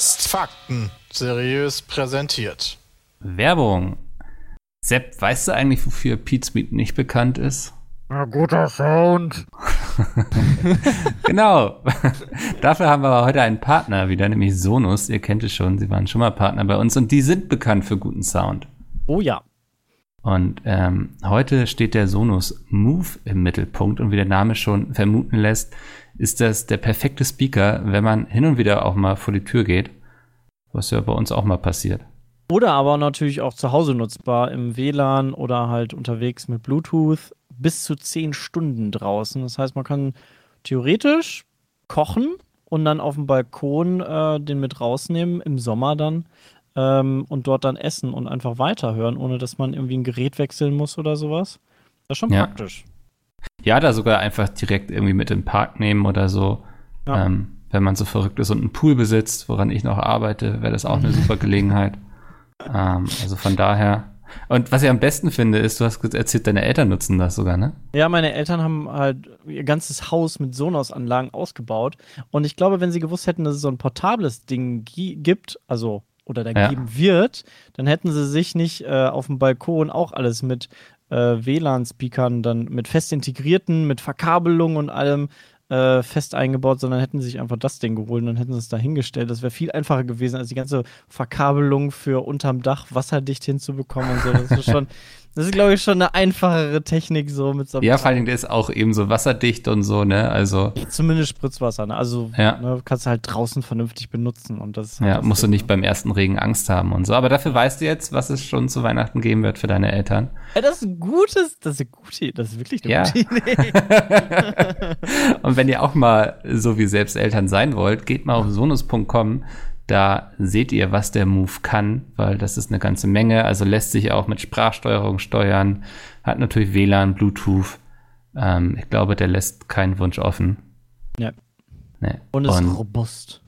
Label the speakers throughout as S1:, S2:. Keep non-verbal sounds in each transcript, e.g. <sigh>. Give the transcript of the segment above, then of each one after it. S1: Fakten seriös präsentiert.
S2: Werbung. Sepp, weißt du eigentlich, wofür Pete's Meat nicht bekannt ist?
S3: Na, guter Sound.
S2: <laughs> genau. <laughs> Dafür haben wir aber heute einen Partner wieder, nämlich Sonus. Ihr kennt es schon, sie waren schon mal Partner bei uns und die sind bekannt für guten Sound.
S3: Oh ja.
S2: Und ähm, heute steht der Sonos Move im Mittelpunkt und wie der Name schon vermuten lässt, ist das der perfekte Speaker, wenn man hin und wieder auch mal vor die Tür geht, was ja bei uns auch mal passiert.
S3: Oder aber natürlich auch zu Hause nutzbar im WLAN oder halt unterwegs mit Bluetooth bis zu zehn Stunden draußen. Das heißt, man kann theoretisch kochen und dann auf dem Balkon äh, den mit rausnehmen, im Sommer dann ähm, und dort dann essen und einfach weiterhören, ohne dass man irgendwie ein Gerät wechseln muss oder sowas. Das ist schon
S2: Ja.
S3: praktisch.
S2: Ja, da sogar einfach direkt irgendwie mit im Park nehmen oder so.
S3: Ja.
S2: Ähm, wenn man so verrückt ist und einen Pool besitzt, woran ich noch arbeite, wäre das auch eine super Gelegenheit. ähm, also von daher. Und was ich am besten finde, ist, du hast ge- erzählt, deine Eltern nutzen das sogar, ne?
S3: Ja, meine Eltern haben halt ihr ganzes Haus mit Sonos-Anlagen ausgebaut. Und ich glaube, wenn sie gewusst hätten, dass es so ein portables Ding gi- gibt, also oder da
S2: Ja.
S3: geben wird, dann hätten sie sich nicht äh, auf dem Balkon auch alles mit äh, WLAN-Speakern, dann mit fest integrierten, mit Verkabelung und allem äh, fest eingebaut, sondern hätten sie sich einfach das Ding geholt und dann hätten sie es da hingestellt. Das wäre viel einfacher gewesen, als die ganze Verkabelung für unterm Dach wasserdicht hinzubekommen und so. Das ist
S2: <laughs>
S3: schon, das ist, glaube ich, schon eine einfachere Technik, so mit so einem
S2: Ja, vor allen Dingen, der ist auch eben so wasserdicht und so, ne? Also,
S3: Zumindest Spritzwasser. Ne? Also
S2: Ja.
S3: ne, kannst du halt draußen vernünftig benutzen. Und das ist halt
S2: ja,
S3: das
S2: musst du
S3: Ding,
S2: nicht beim ersten Regen Angst haben und so. Aber dafür weißt du jetzt, was es schon zu Weihnachten geben wird für deine
S3: <laughs>
S2: Eltern.
S3: Ne? Ey, das ist ein gutes, das ist eine gute, das ist wirklich eine
S2: Ja. <laughs>
S3: gute Idee.
S2: Und wenn ihr auch mal so wie selbst Eltern sein wollt, geht mal auf sonus.com. Da seht ihr, was der Move kann, weil das ist eine ganze Menge. Also lässt sich auch mit Sprachsteuerung steuern, hat natürlich WLAN, Bluetooth. Ähm, ich glaube, der lässt keinen Wunsch offen.
S3: Ja.
S2: Nee.
S3: Und ist robust.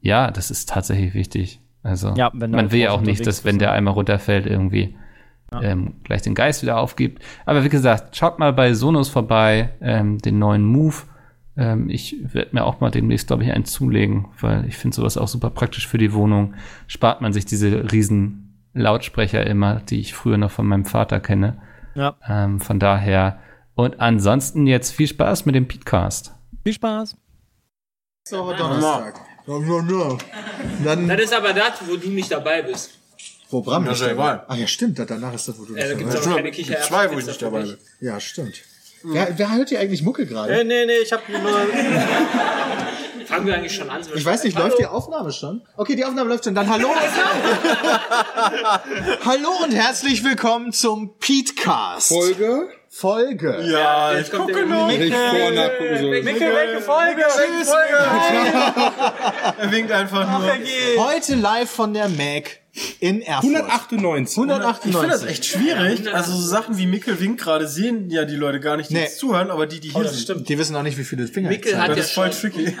S2: ja, das ist tatsächlich wichtig. Also
S3: Ja, wenn du
S2: man
S3: halt
S2: will ja auch
S3: draußen
S2: nicht,
S3: unterwegs
S2: dass wenn
S3: bist,
S2: der einmal runterfällt, irgendwie ähm, gleich den Geist wieder aufgibt. Aber wie gesagt, schaut mal bei Sonos vorbei, ähm, den neuen Move. Ähm, ich werde mir auch mal demnächst, glaube ich, einen zulegen, weil ich finde sowas auch super praktisch für die Wohnung. Spart man sich diese riesen Lautsprecher immer, die ich früher noch von meinem Vater kenne.
S3: Ja.
S2: Ähm, von daher. Und ansonsten jetzt viel Spaß mit dem Podcast.
S3: Viel Spaß.
S4: Ist aber Donnerstag. Ja, ja, ja. Dann
S5: Das ist aber das, wo du nicht dabei bist.
S4: Programm.
S6: Ja, ist ja egal.
S4: Ah ja, stimmt. da- Danach ist das, wo du
S5: Ja, da
S4: nicht
S5: gibt's
S4: dabei
S5: auch keine
S6: Gibt
S5: Kichererbsen,
S6: zwei, wo
S5: gibt's
S6: ich nicht
S5: das
S6: dabei
S5: nicht.
S6: bin.
S4: bist. Ja, stimmt. Wer, wer hört hier eigentlich Mucke gerade?
S5: Äh,
S6: Nee, nee, nee, ich hab nur.
S5: Fangen wir eigentlich schon an.
S4: Ich weiß nicht, läuft die Aufnahme schon? Okay, die Aufnahme läuft schon. Dann hallo.
S5: <laughs>
S4: hallo und herzlich willkommen zum Petecast.
S7: Folge?
S4: Folge.
S6: Ja,
S5: jetzt
S6: ich
S5: kommt
S6: gucke
S5: der
S6: nur.
S7: Nicht vor nachgucken sollen.
S6: Mickel, welche Folge? Welche Folge? er winkt einfach nur.
S4: Heute live von der Mac in Erfurt.
S7: 198.
S4: 198.
S6: Ich finde das echt schwierig. Also so Sachen wie Mickel winkt gerade sehen ja die Leute gar nicht, die
S4: Nee.
S6: jetzt zuhören, aber die, die hier sind.
S4: Die wissen auch nicht, wie viele Finger ich
S5: Mickel
S4: zeige.
S5: hat
S6: Das
S5: ja
S6: ist voll
S5: schon,
S6: tricky.
S5: ich weiß,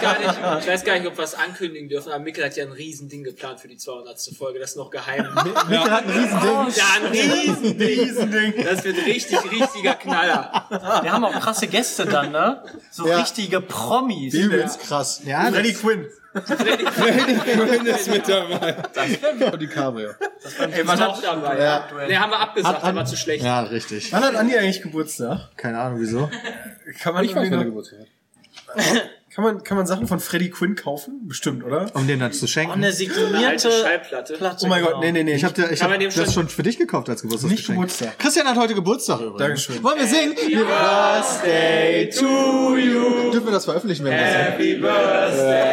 S5: gar nicht, ich weiß gar nicht, ob wir es ankündigen dürfen, aber Mickel hat ja ein Riesending geplant für die 200. Folge. Das ist noch geheim.
S4: Mickel hat ein
S6: Oh,
S4: Riesending.
S5: Ja, ein Riesending.
S6: Riesending.
S5: Das wird richtig, richtiger Knaller.
S8: Ah, Wir haben auch krasse Gäste dann, ne? So
S4: Ja.
S8: richtige Promis.
S4: Übelst krass. Ja, das-
S6: Freddy Quinn.
S7: ist mit dabei.
S4: die Kabel.
S5: Ey, was auch dabei?
S4: Ja.
S5: Nee, haben wir abgesagt, der war zu schlecht.
S4: Ja, richtig.
S6: Wann hat Andi eigentlich Geburtstag?
S4: Keine Ahnung, wieso.
S6: Kann man, irgendwie noch,
S7: Geburtstag
S6: <laughs> kann, man, kann man Sachen von Freddy Quinn kaufen? Bestimmt, oder?
S4: Um den dann zu
S5: Oh, ne,
S8: Und
S4: schenken.
S8: eine
S5: Eine alte
S8: signierte
S5: Schallplatte.
S8: Platte.
S6: Oh mein Gott,
S8: genau.
S6: nee, nee, nee.
S4: Ich habe ich hab
S5: Kann man dem
S4: das
S5: schon-
S4: schon für dich gekauft als Geburtstagsgeschenk.
S6: Nicht Geburtstag.
S4: Christian hat heute Geburtstag übrigens.
S6: Dankeschön.
S4: Wollen wir singen? Happy Birthday to you. Dürfen wir das veröffentlichen, wenn wir das singen?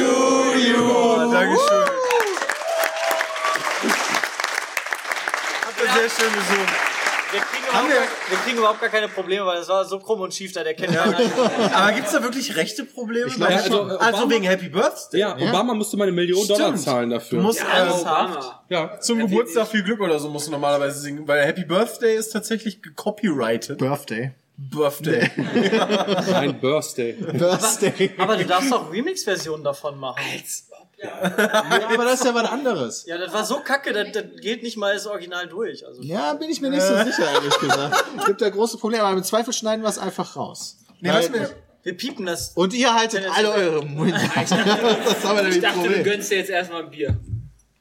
S6: Oh, Dankeschön. Habt ihr sehr schön gesungen.
S8: Wir kriegen, überhaupt, gar- wir kriegen überhaupt gar keine Probleme, weil das war so krumm und schief da, der kennt ja.
S6: Aber gibt's da wirklich rechte Probleme?
S4: glaub,
S6: Weil-
S7: ja, also,
S6: also,
S7: Obama-
S6: wegen Happy Birthday?
S7: Ja, Obama musste meine Million Dollar zahlen dafür.
S6: Du musst
S5: Ja,
S6: äh,
S5: Obama.
S7: ja.
S6: zum Geburtstag viel Glück oder so musst du normalerweise singen, weil Happy Birthday ist tatsächlich gecopyrighted.
S4: Birthday.
S6: Birthday.
S7: Ein Birthday.
S4: Birthday.
S8: Aber du darfst auch Remix-Versionen davon machen.
S5: Als ob.
S4: Ja, aber das ist ja was anderes.
S8: Ja, das war so kacke, das, das geht nicht mal das Original durch. Also,
S4: Ja, bin ich mir nicht so sicher, ehrlich gesagt. Gibt da große Probleme, aber im Zweifel schneiden wir es einfach raus.
S6: Nee, lass mir,
S8: wir piepen das.
S4: Und ihr haltet alle eure Mund. das haben wir
S5: Ich
S4: nämlich ein
S5: dachte, du
S4: Problem.
S5: gönnst dir jetzt erstmal ein Bier.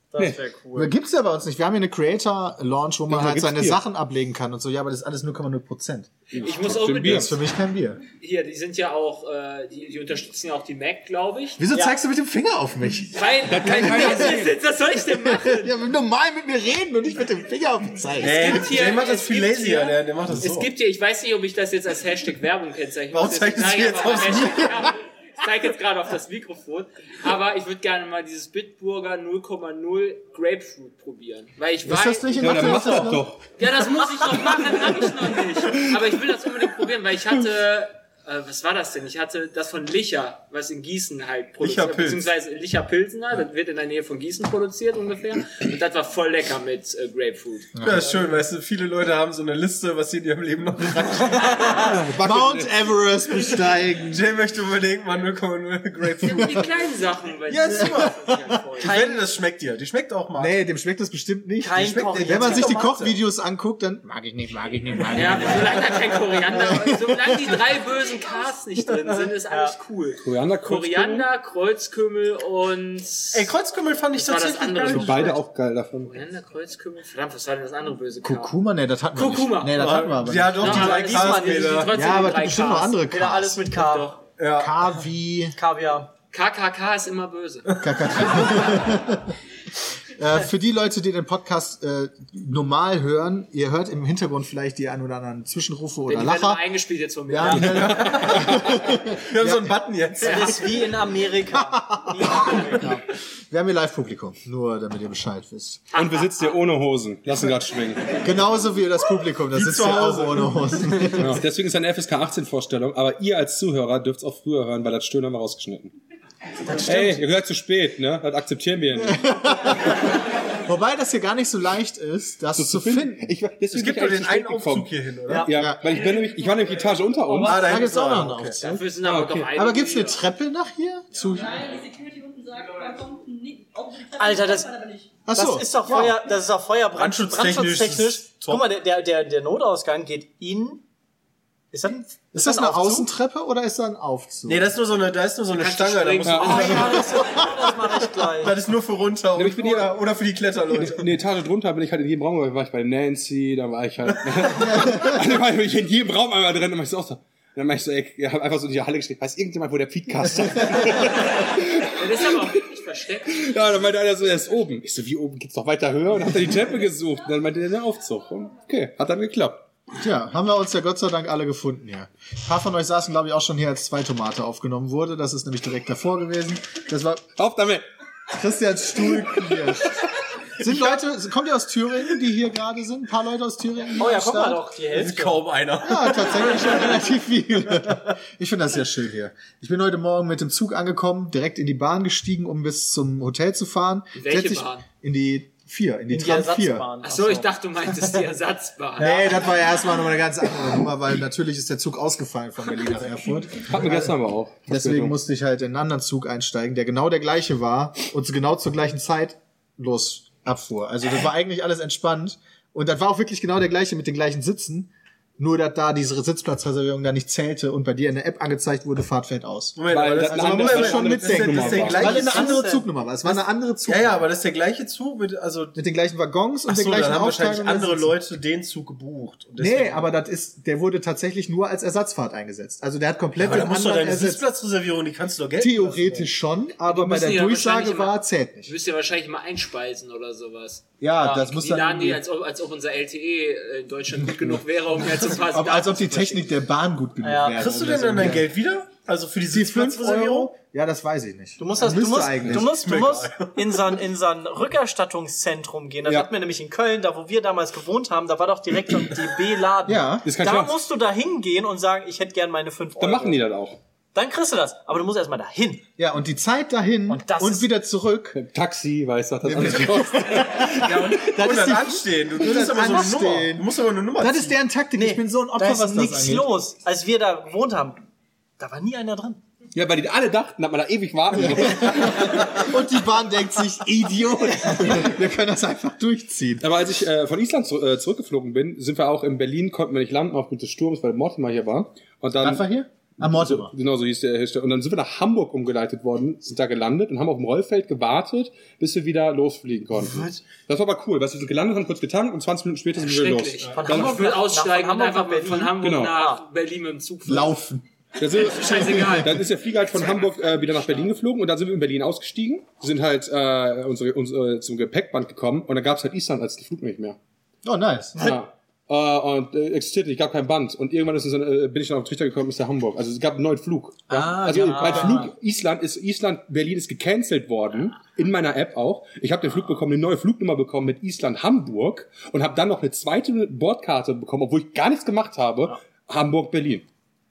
S8: Das wäre cool.
S4: Aber Gibt's ja bei uns nicht. Wir haben hier eine Creator-Launch, wo man
S7: Ja,
S4: halt
S7: gibt's
S4: seine
S7: Bier.
S4: Sachen ablegen kann und so. Ja, aber das ist alles 0,0 Prozent.
S5: Ich muss
S7: trotzdem
S5: unbedingt-
S7: Bier.
S4: Das ist für mich kein Bier.
S5: Hier, die sind ja auch, äh, die, die unterstützen ja auch die Mac, glaube ich.
S4: Wieso zeigst du mit dem Finger auf mich?
S5: Weil, weil was soll ich denn machen?
S4: Ja, will normal mit mir reden und nicht mit dem Finger auf mich zeigen.
S6: Ey,
S5: gibt hier-
S6: der Äh, macht das
S5: es
S6: viel
S5: gibt
S6: lazier,
S5: hier-
S6: der, der macht das so.
S5: Es gibt ja, ich weiß nicht, ob ich das jetzt als Hashtag Werbung kennzeichne.
S6: Warum zeigst du jetzt aufs
S5: Ich zeige jetzt gerade auf das Mikrofon. Aber ich würde gerne mal dieses Bitburger 0,0 Grapefruit probieren. Weil ich
S4: Ist
S5: weiß.
S4: das nicht in
S7: Ja, dann mach
S4: Mathe?
S7: das doch.
S5: Ja, das muss ich noch machen, habe ich noch nicht. Aber ich will das unbedingt probieren, weil ich hatte. Äh, was war das denn? Ich hatte das von Licher, was in Gießen halt produziert,
S6: Licher Pilz.
S5: beziehungsweise Licher Pilsener, das wird in der Nähe von Gießen produziert ungefähr. Und das war voll lecker mit äh, Grapefruit.
S6: Ja, ist schön, weißt du, viele Leute haben so eine Liste, was sie in ihrem Leben noch nicht
S4: Mount Everest besteigen.
S6: Jay möchte unbedingt mal
S5: <laughs>
S6: 0,0 Grapefruit.
S5: Die kleinen Sachen, weil
S6: Ja,
S5: die-
S6: super.
S5: Ja,
S6: Ich wette, das schmeckt dir. Die schmeckt auch mal.
S4: Nee, dem schmeckt das bestimmt nicht.
S8: Kein
S4: Dem schmeckt-
S8: Koch-
S4: Wenn man sich die
S6: Tomate.
S4: Kochvideos anguckt, dann mag ich nicht, mag ich nicht, mag ich nicht.
S5: solange da kein Koriander, solange die drei bösen Ks nicht drin sind, ist alles cool.
S7: Koriander,
S5: Koriander, Kreuzkümmel und.
S6: Ey, Kreuzkümmel fand ich
S5: Das war das
S6: tatsächlich
S5: andere.
S6: Also geil.
S7: Beide auch geil davon.
S5: Koriander, Kreuzkümmel. Verdammt, was war denn das andere böse K?
S4: Kurkuma, nee, das hatten wir
S5: Kurkuma.
S4: nicht. Nee, das hatten wir aber
S6: Ja,
S4: nicht.
S6: doch,
S5: Ja,
S6: die
S5: aber
S6: drei
S5: das ist mal-
S6: Gras,
S5: die- die- die-
S6: Peter.
S5: trotzdem
S4: Ja, aber es
S5: die
S4: gibt
S5: drei
S4: bestimmt noch
S5: Ks.
S4: andere
S8: Wieder alles
S4: Ks.
S8: mit K.
S6: Ja.
S4: K wie
S8: Kaviar.
S5: KKK ist immer böse.
S8: <laughs>
S4: Äh, für die Leute, die den Podcast äh, normal hören, ihr hört im Hintergrund vielleicht die ein oder anderen Zwischenrufe
S5: Die
S4: oder
S5: werden immer
S4: Lacher.
S5: eingespielt jetzt von mir.
S4: Ja, die werden-
S6: Wir haben so einen Button jetzt.
S8: Das ist wie in Amerika. Wie in Amerika.
S4: wir haben hier Live-Publikum, nur damit ihr Bescheid wisst.
S7: Und wir sitzen hier ohne Hosen. Lassen gerade schwingen.
S4: Genauso wie das Publikum, das sitzt
S6: zu
S4: ja auch
S6: Hause.
S4: ohne Hosen.
S7: Ja. Genau. Deswegen ist eine FSK 18 Vorstellung, aber ihr als Zuhörer dürft es auch früher hören, weil das Stöhnen haben wir rausgeschnitten. Ey, ihr hört zu spät, ne? Das akzeptieren wir ja nicht.
S4: Wobei das hier gar nicht so leicht ist, das zu finden.
S7: Ich, war- deswegen
S6: Es gibt
S7: bin
S6: nur
S7: ich
S6: den
S7: eigentlich zu spät
S6: einen Aufzug
S7: gekommen.
S6: hier hin, oder? Ah,
S7: Ja, weil ich bin nämlich, ich war nämlich Etage unter uns.
S4: Ah, da
S6: hinten
S4: gibt's auch
S6: war
S4: noch
S6: einer,
S4: einen
S6: okay.
S4: Aufzug.
S5: Dafür sind aber doch einige.
S4: Aber gibt's eine Treppe nach hier? Zu
S9: Weil die Security unten sagt, man kommt nicht auf die Treppe.
S8: Alter, das-
S9: Aber nicht.
S4: Ach
S8: Das
S4: so.
S8: ist doch
S4: wow.
S8: Feuer, das ist doch Feuer, Brand-
S6: Brandschutztechnisch
S8: brandschutztechnisch.
S6: ist top.
S8: Guck mal, der- der, der, der Notausgang geht in. Ist das, ein-
S4: Ist das
S8: ein
S4: eine
S8: Aufzug?
S4: Außentreppe oder ist da ein Aufzug?
S6: Nee, das ist nur so eine, da ist nur so eine
S5: Kannst du
S6: Stange. Da
S5: springen?
S6: musst du,
S8: Oh ja, das, das mache ich
S6: <laughs>
S8: gleich.
S6: das ist nur für runter
S7: Nämlich
S6: und,
S7: mit ihr-
S6: oder, oder für die Kletterleute.
S7: In der Etage drunter bin ich halt in jedem Raum, war ich bei Nancy, da war ich halt. <laughs> also war ich in jedem Raum einmal drin und mach ich so auch so. Und dann mach ich so, ey, ich hab einfach so in die Halle geschrieben, weiß irgendjemand, wo der Feedcast ist?
S5: Das ist aber auch wirklich versteckt.
S7: <laughs> ja, dann meinte einer so, er ist oben. Ich so, wie oben geht's noch weiter höher? Und hat dann die Treppe gesucht. Und dann meinte er, der ne, Aufzug. Und okay, hat dann geklappt.
S4: Tja, haben wir uns ja Gott sei Dank alle gefunden hier. Ein paar von euch saßen, glaube ich, auch schon hier, als zwei Tomate aufgenommen wurde. Das ist nämlich direkt davor gewesen. Das war
S7: Auf damit!
S4: Christians Stuhl knirscht. Sind Leute, kommt ihr aus Thüringen, die hier gerade sind? Ein paar Leute aus Thüringen?
S8: Oh ja,
S4: am
S8: guck mal
S4: Start?
S8: doch, die
S6: Das ist
S8: Hälfte.
S6: kaum einer.
S4: Ja, tatsächlich schon relativ viele. Ich finde das sehr schön hier. Ich bin heute Morgen mit dem Zug angekommen, direkt in die Bahn gestiegen, um bis zum Hotel zu fahren.
S5: welche
S4: Setz ich
S5: Bahn?
S4: In die vier, in die,
S8: In die
S4: Tram 4.
S8: Ersatzbahn.
S5: Ach so, ich dachte, du meintest die Ersatzbahn.
S4: Nee, das war ja erstmal nochmal eine ganz andere Nummer, weil natürlich ist der Zug ausgefallen von Berlin nach Erfurt.
S7: Hatten wir gestern aber auch.
S4: Deswegen musste ich halt in einen anderen Zug einsteigen, der genau der gleiche war und zu- genau zur gleichen Zeit los abfuhr. Also das war eigentlich alles entspannt. Und das war auch wirklich genau der gleiche mit den gleichen Sitzen. Nur, dass da diese Sitzplatzreservierung da nicht zählte und bei dir in der App angezeigt wurde, Fahrt fällt aus.
S6: Moment,
S7: Weil
S6: aber
S7: das
S6: das,
S7: halt
S6: also
S7: eine
S6: man
S7: andere-
S6: muss ja
S7: das
S6: schon
S7: andere
S6: mitdenken. Das ist der
S7: Zugnummer
S4: Weil
S7: war.
S6: gleiche
S4: es eine andere
S6: Zug.
S4: Zugnummer war. Es war eine andere
S6: Ja,
S4: Zugnummer.
S6: ja, aber das ist der gleiche Zug mit, also,
S4: Mit den gleichen Waggons und
S6: Ach so,
S4: der gleichen
S6: dann haben wahrscheinlich
S4: Aufteilung der
S6: andere
S4: Sitze.
S6: Leute den Zug gebucht. Und
S4: Nee, aber das ist, der wurde tatsächlich nur als Ersatzfahrt eingesetzt. Also der hat komplett
S6: aber da
S4: den
S6: musst du doch
S4: anderen
S6: deine
S4: ersetzt.
S6: Sitzplatzreservierung, die kannst du doch Geld
S4: Theoretisch schon, aber bei
S5: müssen
S4: der
S5: ja
S4: Durchsage
S5: wahrscheinlich
S4: war
S5: immer-
S4: zählt
S5: Ich
S4: nicht.
S5: müsste ja wahrscheinlich mal einspeisen oder sowas.
S4: Ja, das muss
S5: die
S4: dann
S5: laden die,
S4: irgendwie-
S5: als ob, als ob unser LTE in Deutschland gut genug wäre, um
S4: <laughs>
S5: herzupassen.
S4: Ob, als ob die Technik der Bahn gut genug
S8: Ja.
S4: wäre.
S6: Kriegst du
S4: oder
S6: denn
S4: so.
S6: dann dein <laughs> Geld wieder? Also für die
S4: Die 5
S6: Sitzplatzreservierung?
S4: Euro? Ja, das weiß ich nicht.
S8: Du musst, das, du
S4: Müsste
S8: musst,
S4: eigentlich.
S8: du musst, du
S6: Ist mir
S8: musst in so ein, in so ein Rückerstattungszentrum gehen. Das
S7: Ja.
S8: hat mir nämlich in Köln, da wo wir damals gewohnt haben, da war doch direkt so ein DB-Laden.
S4: Ja.
S7: Ist kein
S8: Da
S7: Scherz.
S8: musst du da hingehen und sagen, ich hätte gern meine 5 Euro.
S7: Dann machen die das auch.
S8: Dann kriegst du das. Aber du musst erstmal dahin.
S4: Ja, und die Zeit dahin und,
S8: Und das ist-
S4: wieder zurück.
S7: Taxi, weiß was das alles kostet.
S6: Ja, und,
S4: Das
S6: das
S4: ist
S6: und dann
S4: die-
S6: anstehen. Du, du
S4: das
S6: musst aber so eine Nummer.
S4: Anstehen.
S6: Du musst aber eine Nummer
S4: Das ist
S6: ziehen.
S4: deren Taktik. Ich bin so ein
S8: da
S4: Opfer,
S8: ist
S4: was das
S8: nichts
S4: angeht.
S8: los. Als wir da gewohnt haben, da war nie einer drin.
S7: <laughs> Ja, weil die alle dachten, dass man da ewig warten
S6: <laughs>
S7: muss.
S4: Und die Bahn denkt <laughs> sich, Idiot, wir können das einfach durchziehen.
S7: Aber als ich äh, von Island zu, äh, zurückgeflogen bin, sind wir auch in Berlin, konnten wir nicht landen aufgrund des Sturms, weil Mortimer hier war. Und dann,
S4: Einfach hier? Am Mortimer.
S7: Genau, so hieß der Hersteller. Und dann sind wir nach Hamburg umgeleitet worden, sind da gelandet und haben auf dem Rollfeld gewartet, bis wir wieder losfliegen konnten. Das war aber cool, weil wir sind gelandet haben, kurz getankt und 20 Minuten später sind wir wieder
S5: Schrecklich.
S7: los.
S5: Von Hamburg will aussteigen und
S8: Hamburg nach
S5: einfach
S8: Berlin.
S5: von Hamburg
S7: Genau.
S5: nach Berlin mit dem Zug fahren.
S4: Laufen.
S7: Da sind,
S5: Scheißegal.
S7: Dann ist der Flieger halt von Hamburg äh, wieder nach Berlin geflogen und dann sind wir in Berlin ausgestiegen, sind halt äh, unsere, unsere, zum Gepäckband gekommen und dann gab's halt Island als Flug nicht mehr.
S4: Oh, nice.
S7: Ja. Äh, und äh, existierte nicht, gab kein Band. Und irgendwann ist uns dann, äh, bin ich dann auf den Trichter gekommen, ist der Hamburg. Also es gab einen neuen Flug. Ja? also mein Flug Island ist Island Berlin ist gecancelt worden in meiner App auch. Ich habe den Flug bekommen, eine neue Flugnummer bekommen mit Island Hamburg und habe dann noch eine zweite Bordkarte bekommen, obwohl ich gar nichts gemacht habe. Hamburg Berlin.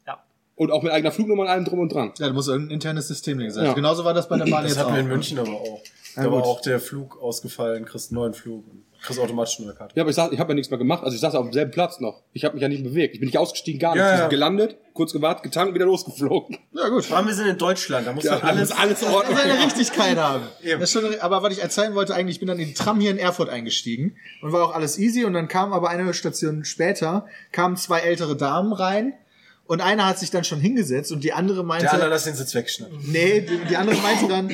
S8: Ja.
S7: Und auch mit eigener Flugnummer und allem drum und dran.
S4: Ja, da muss irgendein internes System sein.
S7: Ja.
S4: Genauso war das bei der Bahn
S6: Das
S4: jetzt
S6: hatten
S4: auch.
S6: wir in München aber auch. Da war auch der Flug ausgefallen, kriegst einen neuen Flug und kriegst automatisch eine neue Karte.
S7: Ja, aber ich, sag- ich habe ja nichts mehr gemacht. Also ich saß auf demselben Platz noch. Ich habe mich ja nicht bewegt. Ich bin nicht ausgestiegen, gar nichts.
S6: Ja,
S7: Ich
S6: ja.
S7: bin gelandet, kurz gewartet, getankt und wieder losgeflogen.
S4: Ja, gut.
S6: Vor allem, wir sind in Deutschland, da muss
S7: Ja,
S6: ja, also alles,
S7: <laughs> alles, alles in
S4: Das
S7: Ordnung.
S4: soll eine Richtigkeit
S6: <laughs>
S4: haben. Das ist schon, aber was ich erzählen wollte, eigentlich, ich bin dann in den Tram hier in Erfurt eingestiegen und war auch alles easy und dann kam aber eine Station später, kamen zwei ältere Damen rein und eine hat sich dann schon hingesetzt und die andere meinte,
S6: Der andere lässt den Sitz
S7: <laughs>
S6: wegschnappen.
S4: nee, die, die andere meinte dann,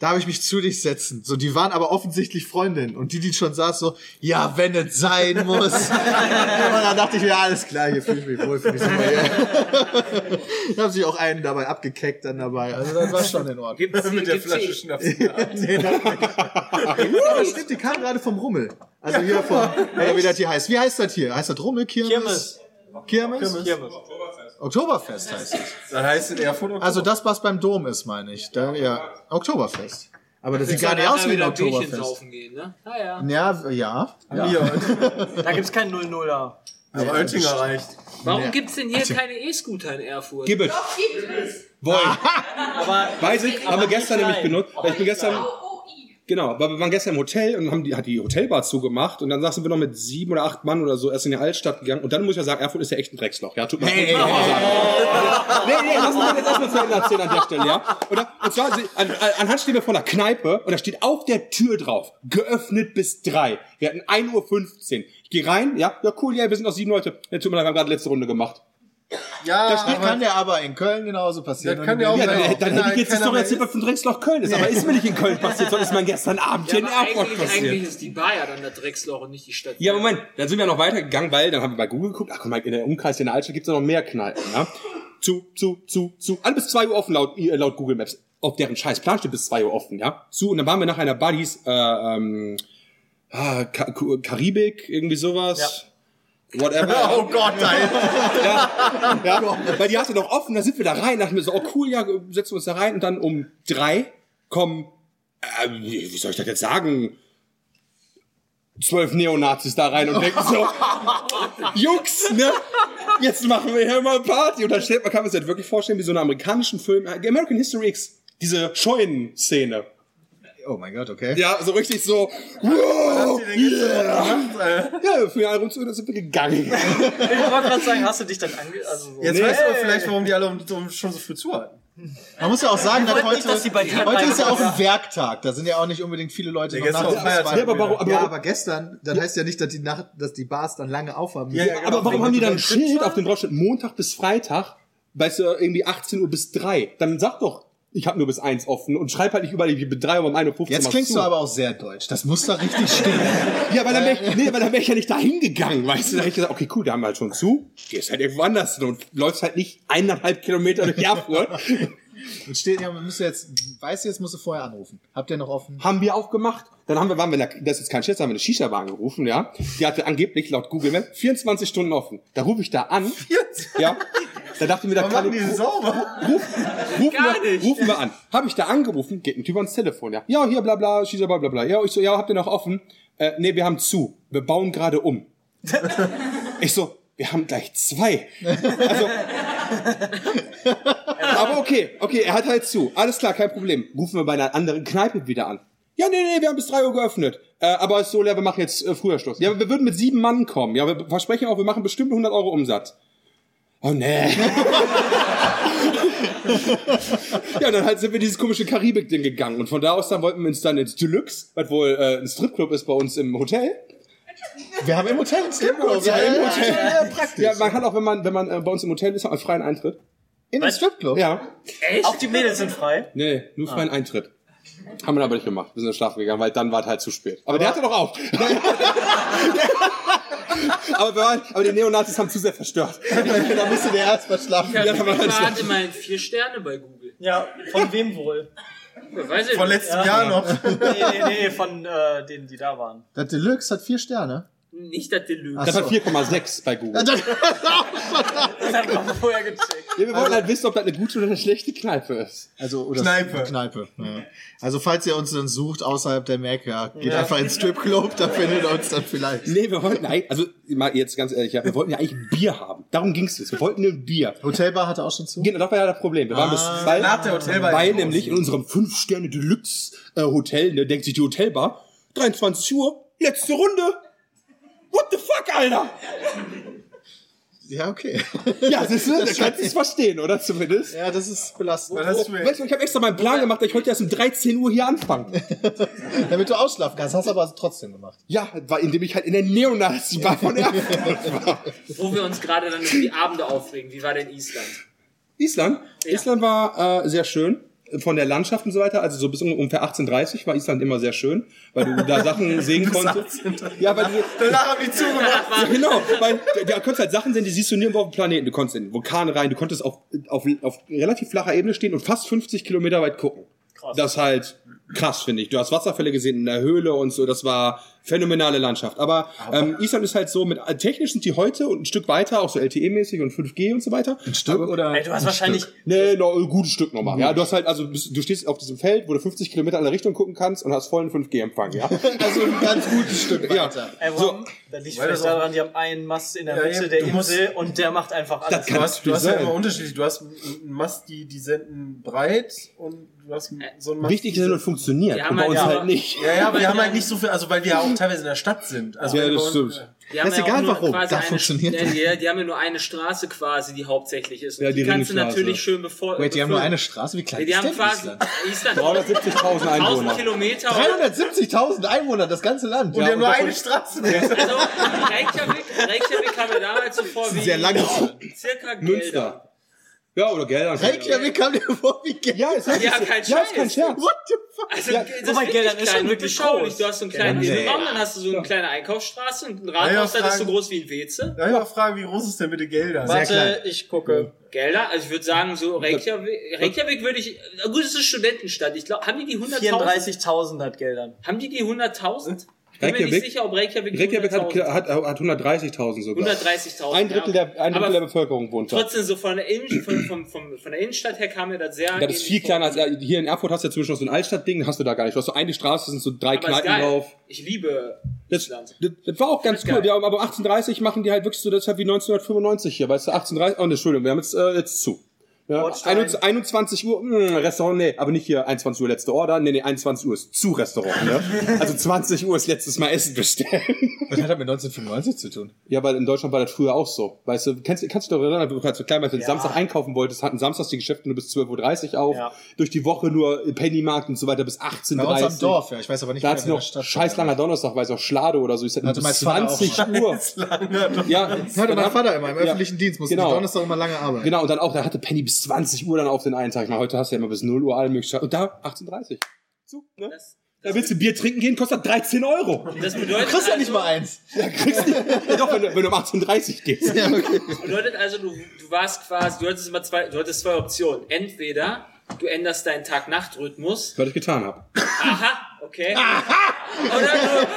S4: darf ich mich zu dich setzen? So, die waren aber offensichtlich Freundinnen und die, die schon saß, so, ja, wenn es sein muss. <laughs> und dann dachte ich mir, ja, alles klar, hier fühle ich mich wohl, fühle ich mich super, <laughs> hier. Da haben sich auch einen dabei abgekeckt dann dabei. Also das war schon in Ordnung.
S5: Gibt's,
S6: Mit der
S5: gibt's
S6: Flasche
S5: die?
S6: Schnaps.
S4: Nee, das nicht. Aber Uh, stimmt, die kam gerade vom Rummel. Also hier von, oder wie das hier heißt. Wie heißt das hier? Heißt das Rummel, Kirmes? Kirmes. Kirmes? Oktoberfest heißt es.
S6: Dann heißt es in Erfurt und
S4: Also das, was beim Dom ist, meine ich. Da, ja, Oktoberfest. Aber das sieht gar nicht
S5: Danach
S4: aus wie ein
S5: wieder Bierchen
S4: Oktoberfest.
S5: saufen gehen, ne? Naja.
S4: Ja, ja.
S8: Da gibt's kein 0-0 da.
S6: aber Oettinger reicht.
S5: Warum gibt's denn
S4: Also-
S5: hier keine E-Scooter in Erfurt?
S7: Gibbet. Wollen. Weiß ich, haben wir gestern nämlich benutzt. Weil ich bin gestern,
S9: OOI.
S7: genau, weil wir waren gestern im Hotel und haben die, hat die Hotelbar zugemacht und dann saßen wir noch mit sieben oder acht Mann oder so erst in die Altstadt gegangen und dann muss ich ja sagen, Erfurt ist ja echt ein Drecksloch. Ja, tut mir leid. muss man sagen. Nee, nee, lass uns jetzt erstmal zu Ende erzählen an der Stelle, ja? Und, da, und zwar, sie- an, an- anhand stehen wir vor einer Kneipe und da steht auf der Tür drauf, geöffnet bis drei. Wir hatten 1.15 Uhr. Ich gehe rein, ja, ja cool, ja, wir sind noch sieben Leute. Ja, tut mir leid, wir haben gerade letzte Runde gemacht.
S6: Ja,
S4: Das kann ja aber in Köln genauso passieren.
S6: Das kann ja auch
S7: Ja, dann,
S6: Genau.
S7: dann
S6: Wenn
S7: hätte
S6: da
S7: ich jetzt die
S6: keiner
S7: Story
S6: mehr
S7: erzählt, was von Drecksloch Köln ist. Aber ist mir nicht in Köln passiert, sondern ist mir gestern Abend hier in
S5: aber
S7: Erfurt
S5: eigentlich, eigentlich
S7: passiert.
S5: ist die Bar ja dann der Drecksloch und nicht die Stadt.
S7: Ja, Moment, dann sind wir noch weitergegangen, weil dann haben wir bei Google geguckt, ach guck mal, in der Umkreis in der Altstadt gibt's ja noch mehr Kneipen, ne? Zu, zu, zu, zu. Alle bis 2 Uhr offen laut, äh, laut Google Maps. Auf deren scheiß Plan steht bis 2 Uhr offen, ja? Zu, und dann waren wir nach einer Buddies, äh, ähm, ah, Ka Ku- Karibik, irgendwie sowas. Whatever.
S4: Oh Gott, nein.
S7: Ja, weil die hatte noch offen, da sind wir da rein, dachten wir so, oh cool, ja, setzen wir uns da rein und dann um drei kommen, äh, wie wie soll ich das jetzt sagen, zwölf Neonazis da rein und denken so, Jux, ne? Jetzt machen wir hier mal Party. Und dann stellt man, kann man sich das wirklich vorstellen, wie so einen amerikanischen Film, äh, American History X, diese Scheunen-Szene.
S4: Oh mein Gott, okay.
S7: Ja, so richtig so, wow, yeah.
S6: Äh,
S7: Ja, für eine Runde sind wir gegangen.
S8: Ich wollte gerade sagen, hast du dich dann ange... Also so.
S6: Jetzt weißt du vielleicht, warum die alle um, um, schon so früh zuhalten.
S4: Man muss ja auch sagen, dass
S8: wollten
S4: heute,
S8: nicht, dass die bei dir
S4: heute ist ja auch ein
S8: bleiben.
S4: Werktag. Da sind ja auch nicht unbedingt viele Leute
S6: Ja,
S4: noch
S6: gestern
S4: nachts
S6: war
S4: bis
S6: Feiertag.
S4: zwei.
S7: Ja, aber warum, aber,
S4: ja, aber gestern, das heißt ja nicht, dass die Nacht, dass die Bars dann lange aufhaben. genau.
S6: Ja, ja,
S7: aber warum haben die dann ein
S4: Schild?
S7: Schild auf dem drauf steht, Montag bis Freitag, weißt du, irgendwie 18 Uhr bis 3? Dann sag doch, ich habe nur bis 1 offen und schreib halt nicht überall wie bis 3 Uhr um 1.15 Uhr.
S4: Jetzt klingst du aber auch sehr deutsch. Das muss doch richtig stimmen.
S7: Ja, weil dann wäre ich, nee, weil dann wär ich ja nicht da hingegangen, weißt du? Da hätte ich gesagt, okay, cool, da haben wir halt schon zu. Gehst halt irgendwo anders hin und läufst halt nicht eineinhalb Kilometer durch Erfurt.
S4: Und steht, ja, man müsste jetzt, weißt du, jetzt musst du vorher anrufen. Habt ihr noch offen?
S7: haben wir auch gemacht. Dann haben wir, waren wir in der, das ist kein Scherz, haben wir eine Shisha-Bar angerufen, ja. Die hatte angeblich laut Google Maps 24 Stunden offen. Da rufe ich da an. Ja. Da dachte ich mir, da kann ich,
S6: sauber?
S7: Rufen,
S5: Gar
S7: wir,
S5: nicht.
S7: rufen wir an. Habe ich da angerufen, geht ein Typ ans Telefon, ja. Ja, hier, bla, bla, schießer, bla, bla, bla. Ja, ich so, ja, habt ihr noch offen? Äh, nee, wir haben zu. Wir bauen gerade um. ich so, wir haben gleich zwei. Also, aber okay, okay, er hat halt zu. Alles klar, kein Problem. Rufen wir bei einer anderen Kneipe wieder an. Ja, nee, nee, wir haben bis drei Uhr geöffnet. Äh, aber ist so leer, wir machen jetzt äh, früher Schluss. Ja, wir würden mit sieben Mann kommen. Ja, wir versprechen auch, wir machen bestimmt 100 Euro Umsatz. Oh nee. Ja, dann halt sind wir dieses komische Karibik-Ding gegangen. Und von da aus dann wollten wir uns dann ins Deluxe, was wohl äh, ein Stripclub ist bei uns im Hotel.
S4: Wir haben im Hotel uns Stripclub. Ja,
S7: im
S4: ja,
S7: Hotel.
S4: ja, ja, praktisch.
S7: Ja, man kann auch, wenn man, wenn man äh, bei uns im Hotel ist, einen freien Eintritt.
S4: In den Stripclub.
S7: Ja.
S8: Auch die Mädels sind frei.
S7: Nee, nur freien Eintritt. Haben wir aber nicht gemacht. Wir sind dann schlafen gegangen, weil dann war es halt zu spät. Aber, der hatte doch auf. aber, wir waren, aber die Neonazis haben zu sehr verstört.
S4: <laughs> da musste der erst mal schlafen.
S5: Ja,
S7: Ja, aber-
S5: ich hatte immerhin vier Sterne bei Google.
S8: Ja, von wem wohl?
S5: Weiß ich
S6: Von
S5: nicht.
S6: letztem Jahr noch.
S8: Nee, nee, nee, von äh, denen, die da waren.
S4: Das Deluxe hat vier Sterne.
S5: Nicht das
S4: <laughs>
S5: Deluxe.
S7: Das hat 4,6 bei Google.
S8: Das hat man vorher gecheckt.
S7: Ja, wir wollten halt wissen, ob das eine gute oder eine schlechte Kneipe ist.
S4: Also, oder
S6: Kneipe.
S4: Kneipe. Ja. Also, falls ihr uns dann sucht außerhalb der Mac, ja, geht einfach ins Stripclub, da findet ihr uns dann vielleicht.
S7: Nee, wir wollten eigentlich, also mal jetzt ganz ehrlich, ja, wir wollten ja eigentlich ein Bier haben. Darum ging's jetzt. Wir wollten ein Bier.
S4: Hotelbar hatte auch schon zu.
S7: Genau, das war ja das Problem. Wir waren bis weil,
S6: nach der Hotelbar
S7: weil
S6: ist los.
S7: nämlich in unserem 5-Sterne-Deluxe-Hotel, ne, denkt sich die Hotelbar, 23 Uhr, letzte Runde. What the fuck, Alter?
S4: Ja, okay. <laughs>
S7: Ja, siehst du, das kannst du es verstehen, oder zumindest?
S4: Ja, das ist belastend.
S6: Was hast du mir-
S7: Weißt du, ich habe extra meinen Plan gemacht, dass ich heute erst um 13 Uhr hier anfange.
S4: Damit du ausschlafen kannst, hast du aber trotzdem gemacht.
S7: Ja, war, indem ich halt in der Neonazi-Bar von Erfurt war.
S5: Wo wir uns gerade dann über die Abende aufregen. Wie war denn Island?
S7: Island. Island war äh, sehr schön. Von der Landschaft und so weiter, also so bis ungefähr 1830 war Island immer sehr schön, weil du
S6: <laughs>
S7: da Sachen sehen konntest. Ja, weil du,
S6: Danach haben die zugemacht.
S7: Ja, genau, weil da konntest halt Sachen sehen, die siehst du nirgendwo auf dem Planeten. Du konntest in Vulkane rein, du konntest auf, auf, auf relativ flacher Ebene stehen und fast 50 Kilometer weit gucken. Das ist halt krass, finde ich. Du hast Wasserfälle gesehen in der Höhle und so, das war phänomenale Landschaft. Aber ähm, Island ist halt so, mit technisch sind die heute und ein Stück weiter, auch so LTE-mäßig und 5G und so weiter.
S4: Ein Stück oder?
S8: Ey, du hast wahrscheinlich.
S7: Nee, noch ein gutes Stück nochmal. Ja, du hast halt, also bist- du stehst auf diesem Feld, wo du 50 Kilometer in der Richtung gucken kannst und hast vollen 5G-Empfang, <laughs> ja.
S4: Also ein ganz gutes Stück weiter.
S8: Ey, warum? Da liegt vielleicht
S6: das auch-
S8: daran, die haben einen Mast in der
S6: Ja,
S8: Mitte
S6: eben,
S8: der
S6: du musst-
S8: Insel und der macht einfach alles.
S6: Du hast, du hast ja
S7: sein.
S6: immer unterschiedlich. Du hast einen Mast, die, die senden breit und du hast so einen Mast.
S7: Wichtig ist, dass es funktioniert.
S5: Ja,
S7: und
S5: man,
S7: bei uns
S5: ja.
S7: halt nicht.
S6: Ja, ja, wir haben halt nicht so viel, also weil wir ja auch teilweise in der Stadt sind. Also
S7: Ja,
S6: wenn
S7: das
S6: wir uns-
S7: stimmt.
S5: Die haben
S4: Das ist egal,
S5: auch nur
S4: warum.
S5: quasi
S4: Da
S5: eine-
S4: funktioniert
S5: ja, die, die haben ja nur eine Straße quasi, die hauptsächlich ist. Und
S7: Ja,
S5: die,
S7: die
S5: kannst du
S7: Ringstraße.
S5: natürlich schön bevor.
S4: Wait, die haben nur
S5: bevor-
S4: eine Straße? Wie klein
S5: Ja, Die
S4: ist
S5: haben
S4: denn
S5: quasi
S4: Island?
S5: Island
S7: 370.000
S5: 1000
S7: Einwohner.
S5: Kilometer.
S4: 370.000 Einwohner, das ganze Land.
S6: Und wir haben nur
S4: davon-
S6: eine Straße.
S5: Also, Reykjavik, Reykjavik kam mir damals so vor wie
S4: Sehr lange.
S5: circa Gelder.
S7: Münster. Ja, oder Geldern.
S4: Reykjavik kam dir vor wie Geld.
S7: Ja, ist halt
S5: Ja,
S7: ist-
S5: kein
S7: ja, ist kein
S5: Scheiß.
S7: Scherz.
S4: What the fuck?
S5: Also,
S7: Ja,
S5: das
S8: oh mein
S5: ist wirklich
S8: Geld, dann ist
S5: klein
S8: schon
S5: und
S8: wirklich
S5: beschaulich.
S8: groß.
S5: Du hast so einen kleinen
S4: Ja, nee.
S5: Innenraum, dann hast du so eine kleine Einkaufsstraße und ein Rathaus,
S6: Ja,
S5: dann ist so
S6: Fragen.
S5: groß wie ein Weze.
S6: Ja, ja, fragen, wie groß ist denn bitte Gelder?
S8: Warte, ich gucke.
S5: Gelder, also ich würde sagen, so Reykjavik, Reykjavik würde ich, na gut, es ist eine Studentenstadt. Ich glaube, haben die die 100.000?
S8: 34.000 hat Geldern.
S5: Haben die die 100.000? Ich bin mir
S7: Reykjavik-
S5: nicht sicher, ob Reykjavik,
S7: Reykjavik hat,
S5: 100.000
S7: hat, hat 130.000 sogar.
S5: 130.000.
S7: Ein Drittel,
S5: ja.
S7: der, ein Drittel
S5: Aber
S7: der Bevölkerung wohnt da.
S5: Trotzdem, so von der, Innen, von, von, von, von der Innenstadt her kam mir das sehr.
S7: Das ist viel kleiner als hier in Erfurt hast du ja zwischen noch so ein Altstadtding, hast du da gar nicht. Du hast so eine Straße, sind so drei
S5: Aber ist
S7: Kneipen
S5: geil.
S7: drauf.
S5: Ich liebe
S7: Das,
S5: Island.
S7: das, das war auch ganz
S5: Ist
S7: cool.
S5: geil.
S7: Ja, aber 1830 machen die halt wirklich so deshalb wie 1995 hier, weißt du, 1830. Oh, ne, Entschuldigung, wir haben jetzt, äh, jetzt zu. Ja,
S8: Ortstein.
S7: 21, 21 Uhr, mh, Restaurant, nee, aber nicht hier 21 Uhr letzte Order, nee, nee, 21 Uhr ist zu Restaurant, ne? Also 20 Uhr ist letztes Mal Essen bestellen. <laughs>
S4: Was hat das mit 1995 zu tun?
S7: Ja, weil in Deutschland war das früher auch so. Weißt du, kannst, kannst du dich doch erinnern, du als du klein warst, wenn du Samstag einkaufen wolltest, hatten Samstags die Geschäfte nur bis 12.30 Uhr auf,
S8: Ja.
S7: durch die Woche nur Pennymarkt und so weiter bis 18.30
S4: Bei
S7: Uhr.
S4: uns am Dorf, ja. Ich weiß aber nicht,
S7: Da
S4: wie
S7: hat's
S4: in der
S7: noch
S4: Stadt-
S7: scheiß langer Donnerstag, weiß auch Schlade oder so. Ich sag,
S4: Hatte mein
S7: bis
S4: Vater auch.
S7: 20 Uhr. Ja,
S4: Hörte
S7: dann
S4: mein
S7: hat-
S4: Vater immer, im
S7: ja.
S4: öffentlichen Dienst musste
S7: Genau.
S4: genau. Donnerstag immer lange arbeiten.
S7: Genau, und dann auch, da hatte Penny bis 20 Uhr dann auf den einen Tag. Ich meine, heute hast du ja immer bis 0 Uhr alle Möglichkeiten. Und da 18.30 Uhr. So, ne?
S5: Das,
S7: Da willst du Bier trinken gehen, kostet 13 Euro.
S5: das bedeutet,
S4: Kriegst ja
S5: also,
S4: nicht mal eins.
S7: Ja, kriegst du.
S5: <laughs>
S7: ja, doch, wenn du, wenn du um 18.30 Uhr gehst.
S4: Ja, okay.
S5: bedeutet also, du, du warst quasi, du hattest immer zwei, du hattest zwei Optionen. Entweder du änderst deinen Tag-Nacht-Rhythmus.
S7: Was ich getan habe.
S5: Aha, okay.
S7: Ah,
S5: Oder,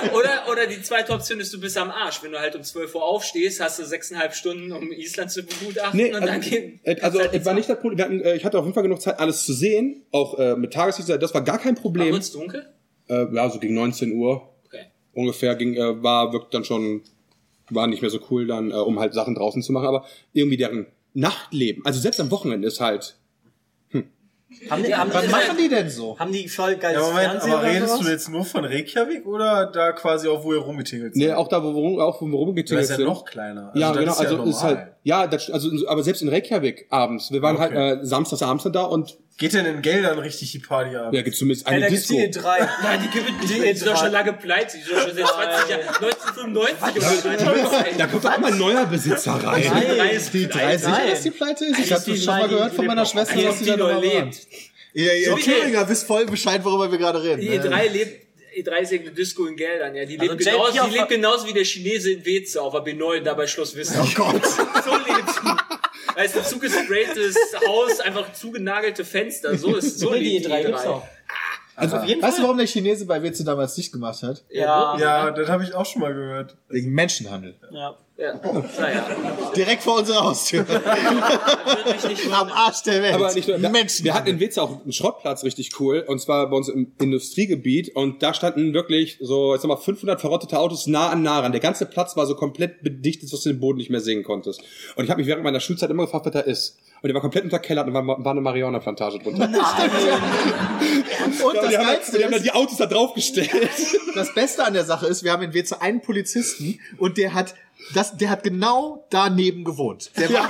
S5: du, oder, oder die zweite Option ist, du bist am Arsch. Wenn du halt um 12 Uhr aufstehst, hast du sechseinhalb Stunden, um Island zu begutachten
S7: Nee,
S5: und
S7: also,
S5: dann geht.
S7: äh, also
S5: Zeit
S7: es war
S5: ins
S7: nicht das Problem. Wir hatten, äh, ich hatte auf jeden Fall genug Zeit, alles zu sehen. Auch äh, mit Tageslicht, das war gar kein
S5: War
S7: Problem.
S5: kurz dunkel?
S7: Äh, ja, so gegen 19 Uhr
S5: Okay.
S7: ungefähr ging, äh, war wirkt dann schon, war nicht mehr so cool dann, äh, um halt Sachen draußen zu machen. Aber irgendwie deren Nachtleben, also selbst am Wochenende ist halt,
S8: Haben die, haben
S4: Was
S8: die,
S4: machen die denn so?
S8: haben die voll
S6: Ja,
S8: geiles
S6: Moment,
S8: Fernsehen
S6: aber
S8: oder
S6: redest
S8: sowas?
S6: du jetzt nur von Reykjavik oder da quasi auch, wo ihr rumgetingelt seid?
S7: ne, auch da, wo wir rum, auch wo wir
S6: da
S7: rumgetingelt
S6: ist ja
S7: sind.
S6: noch kleiner.
S7: ja,
S6: das
S7: genau,
S6: ist
S7: also ist
S6: normal.
S7: halt, Ja, das, also, aber selbst in Reykjavik abends. Wir waren halt äh, samstags abends dann da und
S6: Geht denn in Geldern richtig die Party ab?
S7: ja, gibt's zumindest eine
S8: da gibt's
S7: Disco.
S8: die drei.
S5: Nein, die gibt es nicht. Die sind doch schon lange pleite. Die sind doch schon seit 20 Jahren. 1995
S7: <laughs> Da
S5: oder
S7: kommt auch mal ein neuer Besitzer rein.
S4: Die drei sicher, dass die pleite ist? Ich
S8: Nein.
S4: habe das schon mal gehört von meiner Schwester,
S5: so.
S4: dass
S5: Als
S4: sie
S5: die
S4: da
S5: noch
S4: noch
S5: lebt.
S4: Ja, ihr
S5: wie
S4: Thüringer wisst voll Bescheid, worüber wir gerade reden.
S5: Die
S4: ne?
S5: E3 lebt. E3 ist irgendeine Disco in Geldern, ja. Die lebt,
S8: Also JP
S5: genauso,
S8: auf-
S5: die lebt genauso wie der Chinese in Weze auf der B9, da bei Schloss Wissen.
S4: Oh Gott.
S5: So lebt sie. Weißt du, zugespraytes Haus, einfach zugenagelte Fenster. So ist so
S8: Nee,
S5: lebt
S8: die
S5: die E
S8: E3 gibt's
S5: E3.
S8: noch.
S4: Also, weißt du, warum der Chinese bei WC damals nicht gemacht hat?
S8: Ja.
S6: Ja, das habe ich auch schon mal gehört.
S4: Wegen Menschenhandel.
S8: ja.
S5: Ja. Naja.
S4: Direkt vor unserer Haustür. Am Arsch der Welt.
S7: Aber nicht nur, wir, wir hatten
S4: Menschenhandel.
S7: in Witz auch einen Schrottplatz richtig cool und zwar bei uns im Industriegebiet und da standen wirklich so, ich sag mal, 500 verrottete Autos nah an nah ran. Der ganze Platz war so komplett bedichtet, dass du den Boden nicht mehr sehen konntest. Und ich habe mich während meiner Schulzeit immer gefragt, was da ist. Und der war komplett unterkellert und war, war eine Marihuana-Plantage drunter.
S4: Und das
S7: die, haben,
S4: Geilste
S7: die haben da
S4: ist,
S7: die Autos da <laughs> draufgestellt.
S4: das Beste an der Sache ist, wir haben in WC einen Polizisten und der hat das, der hat genau daneben gewohnt. Der war,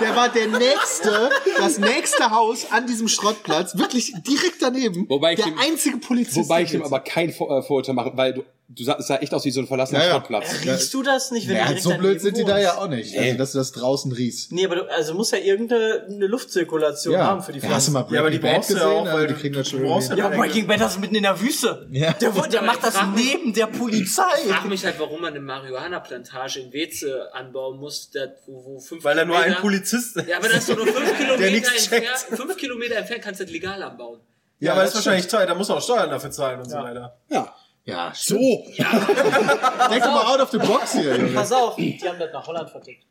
S4: der war der nächste, das nächste Haus an diesem Schrottplatz, wirklich direkt daneben.
S7: Wobei ich
S4: der
S7: dem-
S4: einzige Polizist.
S7: Wobei
S4: in
S7: ich dem
S4: Weze.
S7: aber kein Vor äh, Vorurteil mache, weil du, du sah, es sah echt aus wie so ein verlassener
S4: Ja, ja.
S7: Schrottplatz.
S8: Riechst du das nicht, wenn
S4: Ja,
S8: du direkt
S4: so blöd
S8: daneben
S4: sind die da
S8: wohnst?
S4: ja auch nicht, also, dass du das draußen riechst.
S8: Nee, aber du, also muss ja irgendeine eine Luftzirkulation haben für die
S4: Ja, hast du
S8: Pflanzen.
S4: mal
S6: Ja, aber die
S4: Breaking Bad
S6: brauchst du ja
S4: gesehen? Also,
S6: auch, weil
S4: die
S6: du-
S4: kriegen das
S6: du
S4: schon
S6: brauchst
S4: irgendwie.
S8: Ja, Breaking Bad ist mitten in der Wüste.
S4: Ja.
S8: Der, wo- der macht das neben der
S5: Ich
S8: Polizei.
S5: frage mich halt, warum man eine Marihuana-Plantage in Weze anbauen muss, da- wo, wo fünf
S6: Weil da nur ein
S5: Kilometer-
S6: Polizist ist.
S5: Ja, aber das ist doch nur
S6: <laughs>
S5: fünf Kilometer
S6: nichts checkt.
S5: entfernt. Fünf Kilometer entfernt kannst du das legal anbauen.
S6: Ja, aber
S4: das
S6: das ist wahrscheinlich teuer, da muss man auch Steuern dafür zahlen und so weiter.
S7: Ja.
S4: Ja, so.
S7: So.
S4: Denk mal out of the box hier,
S8: <laughs>
S4: Junge.
S8: Pass auf, die haben das nach Holland verdickt.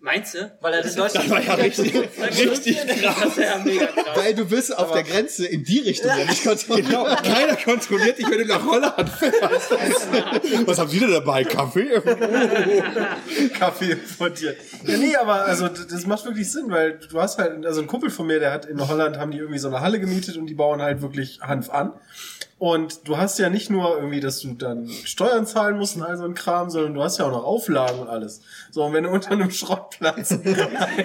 S5: Meinst du?
S8: Weil er das in Deutschland
S7: War ja richtig, richtig
S5: Das ist ja mega krass.
S4: Weil du bist auf der Grenze in die Richtung, ja. nicht kontrolliert.
S7: Genau, keiner kontrolliert dich, wenn du nach Holland fährst. Was haben Sie denn dabei? Kaffee?
S6: Kaffee von dir. Ja, nee, aber also d- das macht wirklich Sinn, weil du hast halt, also ein Kumpel von mir, der hat in Holland, haben die irgendwie so eine Halle gemietet und die bauen halt wirklich Hanf an. Und du hast ja nicht nur irgendwie, dass du dann Steuern zahlen musst und all so ein Kram, sondern du hast ja auch noch Auflagen und alles. So, und wenn du unter einem
S5: <laughs>
S6: Schrottplatz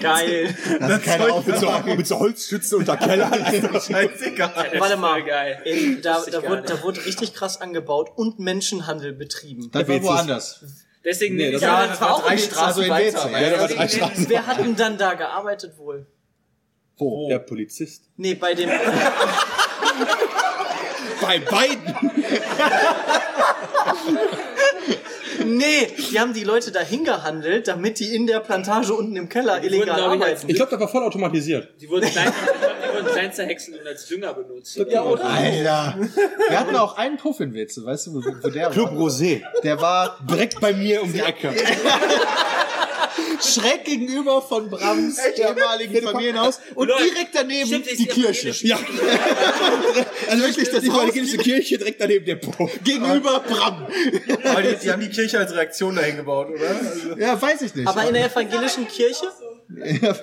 S8: geil.
S4: Das ist keine
S7: Mit so, mit so Holzschützen unter Keller. <laughs>
S5: Das
S6: scheißegal.
S5: ist
S8: Warte mal.
S5: voll geil.
S8: In, da,
S5: Wusste ich
S8: da,
S5: gar
S8: wurde,
S5: nicht.
S8: da wurde richtig krass angebaut und Menschenhandel betrieben.
S4: Das war woanders.
S5: Deswegen
S7: Nee,
S5: nehme ich
S7: das
S5: an,
S8: war- das war auch
S4: Drei
S8: in Weze.
S4: Straßen Also in Weze.
S7: Ja, da war drei
S5: deswegen-
S7: Straßen.
S8: Wer hat denn dann da gearbeitet wohl?
S7: Wo? Der Polizist.
S8: Nee, bei dem. <laughs>
S7: Bei beiden.
S8: Nee, die haben die Leute dahin gehandelt, damit die in der Plantage unten im Keller illegal
S5: glaub ich,
S8: arbeiten.
S7: Ich glaube, das war voll automatisiert.
S5: Die wurden kleinster, die wurden kleinster Hexen und als Dünger benutzt.
S7: Ja, oder?
S4: Alter. Wir hatten auch einen Puff in Witze, weißt du, wo, wo der
S7: Club
S4: war?
S7: Rosé.
S4: Der war
S7: Direkt bei mir um die Ecke.
S4: schräg gegenüber von Brams ehemaligen Familienhaus und
S5: Leute,
S4: direkt daneben
S5: stimmt, ist
S4: die
S5: evangelisch.
S4: Kirche. <laughs>
S7: Ja. Also wirklich,
S4: das
S7: die
S4: Haus-
S7: evangelische Kirche direkt daneben der Pop.
S4: Gegenüber Bram.
S6: Aber die, die haben die Kirche als Reaktion dahin gebaut, oder? Also,
S4: Ja, weiß ich nicht.
S8: Aber in der evangelischen Kirche? In der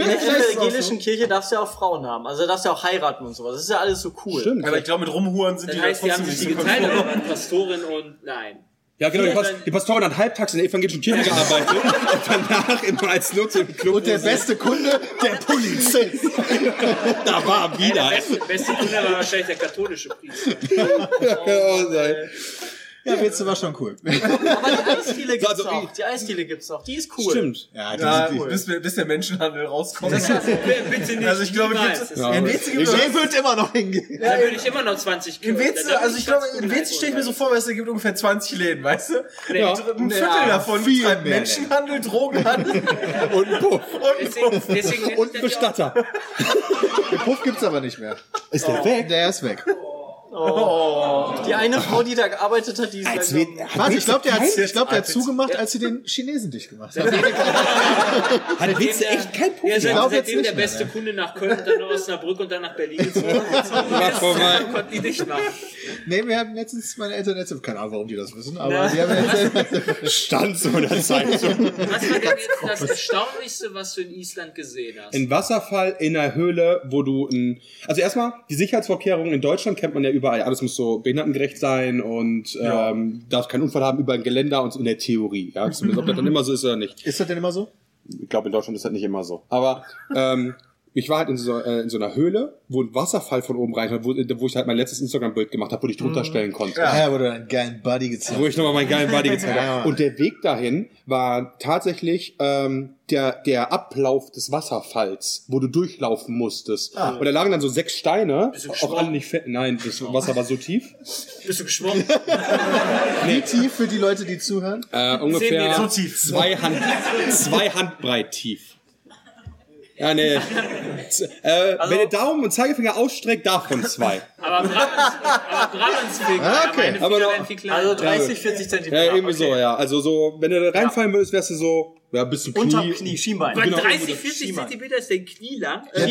S8: evangelischen Kirche darfst du ja auch Frauen haben. Also darfst du ja auch heiraten und sowas. Das ist ja alles so cool.
S6: aber ich glaube, mit Rumhuren sind
S5: Das
S6: die
S5: heißt,
S6: da
S5: die
S6: trotzdem
S5: haben sich
S6: nicht
S5: die
S6: so
S5: geteilt,
S6: konform.
S5: <laughs> aber waren Pastorin und nein.
S7: Ja, genau. Die, Pas die Pastorin hat halbtags in der evangelischen Kirche gearbeitet und danach immer als Nutzer im Club.
S4: und der beste Kunde, der Polizist.
S7: da war
S5: Der
S7: wieder.
S5: beste, beste Dünger war wahrscheinlich der katholische Priester.
S7: Oh,
S4: Ja, Witze war schon cool.
S8: Aber die <laughs> Eisdiele gibt's
S7: Also,
S8: auch. Die Eisdiele gibt's auch. Die ist cool.
S7: Stimmt.
S4: Ja, die
S6: Ja,
S4: sind die-
S6: bis, wir- bis der Menschenhandel rauskommt. <laughs>
S5: Bitte nicht.
S6: Also ich glaube,
S5: niemals.
S6: gibt's-
S5: Das-
S6: in Weze gibt es
S4: Der wird immer noch hingehen.
S5: Da würde ich immer noch 20 Kilo-
S6: In
S5: da
S6: Weze,
S5: darf
S6: also ich glaube,
S5: ganz gut
S6: in Weze stelle ich mir so vor, weißt du, es gibt ungefähr 20 Läden, weißt du?
S5: Ja.
S6: Ein Drittel- ein
S4: Ja,
S6: Viertel davon
S4: viel
S6: betreibt
S4: mehr
S6: Menschenhandel, Drogenhandel
S7: Und ein Puff.
S5: Deswegen, deswegen hätte
S7: Und
S5: ich
S7: ein
S5: das ja auch-
S7: Bestatter.
S4: Den Puff gibt's aber nicht mehr.
S7: Ist der weg?
S4: Der ist weg.
S8: Die eine Frau, die da gearbeitet hat, die ist
S7: Als
S8: dann-
S7: wen- hat
S4: Warte, ich
S7: Weze
S4: glaube, der, hat-
S7: kein-
S4: ich glaub, der hat zugemacht, als sie den Chinesen dicht gemacht haben. Also,
S7: Hat Witze echt kein Puff?
S5: Ja, seit,
S4: glaub jetzt
S5: seitdem
S4: nicht
S5: der
S4: mehr,
S5: beste Kunde nach Köln, dann nach Osnabrück und dann nach Berlin
S7: <laughs>
S5: gezogen ist,
S7: vorbei.
S5: konnten die nicht machen.
S4: Nee, wir haben letztens meine Eltern jetzt, keine Ahnung, warum die das wissen, aber die haben jetzt,
S7: Stand so in der Zeitung.
S5: Was war denn jetzt das Erstaunlichste, was du in Island gesehen hast?
S7: Ein Wasserfall in einer Höhle, wo du ein. Also erstmal, die Sicherheitsvorkehrungen in Deutschland kennt man ja überall. Alles muss so behindertengerecht sein und ähm, darf keinen Unfall haben über ein Geländer und so in der Theorie. Ja? Zumindest ob das dann immer so ist oder nicht.
S4: ist das denn immer so?
S7: Ich glaube, in Deutschland ist das nicht immer so. Aber ähm, ich war halt in so, äh, in so einer Höhle, wo ein Wasserfall von oben rein, wo, wo ich halt mein letztes Instagram-Bild gemacht habe, wo ich drunter stellen konnte.
S4: Ja, wo du einen geilen Buddy gezogen
S7: Wo ich nochmal meinen geilen Buddy gezeigt habe. Und der Weg dahin war tatsächlich ähm, der, der Ablauf des Wasserfalls, wo du durchlaufen musstest. Und da lagen dann so sechs Steine, auch alle nicht fett. Nein, das Wasser war so tief.
S5: Bist du geschwommen?
S4: Wie tief für die Leute, die zuhören?
S7: Äh, ungefähr
S5: Meter.
S6: So tief.
S7: Zwei, Hand, zwei Handbreit tief. Ja, nee. Z- Äh, wenn der Daumen und Zeigefinger ausstreckt, davon zwei.
S5: Also- Aber Brabensweg.
S4: Ah,
S5: Ah,
S4: okay.
S5: okay. Meine
S7: Aber
S5: aber
S7: doch-
S5: werden viel kleiner.
S8: Also
S5: Also,
S8: 30, 40 Zentimeter.
S7: Ja, irgendwie
S8: okay.
S7: so, ja. Also so, wenn du da reinfallen würdest, wärst du so, ja, bist du Knie.
S8: Unterm Knie, Schienbein.
S5: bei
S7: genau,
S5: 30,
S7: irgendwo
S5: 40 Zentimeter ist dein Knie lang. Äh,
S7: <laughs>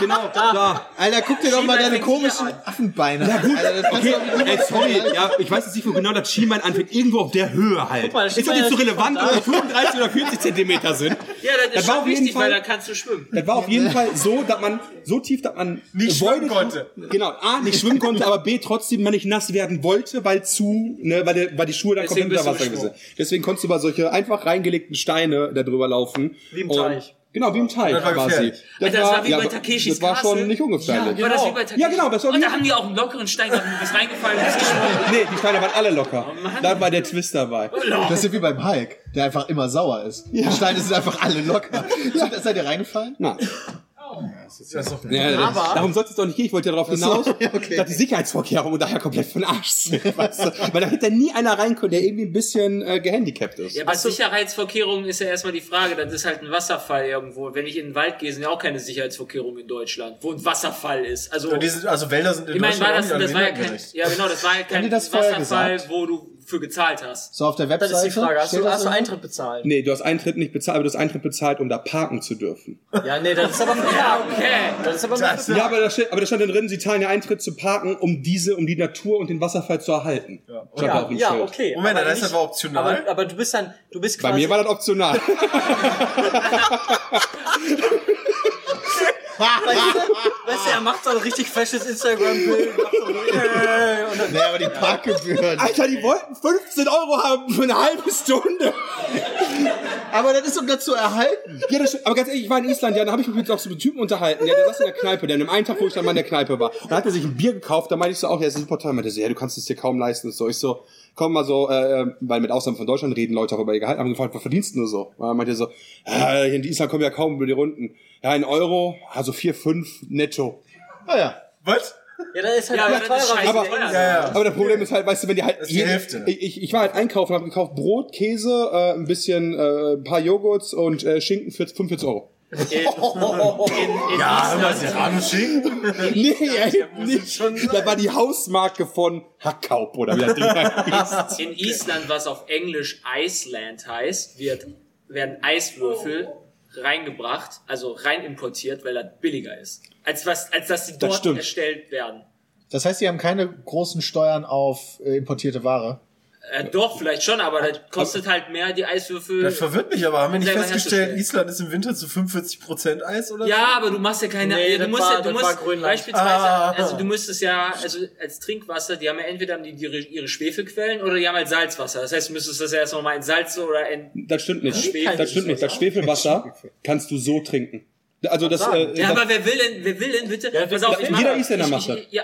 S7: Genau, da.
S4: Alter, guck dir doch mal deine
S5: fängt hier
S4: komischen
S5: an.
S4: Affenbeine an. Alter, das
S7: Okay,
S4: kannst du doch nicht
S7: ey, sorry,
S4: machen.
S7: ja, ich weiß jetzt nicht, wo genau das Schienbein anfängt. Irgendwo auf der Höhe halt.
S8: mal, das
S7: ist das
S8: Schienbein
S7: jetzt so
S8: ist
S7: relevant, ob es 35 oder 40 Zentimeter sind?
S5: ja, das ist
S7: Das war
S5: schon
S7: auf jeden
S5: wichtig,
S7: Fall-
S5: weil dann kannst du schwimmen.
S7: Das war auf jeden Fall so, dass man so tief, dass man äh,
S6: Nicht
S7: wollte-
S6: schwimmen konnte.
S7: Genau, A, nicht schwimmen konnte, aber B, trotzdem man nicht nass werden wollte, weil zu, ne, weil, der, weil die Schuhe dann
S5: Deswegen
S7: komplett unter
S5: bist
S7: Wasser
S5: du
S7: gewesen sind. Deswegen konntest du über solche einfach reingelegten Steine da drüber laufen.
S8: Wie im
S7: Und-
S8: Teich.
S7: Genau, wie im Teich
S6: Das war
S7: quasi.
S6: gefährlich.
S5: Alter, das war wie bei Takeshis
S7: Das war schon
S5: Castle.
S7: nicht ungefährlich.
S5: War das wie bei Takeshis?
S7: Ja, genau, das war
S5: Und da
S7: wie-
S5: haben die auch einen lockeren Stein gehabt, du bist reingefallen, du bist geschwommen.
S7: Nee, die Steine waren alle locker.
S5: Oh,
S7: da war der Twist dabei.
S4: Das sind wie beim Hulk, der einfach immer sauer ist. Die Steine sind einfach alle locker. Seid seid ihr reingefallen?
S7: Na,
S6: Das ist doch
S7: ja, das- darum sollte es doch nicht gehen. Ich wollte <laughs> ja darauf hinaus, dass die Sicherheitsvorkehrungen daher komplett von Arsch sind. <laughs> Weißt du? Weil da hätte nie einer reinkommen, der irgendwie ein bisschen äh, gehandicapt ist.
S5: Ja, bei Sicherheitsvorkehrungen ist ja erstmal die Frage, das ist halt ein Wasserfall irgendwo. Wenn ich in den Wald gehe, sind ja auch keine Sicherheitsvorkehrungen in Deutschland, wo ein Wasserfall ist. Also,
S6: Und die sind, also Wälder sind in
S5: ich meine, war
S6: Deutschland
S5: das,
S6: auch nicht
S5: das war ja kein,
S6: behindertengerecht.
S5: ja genau, das war ja
S4: die
S5: kein
S4: das vorher
S5: Wasserfall,
S4: gesagt?
S5: wo du für gezahlt hast.
S4: So auf der Webseite.
S8: Das ist die Frage. Hast
S4: steht
S8: du,
S4: das
S8: hast du
S4: so?
S8: Eintritt bezahlt?
S7: Nee, du hast Eintritt nicht bezahlt, aber du hast Eintritt bezahlt, um da parken zu dürfen.
S8: Ja, nee, das ist aber
S5: Ja,
S8: verkehrt.
S5: okay.
S8: Das ist aber
S6: Das-
S8: das
S7: Ja, aber da steht, aber da stand dann drin, sie zahlen ja Eintritt zu parken, um diese, um die Natur und den Wasserfall zu erhalten. Ja,
S8: ja, ja, okay.
S6: Oh Moment,
S8: aber
S6: das ist
S8: nicht-
S6: aber optional.
S8: Aber, aber du bist dann, du bist
S7: Bei
S8: quasi.
S7: mir war das optional.
S8: weißt du, er macht so ein richtig fesches Instagram-Bild. macht so, äh, und dann-
S4: Nee, aber die Parkgebühren.
S7: Alter, die wollten 15 Euro haben für eine halbe Stunde.
S4: Aber das ist doch dazu erhalten.
S7: Ja, das stimmt. Aber ganz ehrlich, ich war in Island, ja, da habe ich mich mit auch so einem Typen unterhalten, ja, der saß in der Kneipe, der an dem einen Tag, wo ich dann mal in der Kneipe war, da hat er sich ein Bier gekauft, da meinte ich so, auch, ja, ist ein super teuer, meinte er so, ja, du kannst es dir kaum leisten, und so, ich so, komm mal so, äh, äh, weil mit Ausnahme von Deutschland reden Leute auch über ihr Gehalt, haben gefragt, was verdienst du nur so? Und dann meinte er so, ja, hier in Island kommen wir ja kaum über die Runden. Ja, ein Euro, also vier, fünf netto.
S4: Ah ja.
S6: Was?
S8: Ja, das ist halt
S5: Ja,
S8: viel
S5: aber das ist scheiße.
S8: teurer.
S5: teuer.
S6: Ja, ja.
S7: Aber das Problem ist halt, weißt du, wenn die halt.
S6: ist die Hälfte.
S7: Ich- Ich, ich war halt einkaufen, habe gekauft Brot, Käse, äh, ein bisschen, äh, ein paar Joghurts und äh, Schinken für 45 Euro.
S6: Ja, Ah, hör mal, Serrano schicken.
S7: Nee, ey, nicht. Da war die Hausmarke von Hackkaup oder wie das Ding heißt.
S5: In Island, was auf Englisch Iceland heißt, wird, werden Eiswürfel reingebracht, also rein importiert, weil das billiger ist. Als, was, als dass sie dort
S7: stimmt.
S5: erstellt werden.
S4: Das heißt, sie haben keine großen Steuern auf äh, importierte Ware.
S5: Äh, doch, vielleicht schon, aber das kostet halt mehr, die Eiswürfel.
S6: Das verwirrt mich aber. Haben wir nicht
S5: Selber
S6: festgestellt,
S5: herzustellen.
S6: Island ist im Winter zu 45% Eis oder
S5: Ja, aber du machst ja keine. also
S8: Nee,
S5: du
S8: das
S5: musst
S8: war-
S5: ja, du
S8: das
S5: musst
S8: war Grönland.
S5: beispielsweise,
S6: Ah.
S5: also du müsstest ja, also als Trinkwasser, die haben ja entweder haben die ihre, ihre Schwefelquellen oder die haben halt Salzwasser. Das heißt, du müsstest das ja erst nochmal in Salz oder in.
S7: Das stimmt nicht.
S5: Schwefel-
S7: Das stimmt nicht. Das Schwefelwasser kannst du so trinken. Also das. Äh,
S5: Ja,
S7: das
S5: aber wer will denn, wer will denn bitte? Pass auf, ich mach
S7: jeder
S5: das.
S7: Isländer
S5: Ich-
S7: macht
S5: ich-
S7: das.
S5: Ja,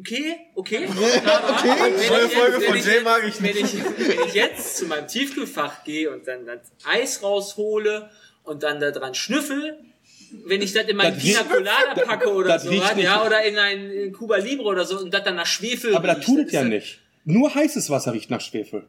S5: okay, okay. Aber wenn ich
S6: Neue
S5: jetzt-
S6: Folge
S5: wenn
S6: von
S5: ich
S6: Jay
S5: jetzt-
S6: mag ich
S5: Wenn ich, wenn ich jetzt zu meinem Tiefkühlfach gehe und dann das Eis raushole und dann da dran schnüffel, wenn ich das in meinen
S7: Das
S5: Pina
S7: riecht-
S5: Colada
S7: das-
S5: packe oder
S7: das
S5: so,
S7: riecht nicht.
S5: ja, oder in ein in Cuba Libre oder so und das dann nach Schwefel
S7: aber das
S5: riecht,
S7: tut es
S5: ist
S7: ja nicht. Nur heißes Wasser riecht nach Schwefel.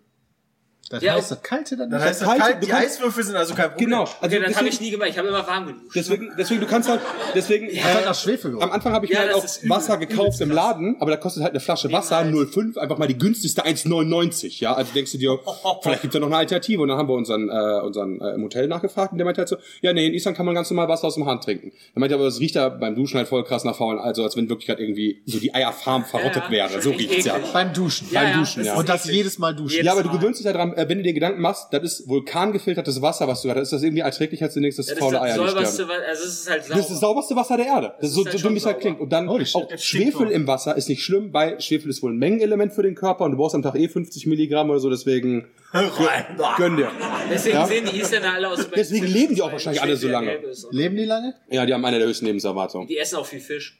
S4: Das
S5: Ja.
S4: heißt, das kalte dann
S6: Dann
S4: nicht.
S6: heißt das
S7: Kalt-
S6: kalt,
S7: du
S6: die
S7: kannst-
S6: Eiswürfel sind also kein Problem.
S7: Genau.
S5: Okay,
S7: Also
S5: das habe ich
S7: deswegen,
S5: nie gemacht, ich habe immer warm genug.
S7: deswegen, deswegen, du kannst halt, deswegen.
S4: Das
S7: Äh,
S4: hat nach Schwefel
S7: am
S4: gerochen.
S7: Anfang habe ich
S5: Ja,
S7: mir halt
S5: das
S7: auch
S5: ist übel,
S7: Wasser gekauft im Laden, aber da kostet halt eine Flasche Wasser
S5: Niemals.
S7: 0,5 einfach mal die günstigste 1,99. Ja, also denkst
S5: <laughs>
S7: du dir, vielleicht gibt's ja noch eine Alternative. Und dann haben wir unseren, äh, unseren äh, im Hotel nachgefragt und der meinte halt so, ja, nee, in Island kann man ganz normal Wasser aus dem Hahn trinken. Dann meinte er, aber das riecht ja beim Duschen halt voll krass nach faulen, also als wenn wirklich gerade irgendwie so die Eierfarm verrottet
S5: Ja,
S7: wäre. So
S5: echt
S7: riecht's ja.
S5: eklig.
S4: Beim Duschen.
S5: Ja,
S7: Beim
S5: ja,
S7: Duschen,
S5: das
S7: ja.
S5: ist
S4: Und das
S5: eklig.
S4: jedes Mal duschen.
S5: Jedes
S7: Ja, aber
S5: Mal.
S7: du gewöhnst dich daran, äh, wenn du dir Gedanken machst, das ist vulkangefiltertes Wasser, was du hast. Das ist das irgendwie erträglich, als du denkst, dass
S5: Ja, das ist
S7: faule
S5: das
S7: Eier nicht sterben.
S5: säuberste, Wa- also es ist halt sauber.
S7: Das ist das sauberste Wasser der Erde. Das
S5: ist
S7: ist so
S5: halt
S7: so
S5: schon
S7: dumm, wie es halt
S5: sauber.
S7: klingt. Und dann auch Schwefel im Wasser ist nicht schlimm, weil Schwefel ist wohl ein Mengenelement für den Körper und du brauchst am Tag eh 50 Milligramm oder
S4: <laughs>
S7: so, deswegen gönn dir.
S5: Deswegen
S7: Ja.
S5: sehen die Isländer alle aus.
S7: Deswegen leben die auch wahrscheinlich alle so lange.
S4: Leben die lange?
S7: Ja, die haben eine der höchsten Lebenserwartungen.
S5: Die essen auch viel Fisch.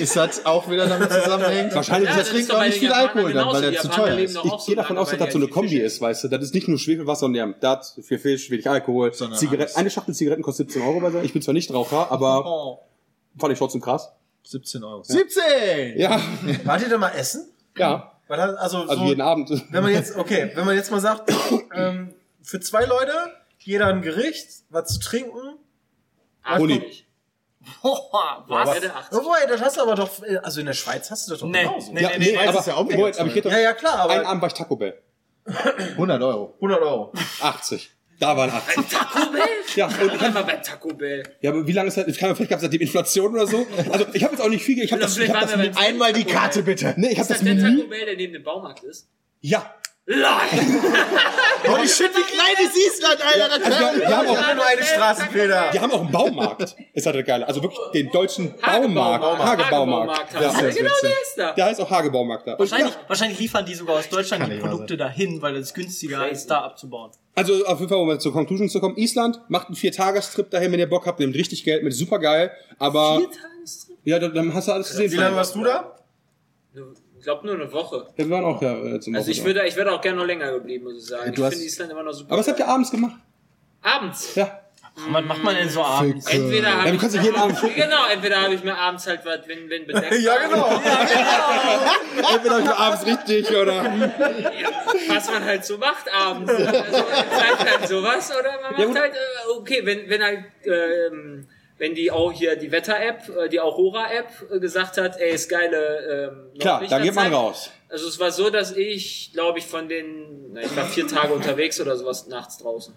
S4: Ist das auch wieder damit zusammenhängend?
S7: Wahrscheinlich
S5: Ja,
S7: ist
S5: das
S7: das
S5: ist
S4: trinkt
S5: doch
S4: auch
S5: bei
S4: nicht
S5: den
S4: viel
S5: Japanern
S4: Alkohol dann,
S5: genauso.
S4: weil
S5: Die
S4: er zu
S5: Japaner
S4: teuer
S5: leben
S4: ist.
S5: doch auch
S7: ich
S5: so
S7: gehe davon
S5: lange,
S7: aus, dass
S5: weil
S7: das so eine
S5: die halt viel
S7: Kombi
S5: Fisch
S7: ist, weißt du. Das ist nicht nur Schwefelwasser und Lärm. Das viel Fisch, wenig Alkohol.
S4: Sondern
S7: Zigaretten.
S4: alles.
S7: Eine Schachtel Zigaretten kostet 17 Euro bei so. Ich bin zwar nicht Raucher, aber
S4: Oh.
S7: fand ich trotzdem krass.
S4: 17 Euro. 17!
S7: Ja,
S6: Wart ihr da mal essen?
S7: ja.
S6: Weil das- Also,
S7: Also
S6: so,
S7: jeden Abend.
S6: wenn man jetzt, okay, wenn man jetzt mal sagt, ähm, für zwei Leute, jeder ein Gericht, was zu trinken.
S5: Ach,
S7: Uni.
S5: guck. Hoha, was?
S6: Aber,
S5: Ende 80.
S6: wobei, das hast du aber doch, also in der Schweiz hast du das doch
S5: Nee,
S6: genauso.
S5: nee,
S7: Ja,
S5: genau. nee,
S7: nee,
S5: nee.
S7: aber,
S4: ist ja auch mega
S7: Moment, aber ich hätte
S6: Ja, ja, klar,
S7: einen
S6: aber
S7: Abend war ich
S6: <clears throat>
S7: Taco Bell.
S4: 100 Euro.
S6: 100 Euro.
S7: 80. Da waren 80.
S5: Taco Bell?
S7: Ja, und ich
S5: Ich
S7: hab,
S5: war bei Taco Bell.
S7: ja, aber wie lange ist das? Ich kann, vielleicht gab es seitdem Inflation oder so. Also ich habe jetzt auch nicht viel. Ich habe das, ich
S5: Vielleicht
S7: hab
S5: waren
S7: das,
S5: wir beim
S7: Menü-
S4: Einmal die Karte bitte.
S7: nee, ich habe
S5: Ist das
S7: das
S5: der
S7: Menü.
S5: Taco Bell, der neben dem Baumarkt ist?
S7: Ja.
S5: Nein!
S4: Holy shit, wie klein ist Island, Alter.
S7: Also, wir, wir, haben auch,
S6: Nur eine Straßenfeder.
S7: wir haben auch einen Baumarkt. Ist halt geil. Also wirklich den deutschen Baumarkt.
S5: Hagebaumarkt.
S7: Hagebaumarkt. Ja.
S5: Genau der ist da.
S7: Der heißt auch Hagebaumarkt da. Und
S8: Wahrscheinlich,
S7: ja,
S8: wahrscheinlich liefern die sogar aus Deutschland die
S4: nicht wahr
S8: Produkte dahin, weil es günstiger ist, da abzubauen.
S7: also auf jeden Fall, um zur Conclusion zu kommen. Island macht einen Viertagestrip dahin, wenn ihr Bock habt. Nehmt richtig Geld mit. Super geil. Aber... Ja, dann- dann hast du alles gesehen.
S6: Wie lange warst du da?
S5: Ich glaube nur eine Woche.
S7: Ja, wir waren auch ja, äh, zum
S5: Also ich
S7: Wochenende.
S5: würde, ich wäre auch gerne noch länger geblieben, muss ich sagen.
S4: du
S5: ich
S4: hast-
S5: finde Island immer noch super.
S7: Aber was habt ihr abends gemacht?
S5: Abends.
S7: Ja.
S8: Was macht man denn so abends?
S5: Entweder habe
S7: du
S5: ich
S7: kannst
S5: mir
S7: doch jeden Abend
S5: abends- <laughs> Genau, entweder habe ich mir abends halt was, wenn, <laughs> wenn bedeckt.
S6: Ja, genau.
S7: Entweder hab ich war abends richtig oder...
S5: was man halt so macht abends. Also man zeigt halt sowas oder man macht
S7: Ja, gut.
S5: halt, äh, okay, wenn, wenn halt, ähm, wenn die auch hier die Wetter-App, äh, die Aurora-App äh, gesagt hat, ey, ist geile ähm,
S7: Klar,
S5: Nordlichterzeit.
S7: dann geht man raus.
S5: Also es war so, dass ich, glaube ich, von den, na, ich war vier Tage unterwegs oder sowas nachts draußen.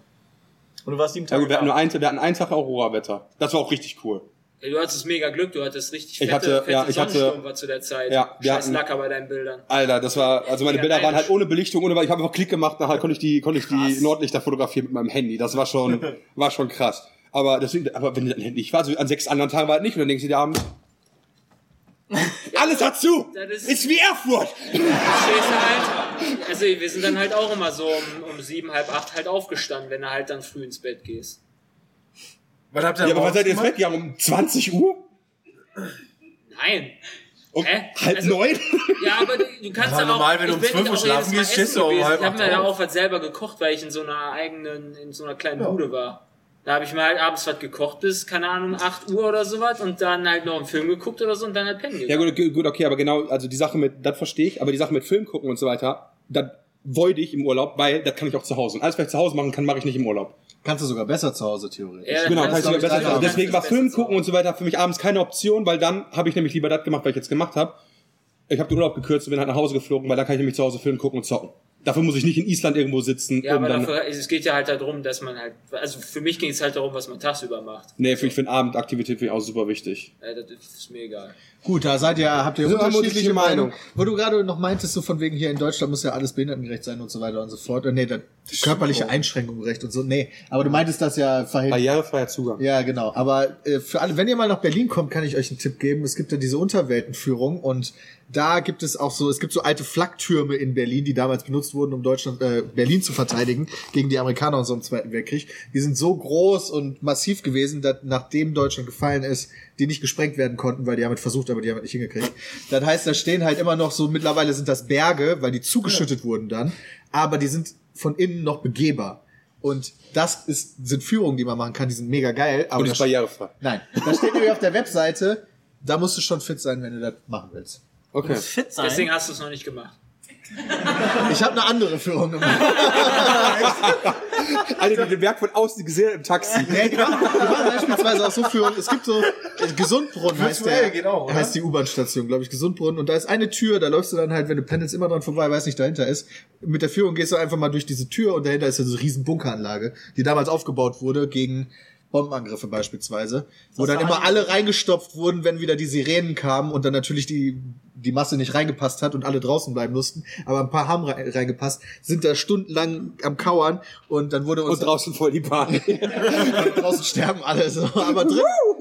S8: Und du warst sieben
S7: Ja
S8: Tage
S7: gut, wir hatten
S8: da.
S7: nur einen, wir hatten einen Tag Aurora-Wetter. Das war auch richtig cool.
S5: Ey, Du hattest mega Glück, du hattest richtig
S7: Ich
S5: fette,
S7: hatte-
S5: fette
S7: ja, ich hatte-
S5: Sonnenstürme war zu der Zeit.
S7: Ja, wir
S5: Scheiß
S7: hatten-
S5: Lacker bei deinen Bildern.
S7: Alter, das war, also meine
S5: Ja,
S7: Bilder
S5: geil.
S7: waren halt ohne Belichtung, ohne, ich habe einfach Klick gemacht, nachher konnte ich die, konnte ich die Nordlichter fotografieren mit meinem Handy. Das war schon,
S5: <laughs>
S7: war schon krass. Aber deswegen, aber wenn dann nicht war, also an sechs anderen Tagen war halt nicht, und dann denkst du
S5: <laughs>
S7: dir abends, alles hat zu!
S5: Das ist-
S7: Ist wie Erfurt!
S5: Stehst du halt, also wir sind dann halt auch immer so um, um sieben, halb acht halt aufgestanden, wenn du halt dann früh ins Bett gehst.
S6: Was habt ihr
S7: Ja,
S6: da
S7: aber wann seid ihr ins
S6: gemacht?
S7: Bett gegangen? Um 20 Uhr?
S5: Nein.
S7: Um
S5: Hä?
S7: halb
S5: Also-
S7: neun?
S5: Ja, aber du du kannst
S6: Aber
S5: dann
S6: normal,
S5: auch,
S6: wenn du um
S5: ich bin
S6: 12 Uhr
S5: auch jedes
S6: schlafen
S5: Mal essen
S6: gehst, stehst du um
S5: gewesen.
S6: halb
S5: Ich habe
S6: acht
S5: mir dann
S6: auf.
S5: auch was selber gekocht, weil ich in so einer eigenen, in so einer kleinen Bude war. Da habe ich mir halt abends was gekocht bis, keine Ahnung, 8 Uhr oder sowas und dann halt noch einen Film geguckt oder so und dann halt pennen
S7: <laughs> Ja,
S5: gegangen.
S7: gut, okay, gut, okay, aber genau, also die Sache mit, das verstehe ich, aber die Sache mit Film gucken und so weiter, das void ich im Urlaub, weil das kann ich auch zu Hause. Und alles, was ich zu Hause machen kann, mache ich nicht im Urlaub.
S4: Kannst du sogar besser zu Hause, theoretisch.
S5: Ja, das
S7: Genau, das heißt,
S5: glaub
S7: sogar
S5: ich,
S7: besser,
S5: das
S7: also
S5: ist
S7: deswegen
S5: das
S7: war Film
S5: Beste
S7: gucken
S5: so.
S7: und so weiter für mich abends keine Option, weil dann habe ich nämlich lieber das gemacht, was ich jetzt gemacht habe. Ich habe den Urlaub gekürzt und bin halt nach Hause geflogen, weil dann kann ich nämlich zu Hause Film gucken und zocken. Dafür muss ich nicht in Island irgendwo sitzen.
S5: Ja,
S7: um
S5: aber
S7: dann,
S5: dafür, es geht ja halt darum, dass man halt, also für mich ging es halt darum, was man tagsüber macht.
S7: nee, für, ich finde Abendaktivität finde ich auch super wichtig.
S5: Äh, Das ist mir egal.
S4: Gut, da seid ihr, habt ihr
S7: Sind wir
S4: unterschiedliche
S7: unterschiedliche
S4: Meinungen.
S7: Meinung.
S4: Wo du gerade noch meintest, so von wegen hier in Deutschland muss ja alles behindertengerecht sein und so weiter und so fort. Und nee, dann körperliche Einschränkungen recht und so. Nee, aber du meintest das ja
S5: Ah,
S4: verhindert.
S7: Barrierefreier Ah, Zugang.
S4: Ja, genau. Aber äh, für alle, wenn ihr mal nach Berlin kommt, kann ich euch einen Tipp geben. Es gibt ja diese Unterweltenführung und da gibt es auch so, es gibt so alte Flaktürme in Berlin, die damals benutzt wurden, um Deutschland, äh, Berlin zu verteidigen gegen die Amerikaner und so im Zweiten Weltkrieg. Die sind so groß und massiv gewesen, dass nachdem Deutschland gefallen ist, die nicht gesprengt werden konnten, weil die haben es versucht, aber die haben es nicht hingekriegt. Das heißt, da stehen halt immer noch so, mittlerweile sind das Berge, weil die zugeschüttet wurden dann, aber die sind von innen noch begehbar. Und das ist, sind Führungen, die man machen kann, die sind mega geil. Aber
S7: Und ist
S4: da-
S7: barrierefrei.
S4: Nein, da steht nämlich auf der Webseite, da musst du schon fit sein, wenn du das machen willst.
S7: Okay.
S6: <laughs>
S8: Fit sein.
S5: Deswegen hast du es noch nicht gemacht.
S4: Ich habe eine andere Führung gemacht.
S7: Alter, den Berg von außen gesehen
S6: <laughs>
S7: im Taxi.
S4: Nee, die machen, die machen beispielsweise auch so Führungen. Es gibt so äh, Gesundbrunnen heißt der,
S6: Virtuell geht auch, oder?
S4: heißt die U-Bahn-Station, glaube ich, Gesundbrunnen. Und da ist eine Tür, da läufst du dann halt, wenn du pendelst, immer dran vorbei, weiß nicht, dahinter ist. Mit der Führung gehst du einfach mal durch diese Tür und dahinter ist ja so eine riesen Bunkeranlage, die damals aufgebaut wurde gegen Bombenangriffe beispielsweise, wo dann immer alle reingestopft wurden, wenn wieder die Sirenen kamen und dann natürlich die die Masse nicht reingepasst hat und alle draußen bleiben mussten, aber ein paar haben rei- reingepasst, sind da stundenlang am Kauern und dann wurde uns
S7: Und draußen voll die Panik. <laughs>
S4: draußen sterben alle so. Aber drin,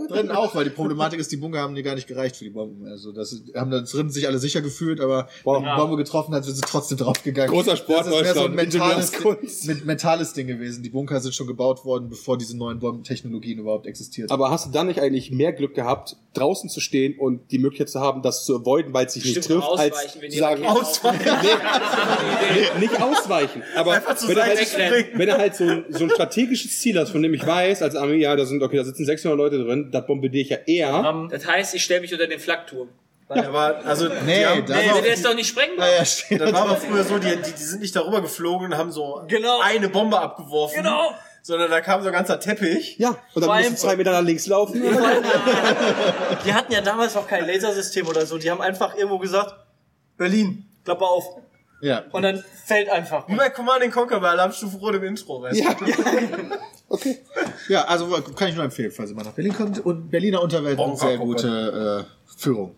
S4: drinnen auch, weil die Problematik ist, die Bunker haben dir gar nicht gereicht für die Bomben. Also das haben da drinnen sich alle sicher gefühlt, aber wenn die Bombe getroffen hat, sind sie trotzdem draufgegangen.
S7: Großer Sport
S4: das ist mehr so ein
S7: Deutschland,
S4: mentales,
S7: Ingenieurskunst.
S4: mit, mentales Ding gewesen. Die Bunker sind schon gebaut worden, bevor diese neuen Bombentechnologien überhaupt existiert.
S7: Aber hast du dann nicht eigentlich mehr Glück gehabt, draußen zu stehen und die Möglichkeit zu haben, das zu avoiden, weil es sich nicht
S5: Stimmt,
S7: trifft, als
S5: ausweichen, wenn
S7: zu
S5: die
S7: sagen,
S5: Raketen
S7: nee, nicht ausweichen. Aber
S6: Einfach zur
S7: wenn, er
S6: Seite
S7: halt,
S6: springen.
S7: wenn er halt so ein, so ein strategisches Ziel hat, von dem ich weiß, als Armee, ja, da sind, okay, da sitzen 600 Leute drin, da bombardiere ich ja eher.
S5: Das heißt, ich stelle mich unter den Flakturm.
S6: Weil der war, also, die
S4: Nee,
S6: haben-
S4: das-
S5: Also, der ist doch nicht sprengbar.
S4: ja, steht
S6: das war aber früher so, die, die, die sind nicht darüber geflogen und haben so
S8: Genau.
S6: eine Bombe abgeworfen.
S5: Genau.
S6: Sondern da kam so ein ganzer Teppich.
S7: Ja, und
S8: Vor
S7: dann
S8: allem-
S7: musst du zwei Meter nach links laufen.
S8: Die hatten ja damals noch kein Lasersystem oder so. Die haben einfach irgendwo gesagt, Berlin, Klappe auf.
S4: ja.
S8: Und dann fällt einfach.
S6: Wie bei Command and Conquer bei Alarmstufe Rot im Intro, weißt
S7: Ja.
S6: du?
S4: ja, also kann ich nur empfehlen, falls ihr mal nach Berlin kommt. Und Berliner Unterwelt
S6: Bonker,
S4: hat sehr
S6: Bonker.
S4: gute äh, Führung.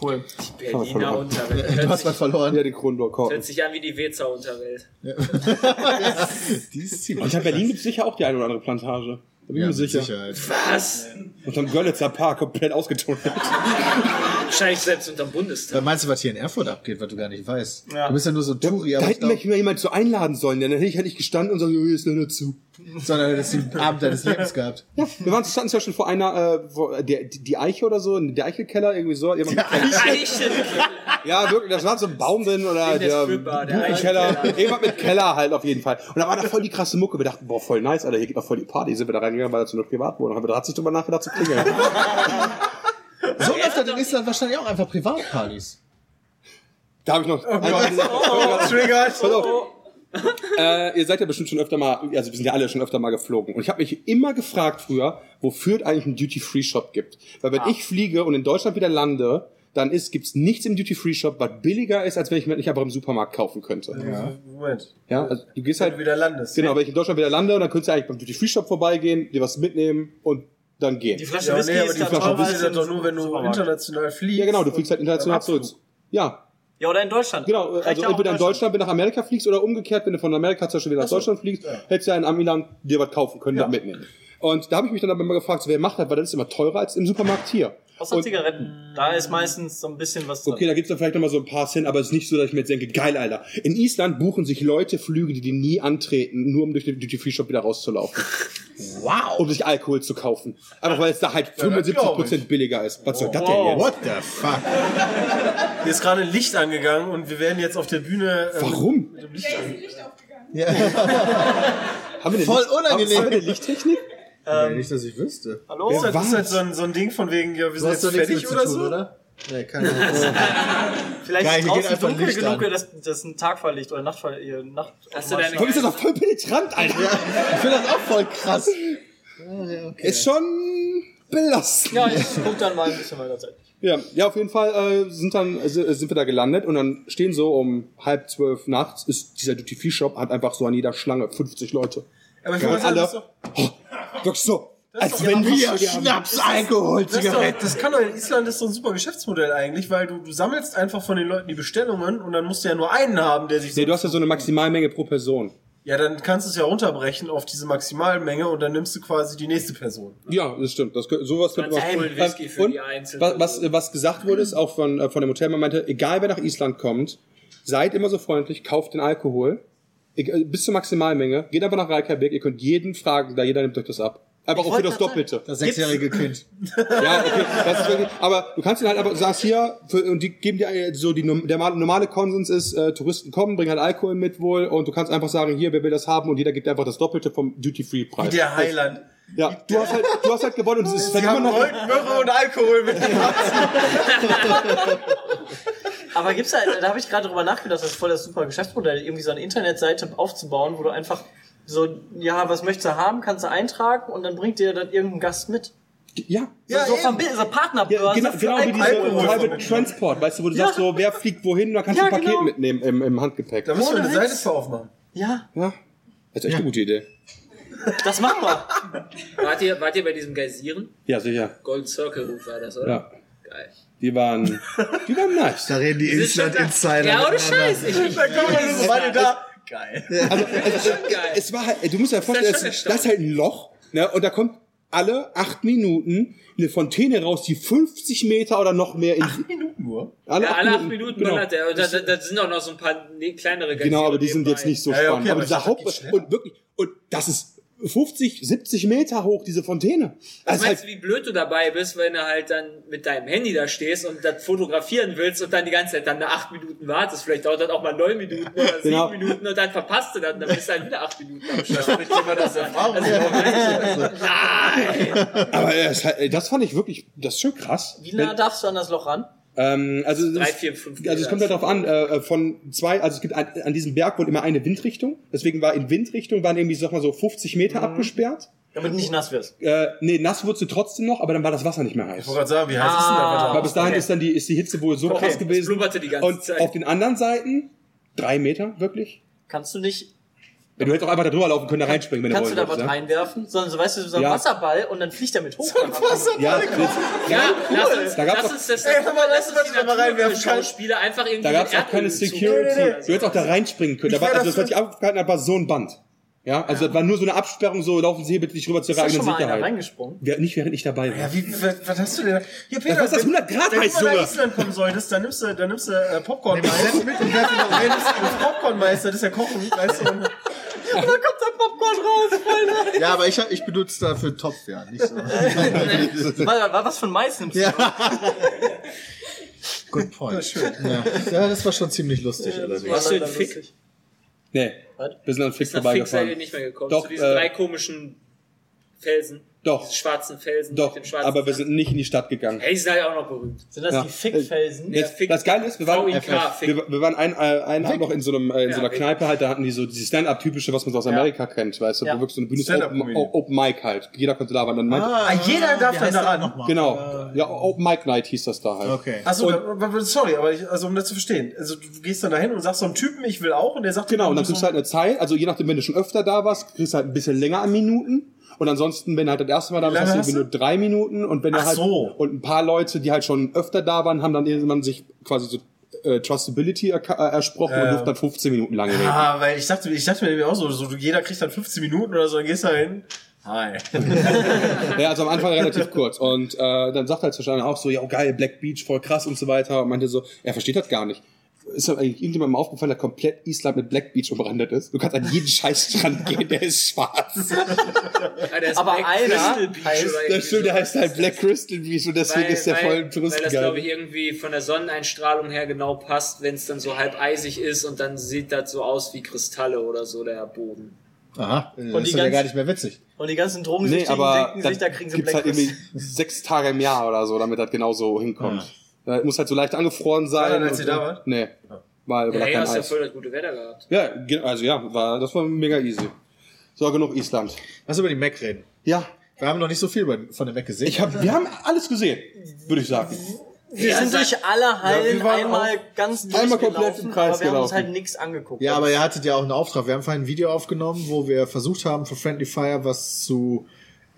S7: Cool.
S5: Berliner Unterwelt.
S4: Du hast
S5: Hört sich,
S4: was verloren.
S7: Ja, den Kronenburg
S5: hört sich an wie die Wezer Unterwelt.
S4: Die ist
S7: Und
S4: ziemlich
S7: in Berlin gibt's sicher auch die eine oder andere Plantage. Da bin ich
S4: Ja,
S7: mir
S4: mit
S7: sicher.
S4: Sicherheit.
S5: Was?
S7: Und am Görlitzer Park komplett ausgetunnelt.
S5: Wahrscheinlich selbst unterm Bundestag.
S4: Da Äh, meinst du, was hier in Erfurt abgeht, was du gar nicht weißt? Du bist ja nur so ein Touri,
S7: Da
S4: aber ich
S7: hätten
S4: glaub,
S7: wir mal jemanden so einladen sollen, denn dann hätte ich halt nicht gestanden und gesagt, "Jo, hier ist nur dazu.
S4: sondern hättest du den Abend deines Lebens gehabt.
S7: Ja, wir waren standen zum Beispiel vor einer, äh, vor, der, die die Eiche oder so, der Eichelkeller, irgendwie so. Jemand,
S5: Eichen.
S7: ja, wirklich, das war so ein Baum drin oder
S5: In der
S7: der
S5: Stripbar, der
S7: Buchenkeller.
S5: Eichelkeller.
S7: Irgendwas mit Keller halt auf jeden Fall. Und da war da voll die krasse Mucke. Wir dachten, boah, voll nice, Alter, hier geht noch voll die Party. Sind wir da reingegangen, weil da zu einer Privatwohnung haben wir da hat sich drüber nachgedacht zu klingeln.
S4: So läuft das in Island wahrscheinlich auch einfach Privatpartys.
S7: da habe ich noch einmal gesagt, oh.
S6: Triggert.
S7: Pass auf. äh, ihr seid ja bestimmt schon öfter mal, also wir sind ja alle schon öfter mal geflogen. Und ich habe mich immer gefragt früher, wofür es eigentlich einen Duty-Free-Shop gibt. Weil wenn ich fliege und in Deutschland wieder lande, dann ist, gibt's nichts im Duty-Free-Shop, was billiger ist, als wenn ich mir nicht einfach im Supermarkt kaufen könnte. Ja.
S6: Moment.
S7: also du gehst
S6: Wenn du
S7: halt,
S6: wieder landest.
S7: genau, wenn ich in Deutschland wieder lande, dann könntest du eigentlich beim Duty-Free-Shop vorbeigehen, dir was mitnehmen und dann gehen.
S8: Die Flasche
S6: Ja,
S8: Whisky
S6: nee, aber
S8: ist
S6: die
S8: da
S7: Flasche
S8: teurer
S7: Whisky
S6: Verwaltet
S8: als
S6: das
S8: im
S6: doch nur, wenn du
S8: Supermarkt.
S6: international fliegst.
S7: Ja, genau, du fliegst halt
S6: und
S7: international
S6: beim
S7: zurück.
S6: Abflug.
S7: Ja,
S8: Ja, oder in Deutschland.
S7: Genau,
S8: Reicht
S7: also
S8: ja auch
S7: entweder in Deutschland, wenn du nach Amerika fliegst oder umgekehrt, wenn du von Amerika zum Beispiel wieder nach Deutschland fliegst, hättest du ja in Amiland dir was kaufen können, das mitnehmen. Und da habe ich mich dann aber immer gefragt, wer macht das, weil das ist immer teurer als im Supermarkt hier.
S8: Außer
S7: Und-
S8: Zigaretten. Da ist meistens so ein bisschen was drin.
S7: Okay, da gibt's dann vielleicht nochmal so ein paar Cent, aber es ist nicht so, dass ich mir jetzt denke, geil, Alter. In Island buchen sich Leute Flüge, die die nie antreten, nur um durch den Duty-Free-Shop wieder rauszulaufen. Wow. Um sich Alkohol zu kaufen. Einfach weil es da halt
S6: glaub
S7: 75% billiger ist. Was soll das denn jetzt?
S4: What the fuck?
S6: Hier ist gerade ein Licht angegangen und wir werden jetzt auf der Bühne. äh,
S7: Warum?
S9: Da ist ein Licht aufgegangen.
S7: Haben wir eine
S4: Voll
S7: Licht-
S4: unangenehm.
S7: Haben wir eine Lichttechnik?
S4: nee, nicht, dass ich wüsste.
S8: Hallo?
S6: Ist das,
S7: Was?
S6: ist das so, ein, so ein Ding von wegen, ja, wir
S4: Du
S6: sind
S4: hast
S6: jetzt
S4: doch nichts mit
S6: fertig
S4: zu
S6: oder
S4: tun,
S6: so?
S4: oder? Oh. Nee, keine Ahnung.
S8: Vielleicht
S4: Geil,
S8: ist
S4: hier geht
S8: draußen
S4: einfach
S8: dunkel
S4: Licht
S8: genug,
S4: an.
S8: dass das ein Tagverlicht oder Nachtver ihr Nacht
S5: Hast du deine
S7: Warum ist das doch voll penetrant, Alter?
S4: ich finde das auch voll krass.
S7: Ist schon belastend.
S8: Ja, ich <laughs> guck dann mal ein bisschen weiter Zeit.
S7: Ja, ja, auf jeden Fall äh, sind dann äh, sind wir da gelandet und dann stehen so um halb zwölf nachts ist dieser Duty Free Shop hat einfach so an jeder Schlange 50 Leute.
S6: Aber ich
S7: Ja,
S6: wollte sagen,
S7: alle- Oh,
S6: das, ist doch-
S7: Wirklich so, als
S6: doch-
S7: wenn
S6: ja,
S7: wir
S4: Schnaps, Alkohol,
S6: das, ist doch, das kann doch in Island ist so ein super Geschäftsmodell eigentlich, weil du, du sammelst einfach von den Leuten die Bestellungen und dann musst du ja nur einen haben, der sich so.
S7: Nee, du hast ja so eine Maximalmenge pro Person.
S6: ja, dann kannst du es ja runterbrechen auf diese Maximalmenge und dann nimmst du quasi die nächste Person.
S7: ne? Ja, das stimmt. Das, kö- sowas könnte
S5: Ganz
S7: man-
S5: coolen Whisky für
S7: und
S5: die Einzelnen.
S7: was, was, äh, was gesagt wurde, ist auch von, äh, von dem Hotel, man meinte, egal wer nach Island kommt, seid immer so freundlich, kauft den Alkohol eg- äh, bis zur Maximalmenge, geht einfach nach Reykjavik, ihr könnt jeden fragen, da jeder nimmt euch das ab. Einfach auch für das Doppelte.
S4: Das sechsjährige Kind.
S7: <laughs> Ja, okay, das ist wirklich, aber du kannst ihn halt aber sagst hier für, und die geben dir äh, so die norm- der normale- normale Konsens ist äh, Touristen kommen, bringen halt Alkohol mit wohl und du kannst einfach sagen, hier, wer will das haben und jeder gibt einfach das doppelte vom Duty Free
S6: Wie
S7: Preis.
S6: der Highland.
S7: Ja, du hast halt du hast halt gewonnen und es ist dann immer noch
S6: Möhre und Alkohol mit.
S8: Aber gibt's da, da habe ich gerade drüber nachgedacht, das ist voll das super Geschäftsmodell, irgendwie so eine Internetseite aufzubauen, wo du einfach so, ja, was möchtest du haben, kannst du eintragen und dann bringt dir dann irgendein Gast mit.
S7: ja.
S8: Ja, so
S6: eben.
S8: verbi- so Partnerbörse
S7: Ja, genau,
S8: für
S7: genau wie diese
S8: Alkohol.
S6: Alkohol.
S7: Private Transport, weißt du, wo du sagst so, wer fliegt wohin, da kannst du
S8: Ja,
S7: ein Paket
S8: genau.
S7: mitnehmen im, im Handgepäck.
S6: Da müssen wir eine
S8: Ohne
S6: Seite
S8: Witz.
S6: für aufmachen.
S8: Ja,
S7: Ja. Das ist echt eine gute Idee.
S8: das machen wir.
S5: Wart ihr, wart ihr bei diesem Geisieren?
S7: Ja, sicher.
S5: Golden Circle Route war das, oder?
S7: Ja.
S5: Geil.
S7: Die waren, die halt waren nice.
S4: Da reden die Instant Insider.
S5: Ja, ohne
S4: miteinander.
S5: Scheiß. Ich, ich, ich,
S4: Beide da.
S7: Also, also, es war halt, du musst dir vorstellen,
S5: schon
S7: das ist, das ist halt ein Loch, ne, und da kommt alle acht Minuten eine Fontäne raus, die 50 Meter oder noch mehr in
S6: Acht Minuten nur.
S7: alle,
S5: ja, alle acht Minuten
S7: genau.
S5: ballert er. Und da, da, da sind auch noch so ein paar ne, kleinere Gänse
S7: Genau, aber die sind
S5: nebenbei.
S7: jetzt nicht so
S6: Ja, ja,
S7: spannend.
S6: okay,
S7: aber
S6: aber
S7: dieser
S6: ich dachte,
S7: Haupt
S6: das geht schneller.
S7: und wirklich und das ist 50, 70 Meter hoch diese Fontäne. Das ist
S5: Weißt du, wie
S7: halt,
S5: blöd du dabei bist, wenn du halt dann mit deinem Handy da stehst und das fotografieren willst und dann die ganze Zeit dann da acht Minuten wartest. Vielleicht dauert das auch mal neun Minuten oder sieben
S7: Genau.
S5: Minuten und dann verpasst du das und dann bist du halt wieder acht Minuten am Start. Also,
S6: spricht jemand
S5: <laughs>
S6: aus Erfahrung.
S7: aber das, ist halt, das fand ich wirklich, das ist schon krass.
S8: Wie nah darfst du an das Loch ran?
S7: Ähm, also
S5: Drei,
S7: es-
S5: vier, fünf
S7: Also es kommt halt
S5: Meter.
S7: darauf an, äh, von zwei, also es gibt an, an diesem Berg wohl immer eine Windrichtung. Deswegen war in Windrichtung waren irgendwie, sag mal so, 50 Meter abgesperrt.
S8: Damit du nicht nass wirst.
S7: Äh, nee, nass wurde sie trotzdem noch, aber dann war das Wasser nicht mehr heiß.
S6: Ich wollte gerade sagen, wie heißt es denn
S8: Ah.
S6: da?
S7: Aber
S6: Wetter?
S7: bis dahin ist dann die, ist die Hitze wohl so krass
S5: Es
S7: <laughs> gewesen.
S5: blubberte die ganze
S7: Und
S5: Zeit.
S7: auf den anderen Seiten, drei Meter, wirklich.
S8: Kannst du nicht,
S7: Ja, du hättest auch einfach da drüber laufen können, da reinspringen, wenn
S8: kannst du
S7: du
S8: da
S7: wolltest. ne?
S8: was reinwerfen, sondern so weißt du, so ein
S7: Ja.
S8: Wasserball und dann fliegt er mit hoch.
S7: ja, ja, das-
S5: Ja, lass
S7: cool.
S5: uns,
S7: Da gab's
S5: lass
S7: auch-
S5: uns das,
S6: Ey, hör mal, lass
S5: lass uns
S6: uns
S5: die
S6: das mal reinwerfen.
S5: Naturwissenschaftler einfach irgendwie
S7: da gab es
S5: mit
S7: auch keine
S5: Erdöl zu-
S7: Security.
S6: Nee, nee,
S7: Du hättest auch da reinspringen können. Da
S6: Ich
S7: war,
S6: wär
S7: also das, was
S6: dafür-
S7: ich aufgehalten habe, war so ein Band. Ja, also das war nur so eine Absperrung, so laufen Sie hier bitte nicht rüber zur
S8: Ist da
S7: eigenen
S8: schon mal einer
S7: Sicherheit.
S8: reingesprungen?
S7: Wer- Nicht während ich dabei war.
S6: Ja, wie, was, was hast du denn? Hier, Peter,
S7: Was ist das, 100 Grad
S6: wenn, wenn
S7: heiß,
S6: du mal
S7: Junge?
S6: nach Island kommen solltest, dann nimmst du, dann nimmst du äh, Popcorn
S4: Nimm
S6: mit
S4: Sekt
S6: und werf <laughs> ihn auf. Wenn du Popcornmeister, das ist ja Kochen, weißt du. und-
S8: Da kommt ein Popcorn raus, Freunde.
S4: Ja, aber ich, hab- ich benutze dafür Topf, ja. Nicht <laughs> so.
S8: Warte, warte, was für ein Mais nimmst du?
S4: Good point. Ja. ja, das war schon ziemlich lustig. allerdings.
S5: Hast du den
S8: Dann
S5: Fick,
S8: lustig.
S7: Nee. Wir sind an Fix
S5: nach Fick seid ihr
S7: vorbeigefahren.
S5: nicht mehr gekommen.
S7: Doch,
S5: zu diesen
S7: äh,
S5: drei komischen Felsen.
S7: Doch,
S5: Diese schwarzen Felsen.
S7: doch,
S5: mit dem schwarzen
S7: aber wir
S5: Sand.
S7: sind nicht in die Stadt gegangen.
S5: Ja, die sind halt auch noch berühmt.
S8: Sind das
S7: Ja.
S8: die Fickfelsen?
S5: Ja.
S7: Jetzt,
S5: Fick.
S7: das Geile ist, wir waren,
S5: VIK,
S7: wir, wir waren ein, äh, einen Abend noch in so, einem, äh, in so einer
S5: Ja,
S7: Kneipe halt, da hatten die so dieses Stand-Up-typische, was man so aus Amerika kennt, weißt du,
S8: Ja.
S7: wo wirklich so eine Bühne ist, Open,
S6: Stand-up-Comedy.
S7: Open Mic halt. Jeder konnte da waren. Dann meinte,
S6: Ah, jeder darf dann da ran.
S7: genau,
S6: Äh,
S7: ja, Open Mic Night hieß das da halt.
S4: Okay.
S6: Achso, sorry, aber ich, also um das zu verstehen. Also du gehst dann dahin und sagst so einem Typen, ich will auch, und der sagt
S7: Genau,
S6: du
S7: und dann
S6: musst
S7: kriegst du halt eine Zeit, also je nachdem, wenn du schon öfter da warst, kriegst du halt ein bisschen länger an Minuten. Und ansonsten, wenn du halt das erste Mal da
S6: Wie
S7: warst,
S6: lange
S7: hast du
S6: hast
S7: irgendwie nur drei Minuten. Und wenn du
S6: Ach
S7: halt,
S6: so.
S7: und ein paar Leute, die halt schon öfter da waren, haben dann irgendwann sich quasi so äh, Trustability erka- äh, ersprochen und durften dann 15 Minuten lang reden.
S6: Ah, weil ich dachte, ich dachte mir nämlich auch so, so, du- jeder kriegt dann 15 Minuten oder so, dann gehst du da hin. Hi. <laughs>
S7: Ja, also am Anfang relativ kurz. Und äh, dann sagt er halt zwischendurch auch so, ja geil, Black Beach, voll krass und so weiter. Und meinte so, er versteht das gar nicht. Ist doch eigentlich irgendjemandem aufgefallen, der komplett Island mit Black Beach umrandet ist? Du kannst an
S5: <laughs>
S7: jeden Scheißstrand gehen, der ist schwarz.
S5: Ah, der ist
S8: Aber
S5: Black
S8: einer
S5: Crystal Beach
S8: heißt-
S5: oder irgendwie
S7: Das stimmt, der
S5: so.
S7: heißt halt Black Crystal Beach und deswegen ist der voll
S5: Weil
S7: im
S5: das, glaube ich,
S7: Touristengeil.
S5: irgendwie von der Sonneneinstrahlung her genau passt, wenn es dann so halb eisig ist und dann sieht das so aus wie Kristalle oder so, der Boden.
S4: Aha. Äh,
S8: Und
S4: das
S8: die
S4: ist ja
S8: ganz-
S4: gar nicht mehr witzig.
S8: Und die ganzen
S7: Nee,
S8: Drogensüchtigen
S7: aber
S8: denken sich, da
S7: dann
S8: kriegen sie
S7: gibt's halt
S8: Blackface.
S7: irgendwie sechs Tage im Jahr oder so, damit das genau so hinkommt. Äh, muss halt so leicht angefroren sein.
S6: dann, als
S7: und
S6: ihr da
S7: so.
S6: wart?
S7: Nee,
S5: Ja,
S7: weil war
S5: ja,
S7: kein
S5: hast ja
S7: Eis.
S5: voll das gute Wetter gehabt.
S7: Ja, ge- also ja, war, das war mega easy. So, genug Island.
S4: Lass über die Mac reden.
S7: Ja,
S4: Wir haben noch nicht so viel bei- von der Mac gesehen.
S7: ich hab, wir haben alles gesehen, würde ich sagen.
S8: Wir sind durch alle Hallen
S6: wir waren
S8: einmal ganz
S7: einmal
S8: durchgelaufen,
S7: komplett im Kreis
S8: aber wir haben uns
S7: gelaufen.
S8: halt nichts angeguckt.
S4: ja, aber ihr hattet ja auch einen Auftrag. Wir haben vorhin ein Video aufgenommen, wo wir versucht haben, für Friendly Fire was zu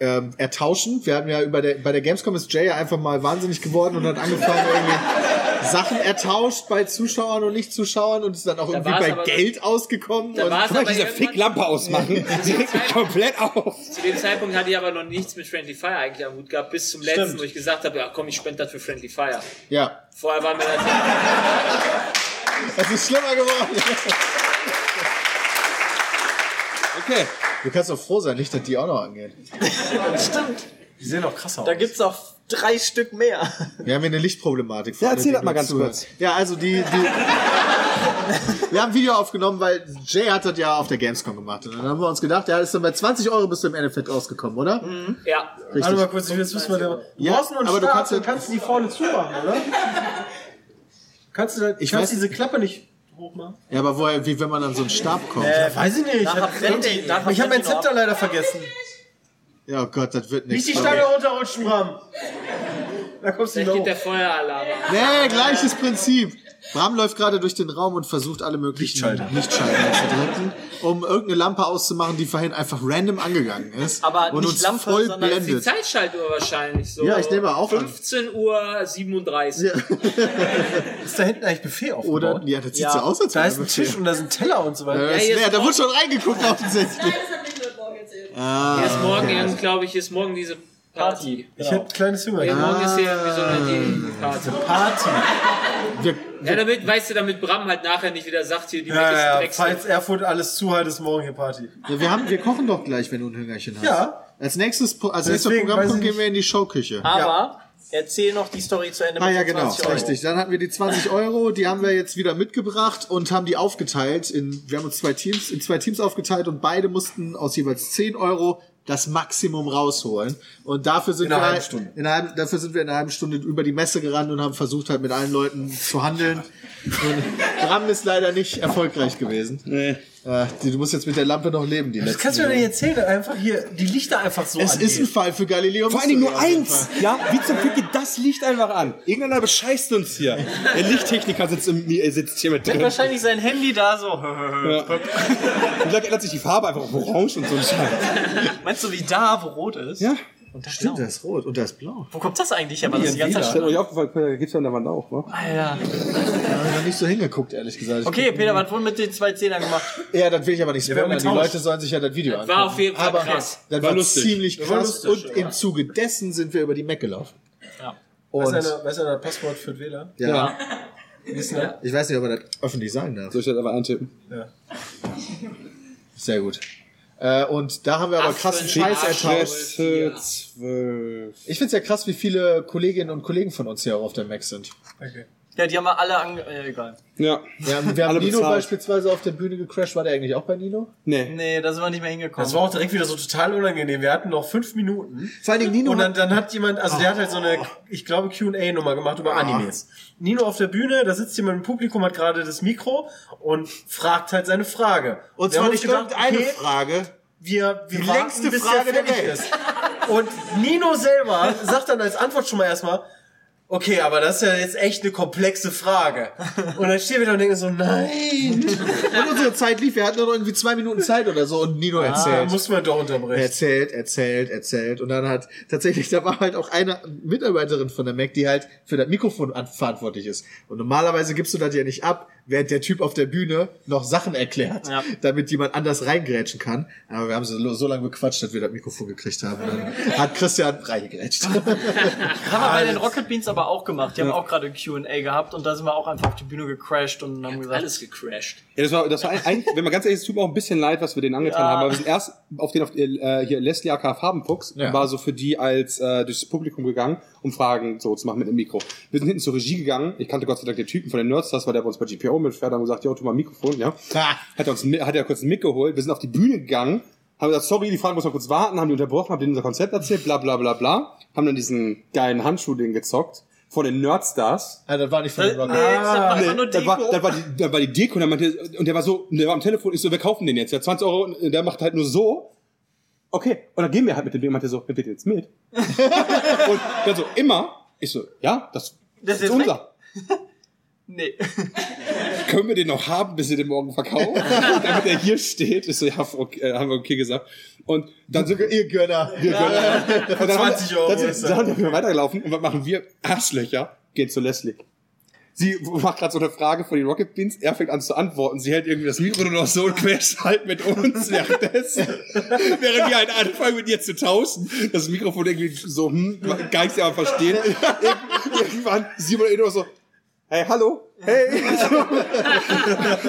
S4: ähm, ertauschen. Wir hatten ja über der, bei der Gamescom ist Jay ja einfach mal wahnsinnig geworden und hat angefangen, irgendwie Sachen ertauscht bei Zuschauern und Nicht-Zuschauern und ist dann auch irgendwie
S5: war's
S4: bei
S5: aber-
S4: Geld ausgekommen.
S5: Da
S4: und-
S5: war's
S7: Kann
S5: aber
S7: ich diese
S5: irgendwann-
S7: Ficklampe
S4: <laughs>
S7: ausmachen? Sie regt mich komplett auf.
S5: Zu dem Zeitpunkt hatte ich aber noch nichts mit Friendly Fire eigentlich am Hut gehabt, bis zum letzten, wo ich gesagt habe, ja komm, ich spende das für Friendly Fire.
S4: ja,
S5: Vorher war mir das,
S4: es ist schlimmer geworden.
S7: Okay.
S4: Du kannst doch froh sein, nicht, dass die auch noch angehen.
S8: stimmt.
S6: Die sehen doch krass aus.
S8: Da gibt's auch drei Stück mehr.
S4: Wir haben hier eine Lichtproblematik. für
S7: Ja,
S4: alle,
S7: erzähl
S4: die
S7: das mal
S4: nur
S7: ganz
S4: zuhören.
S7: kurz.
S4: Ja, also die,
S7: <laughs>
S4: die Wir haben ein Video aufgenommen, weil Jay hat das ja auf der Gamescom gemacht. Und dann haben wir uns gedacht, ja, ist dann bei 20 Euro bist du im Endeffekt rausgekommen, oder?
S5: ja,
S6: Warte mal kurz, jetzt müssen Also, wir da. Du
S4: Ja,
S6: brauchst nur einen
S4: aber du
S6: Stab
S4: kannst ja-
S6: und kannst die vorne zumachen,
S7: <laughs>
S6: oder? kannst du da, ich
S4: weiß-
S6: kannst diese Klappe nicht hochmachen?
S4: Ja, aber woher, wie wenn man an so einen Stab kommt.
S6: Äh, weiß ich nicht. Ich
S8: Nach
S6: hab,
S8: Abwending, nach
S6: ich hab mein
S8: Abwending
S6: Zepter
S8: ab.
S6: leider vergessen.
S4: Ja, oh Gott, das wird
S6: Nicht
S4: nichts.
S6: die Stange runterrutschen, Bram. Da kommst du
S5: da
S6: nicht
S5: geht
S6: hoch.
S5: der Feueralarm.
S4: Nee, gleiches Prinzip. Bram läuft gerade durch den Raum und versucht alle möglichen
S6: Lichtschalter.
S4: Lichtschalter zu drücken, um irgendeine Lampe auszumachen, die vorhin einfach random angegangen ist
S8: Aber
S4: und
S8: nicht
S4: uns
S8: Lampe,
S4: voll
S8: sondern
S5: Das ist die
S4: blendet.
S5: Zeitschaltuhr wahrscheinlich so.
S4: Ja, ich nehme auch an.
S5: 15 Uhr 37.
S6: Ist da hinten eigentlich Buffet aufgebaut?
S4: Oder, ja, das sieht so aus, als
S6: da ist
S4: wäre
S6: ein
S4: Buffet.
S6: Tisch und da sind Teller und so weiter.
S4: Ja, ist
S5: jetzt
S4: leer. Da
S5: kommt-
S4: wurde schon reingeguckt offensichtlich.
S9: das hat Nico heute Morgen erzählt.
S5: Hier ist morgen, glaube ich, ist morgen diese Party.
S8: Party.
S6: Ich hätte ein kleines
S5: Ja,
S6: Hünger.
S5: morgen ist hier irgendwie so eine Party.
S6: Party.
S4: Wir,
S5: Ja, damit, weißt du, damit Bram halt nachher nicht wieder sagt, hier, die Mac ist
S6: Ja, ja,
S5: Drecksau.
S6: falls Erfurt alles zu hat, ist morgen hier Party.
S4: ja, wir, haben, wir kochen doch gleich, wenn du ein Hüngerchen hast.
S6: Ja.
S4: Als nächstes, Pu- als nächster
S6: Deswegen weiß
S4: Programmpunkt
S6: ich
S4: gehen wir in die Showküche.
S8: Aber erzähl noch die Story zu Ende
S4: Ah
S8: mit
S4: ja,
S8: den
S4: genau,
S8: 20 Euro.
S4: richtig. Dann hatten wir die 20 Euro, die haben wir jetzt wieder mitgebracht und haben die aufgeteilt. In, wir haben uns zwei Teams, in zwei Teams aufgeteilt und beide mussten aus jeweils 10 Euro das Maximum rausholen. Und dafür sind
S6: In einer
S4: wir
S6: halben Stunde.
S4: In einer, halben- dafür sind wir in einer halben Stunde über die Messe gerannt und haben versucht halt mit allen Leuten zu handeln. Und Ram ist leider nicht erfolgreich gewesen.
S7: Nee.
S4: Äh, die, du musst jetzt mit der Lampe noch leben, die
S6: Das
S4: letzten
S6: kannst du mir doch
S4: Jahre.
S6: nicht erzählen, einfach hier die Lichter einfach so
S4: Es ist ein Fall für Galileo.
S7: Vor allen Dingen nur
S4: Mystery auf jeden
S7: eins.
S4: Fall.
S7: Ja, wie zum Fick geht das Licht einfach an? Irgendeiner bescheißt uns hier. Der Lichttechniker sitzt, im, äh, sitzt hier mit
S8: Der
S4: <laughs>
S8: hat
S7: drin.
S8: wahrscheinlich sein Handy da so. <laughs>
S7: Ja. Und dann ändert sich die Farbe einfach auf orange und so ein Scheiß.
S8: Meinst du, wie da, wo rot ist?
S7: Ja.
S8: Und da
S4: Stimmt,
S8: blau.
S4: das ist rot und das ist blau.
S8: Wo kommt das eigentlich her? War das die ganze Zeit
S7: Ist euch aufgefallen, da gibt's ja an der Wand auch, ne?
S4: Da
S8: Alter.
S4: habe ich noch nicht so hingeguckt, ehrlich gesagt. Ich
S8: Okay, Peter, was wurde mit den zwei Zehnern gemacht?
S4: Ja, das will ich aber nicht
S6: wir haben
S4: spoilern. Die
S6: getauscht.
S4: Leute sollen sich ja das Video angucken.
S5: war auf jeden Fall
S4: aber
S5: krass.
S4: Das war,
S7: War lustig.
S4: ziemlich
S6: war
S4: krass.
S6: lustig,
S4: und im Zuge dessen sind wir über die Mac gelaufen.
S6: Weißt
S4: Und
S6: du, einer- weißt du, einer Passwort für den WLAN?
S4: ja, ich weiß nicht, ob er das öffentlich sagen darf.
S7: Soll ich das einfach eintippen?
S4: Sehr gut. Äh, und da haben wir aber
S5: Ach,
S4: krassen
S5: für den
S4: Scheiß
S5: Arsch.
S4: ertaucht.
S7: Presse 12.
S4: Ich find's ja krass, wie viele Kolleginnen und Kollegen von uns hier auch auf der Mac sind.
S8: Ja, die haben wir alle ange... Ja, egal.
S7: Ja.
S4: Ja, <laughs> wir haben
S7: Alle
S4: Nino
S7: bezahlt.
S4: beispielsweise auf der Bühne gecrashed. War der eigentlich auch bei Nino?
S7: Nee.
S8: Nee, da sind wir nicht mehr hingekommen.
S6: Das war auch direkt wieder so total unangenehm. Wir hatten noch fünf Minuten.
S4: Vor allen Dingen Nino
S6: Und dann,
S4: hat- Ah.
S6: dann hat jemand, also der hat halt so eine, ich glaube, QA-Nummer gemacht über Animes. Nino auf der Bühne, da sitzt jemand im Publikum, hat gerade das Mikro und fragt halt seine Frage.
S4: Und
S6: Wir haben
S4: zwar
S6: uns
S4: nicht
S6: gedacht,
S4: irgendeine
S6: okay,
S4: Frage.
S6: wir, wir
S4: Die
S6: warten,
S4: längste
S6: bis
S4: Frage
S6: der
S4: der
S6: fertig
S4: Welt.
S6: ist. Und Nino selber sagt dann als Antwort schon mal erstmal, okay, aber das ist ja jetzt echt eine komplexe Frage. Und dann stehen wir da und denken so, nein,
S4: Und unsere Zeit lief. Wir hatten nur noch irgendwie zwei Minuten Zeit oder so. Und Nino
S6: da
S4: erzählt.
S6: muss man doch unterbrechen.
S4: erzählt, erzählt, erzählt. Und dann hat tatsächlich, da war halt auch eine Mitarbeiterin von der Mac, die halt für das Mikrofon an- verantwortlich ist. Und normalerweise gibst du das ja nicht ab, während der Typ auf der Bühne noch Sachen erklärt, damit jemand anders reingrätschen kann. Aber wir haben so, so lange gequatscht, dass wir das Mikrofon gekriegt haben. Und dann hat Christian reingrätscht.
S8: haben wir bei den Rocket Beans aber auch gemacht. Die haben auch gerade Q&A gehabt und da sind wir auch einfach auf die Bühne gecrashed und haben gesagt...
S5: Alles gecrashed.
S7: Ja, das war, das war ein, ein, wenn man ganz ehrlich ist, tut mir auch ein bisschen leid, was wir denen angetan haben. Aber wir sind erst auf den auf äh, hier Leslie AK Farbenfuchs
S4: Ja.
S7: war so für die als äh, durchs Publikum gegangen, um Fragen so zu machen mit dem Mikro. Wir sind hinten zur Regie gegangen. Ich kannte Gott sei Dank den Typen von den Nerdstars, weil der bei uns bei GPO mitfährt und gesagt, ja, tu mal ein Mikrofon, ja.
S4: Ha.
S7: Hat er uns ein Mi- hat er kurz ein Mic geholt. Wir sind auf die Bühne gegangen, haben gesagt, sorry, die Fragen muss man kurz warten, haben die unterbrochen, haben denen unser Konzept erzählt, bla bla bla bla. Haben dann diesen geilen Handschuh den gezockt vor den Nerdstars.
S4: Ah, das war nicht von den Rocket.
S8: Nee, das war einfach nur
S7: Da
S8: Deko.
S7: war, da, war die, da war die Deko und, dann meinte, und der war so, der war am Telefon, ich so, wir kaufen den jetzt. Ja, 20 Euro, und der macht halt nur so. Okay, und dann gehen wir halt mit dem Ding und meinte so, wir bieten jetzt
S8: <laughs>
S7: mit. und dann so, immer. Ich so, ja, das,
S8: Das ist
S7: ist
S8: jetzt
S7: unser.
S8: nee. <laughs>
S7: Können wir den noch haben, bis ihr den morgen verkauft? Damit er hier steht. Ich so, ja, okay, äh, haben wir okay gesagt. Und dann sind wir,
S4: Also, Ihr Gönner.
S7: wir können, und dann haben wir-
S6: 20 Euro
S7: Dann
S6: ist
S7: sind,
S6: das.
S7: dann sind wir weitergelaufen und was machen wir? Arschlöcher gehen zu Leslie. Sie macht gerade so eine Frage von den Rocket Beans, er fängt an zu antworten. Sie hält irgendwie das Mikro nur noch so und quetscht halt mit uns währenddessen. Während wir halt anfangen mit ihr zu tauschen. Das Mikrofon irgendwie so, hm, gar nichts aber verstehen. Ir- Irgendwann Simon eh nur so, hey, hallo, hey.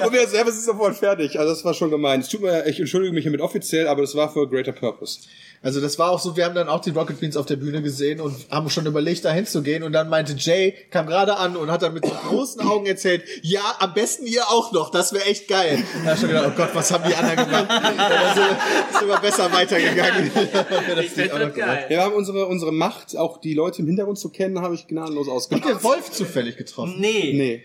S7: und wir selber sind sofort fertig. Also das war schon gemein. Es tut mir, ich entschuldige mich hiermit offiziell, aber das war für greater purpose.
S4: Also das war auch so, wir haben dann auch die Rocket Beans auf der Bühne gesehen und haben schon überlegt, da hinzugehen. Und dann meinte Jay, kam gerade an und hat dann mit so großen Augen erzählt, ja, am besten ihr auch noch, das wäre echt geil. Da hab ich schon gedacht, oh Gott, was haben die anderen gemacht? Und dann sind, sind wir besser
S6: <laughs>
S4: weitergegangen. das
S5: Ich fände
S4: auch
S5: das
S4: noch gemacht.
S5: geil.
S7: Ja, wir haben unsere, unsere Macht, auch die Leute im Hintergrund zu kennen, habe ich gnadenlos
S4: Habt
S7: ausgenutzt.
S4: ihr Wolf zufällig getroffen?
S8: Nee.
S7: Nee.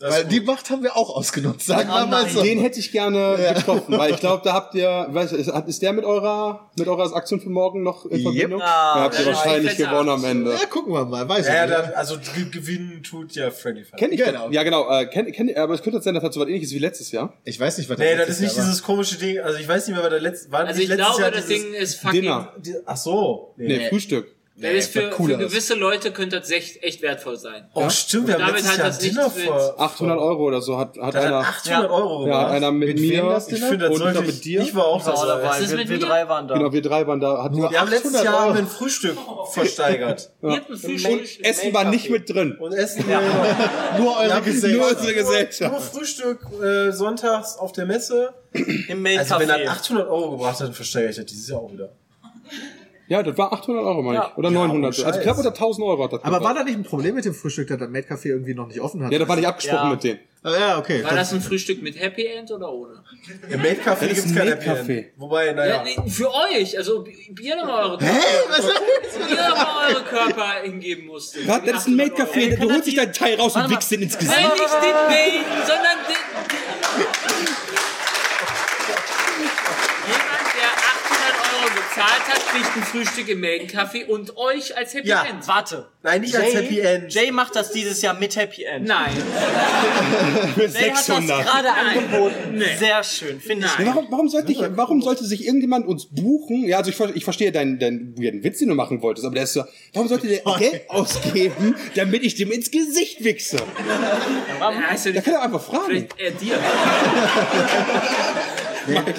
S6: Das
S4: Weil
S6: ist
S4: die
S6: gut. Oh
S4: Macht haben wir auch ausgenutzt, sagen wir mal so.
S7: Den hätte ich gerne getroffen, weil ich glaube, da habt ihr, weiß ich, ist, hat- ist der mit eurer, mit eurer Aktion für morgen noch in
S4: Yep.
S7: Verbindung?
S8: Ah,
S7: da habt ihr
S8: das
S7: wahrscheinlich
S5: ist ein
S7: gewonnen am
S5: Fetzer.
S7: Ende.
S4: Ja, gucken wir mal, weiß
S6: ja,
S4: ich nicht.
S6: dann, also ge- gewinnen tut ja Freddy Fazbear.
S7: Kenn ich
S4: Genau.
S7: genau. Ja, genau. Äh, kenn, kenn, aber es könnte sein, dass das so was ähnliches wie letztes Jahr.
S4: Ich weiß nicht, was
S6: Nee,
S4: da
S6: das ist nicht
S4: aber-
S6: dieses komische Ding. Also ich weiß nicht mehr, war der letzte. War
S5: Also
S6: nicht
S5: ich
S6: letztes
S5: glaube,
S6: Jahr
S5: das
S6: dieses-
S5: Ding ist fucking.
S7: Dinner.
S6: die- Ach so. Nee.
S7: Nee, Frühstück.
S5: Das ist für,
S4: was
S5: für
S4: Cooleres.
S5: gewisse Leute könnte das echt, echt wertvoll sein.
S6: Oh, stimmt, wir
S5: Und
S6: haben
S5: damit
S6: letztes
S5: hat
S6: Jahr
S5: das nichts
S6: Dinner
S5: mit-
S6: vor.
S7: 800 Euro oder so hat, hat
S6: Da hat
S7: einer,
S6: 800 Euro
S7: ja, hat
S6: gemacht.
S7: einer mit,
S4: Mit wem
S7: mir.
S4: das denn?
S6: Ich finde, das
S7: Und
S6: sollte
S7: noch mit dir?
S6: Ich war auch
S8: Ich war auch
S6: dabei.
S8: dabei.
S5: ist
S8: Wir,
S5: mit
S8: wir
S5: mir?
S8: drei Oh, waren da.
S7: Genau, wir drei waren da. Hat nur
S6: Wir haben letztes
S4: 800
S6: Jahr haben
S4: Euro.
S6: wir ein
S7: <laughs>
S6: Frühstück versteigert.
S5: Ihr habt ein Frühstück.
S7: und Essen war nicht mit drin.
S6: Und Essen ja.
S4: nur eure
S6: Ja,
S4: Gesellschaft.
S7: Nur
S6: nur
S7: unsere Gesellschaft.
S6: Frühstück äh, sonntags auf der Messe.
S8: Im Mail
S6: Also wenn er
S8: Café.
S6: 800 Euro gebracht hat, versteigere ich das dieses Jahr auch wieder.
S7: Ja, das war 800 Euro, meine ich. Oder 900.
S6: ohne
S7: Also
S6: Scheiß.
S7: knapp unter 1000 Euro hat das
S4: Aber war
S7: gekostet.
S4: da nicht ein Problem mit dem Frühstück, dass das Mad Café irgendwie noch nicht offen hat?
S7: Ja, da war nicht abgesprochen
S8: Ja.
S7: mit denen.
S4: Ah, ja okay.
S5: War das ein Frühstück mit Happy End oder ohne?
S6: Im Made Café
S7: Das ist
S6: gibt's
S7: ein
S6: kein
S7: Made
S6: Happy End.
S7: Café.
S6: Wobei, naja.
S5: Ja.
S6: <laughs>
S5: nee, für euch, also Bier nochmal eure Körper.
S4: was
S5: Ihr nochmal eure Körper hingeben musstet.
S7: Das das ist ein Maid-Café, du holst dich deinen Teil raus und
S8: Warte mal.
S7: wickst den ins Gesicht.
S5: Nein, nicht den Maiden, sondern den. Jemand, der 800 Euro bezahlt hat, kriegt ein Frühstück im Maiden-Café und euch als Happy
S6: Ja.
S5: End.
S8: Warte.
S6: Nein, nicht als Happy End.
S8: Jay macht das dieses Jahr mit Happy End.
S5: Nein.
S8: Jay hat das
S7: 600.
S8: gerade angeboten.
S5: Nee.
S8: Sehr schön, finde ich.
S5: Nein.
S7: Warum, warum, sollte ich, warum sollte sich irgendjemand uns buchen? Ja, also ich, ver- ich verstehe deinen, deinen weirden Witz, den du machen wolltest, aber der ist so, warum sollte der Geld ausgeben, damit ich dem ins Gesicht wichse?
S5: Ja, ist ja
S7: Da
S5: nicht
S7: kann er einfach fragen.
S5: vielleicht er dir.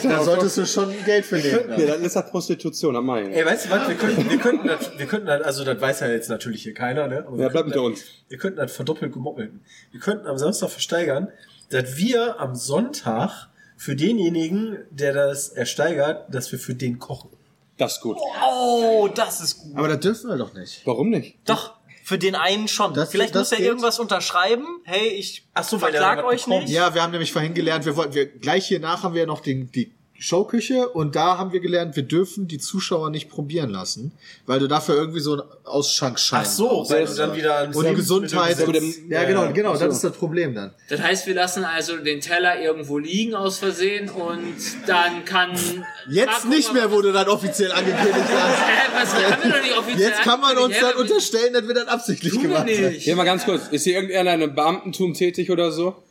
S4: Da solltest du schon Geld für
S7: <laughs>
S4: nehmen.
S7: Nee, dann ist das Prostitution, am Main.
S6: Ey, weißt du was, wir könnten, wir könnten das, wir könnten das, also das weiß ja jetzt natürlich hier keiner, ne? Aber wir
S7: Ja, bleibt
S6: könnten
S7: unter
S6: das-
S7: uns.
S6: Wir könnten das verdoppelt gemoppelten. Wir könnten am Samstag versteigern, dass wir am Sonntag für denjenigen, der das ersteigert, dass wir für den kochen.
S7: Das ist gut.
S8: Oh, das ist gut.
S4: Aber das dürfen wir doch nicht.
S7: Warum nicht?
S8: Doch, für den einen schon.
S4: Das-
S8: Vielleicht
S4: das
S8: muss er
S4: geht.
S8: irgendwas unterschreiben. Hey, ich
S6: Ach so, weil er
S8: verklag
S6: was
S8: euch
S6: bekommt.
S8: nicht.
S4: Ja, wir haben nämlich vorhin gelernt, wir wollten, wir gleich hier nach haben wir noch den, die Showküche und da haben wir gelernt, wir dürfen die Zuschauer nicht probieren lassen, weil du dafür irgendwie so einen Ausschankschein
S6: Ach so,
S4: brauchst
S6: weil
S4: oder
S6: du dann
S4: so.
S6: wieder ein-
S4: und die Gesundheit.
S6: mit dem Gesetz-
S4: Ja, genau, genau, das ist das Problem dann.
S6: Ah,
S5: Das heißt, wir lassen also den Teller irgendwo liegen aus Versehen und dann kann. Mal
S4: Jetzt
S5: gucken,
S4: nicht
S5: ob-
S4: mehr, wo du dann offiziell angekündigt
S6: <laughs>
S4: hast.
S5: Hä, was haben wir doch nicht offiziell?
S4: Jetzt kann man uns
S5: angekündigt?
S4: dann
S5: Hä, was-
S4: unterstellen, dass wir das absichtlich
S5: tun wir
S4: gemacht haben.
S5: nicht.
S7: Ja, mal ganz kurz. Ist hier irgendeiner in einem Beamtentum tätig oder so?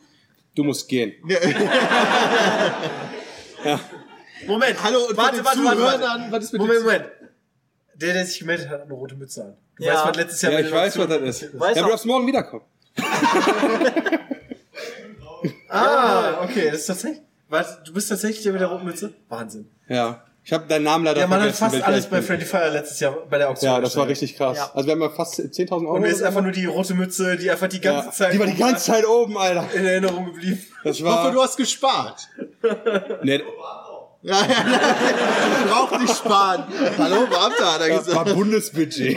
S7: Du musst gehen.
S6: Moment,
S4: Hallo, und
S6: warte,
S4: mit den
S6: warte, warte, warte.
S4: Zuhörern, was ist mit
S6: Moment,
S4: den
S6: Moment. Der, der sich gemeldet hat, hat eine rote Mütze an. Du
S8: Ja.
S6: weißt, was letztes Jahr
S7: Ja,
S6: mit
S7: ich
S6: der
S7: weiß, was
S6: Aktion
S7: das ist.
S6: passiert
S7: Ja,
S8: Weiß
S7: du
S8: auch.
S7: darfst morgen wiederkommen.
S6: Ah, okay, das ist tatsächlich. Warte, du bist tatsächlich der mit der roten Mütze? Wahnsinn.
S7: Ja. Ich habe deinen Namen leider
S6: Der Mann hat
S7: vergessen.
S6: fast
S7: welcher
S6: alles
S7: ich
S6: bei
S7: bin.
S6: Freddy Fire letztes Jahr bei der Auktion.
S7: Ja, das war
S6: gestellt.
S7: richtig krass.
S8: Ja.
S7: Also wir haben Oh, ja fast 10.000 Euro.
S6: Und mir ist
S7: oder so.
S6: einfach nur die rote Mütze, die einfach die ganze
S7: ja.
S6: Zeit.
S7: Die war die ganze Zeit oben, Alter.
S6: in Erinnerung geblieben.
S7: Das
S4: Ich
S7: war.
S4: hoffe, du hast gespart.
S7: nee,
S4: Ja, ja, ja. <laughs> Braucht nicht sparen. Hallo, Beamter, hat er
S7: das war
S4: gesagt.
S6: <laughs>
S7: Bundesbudget.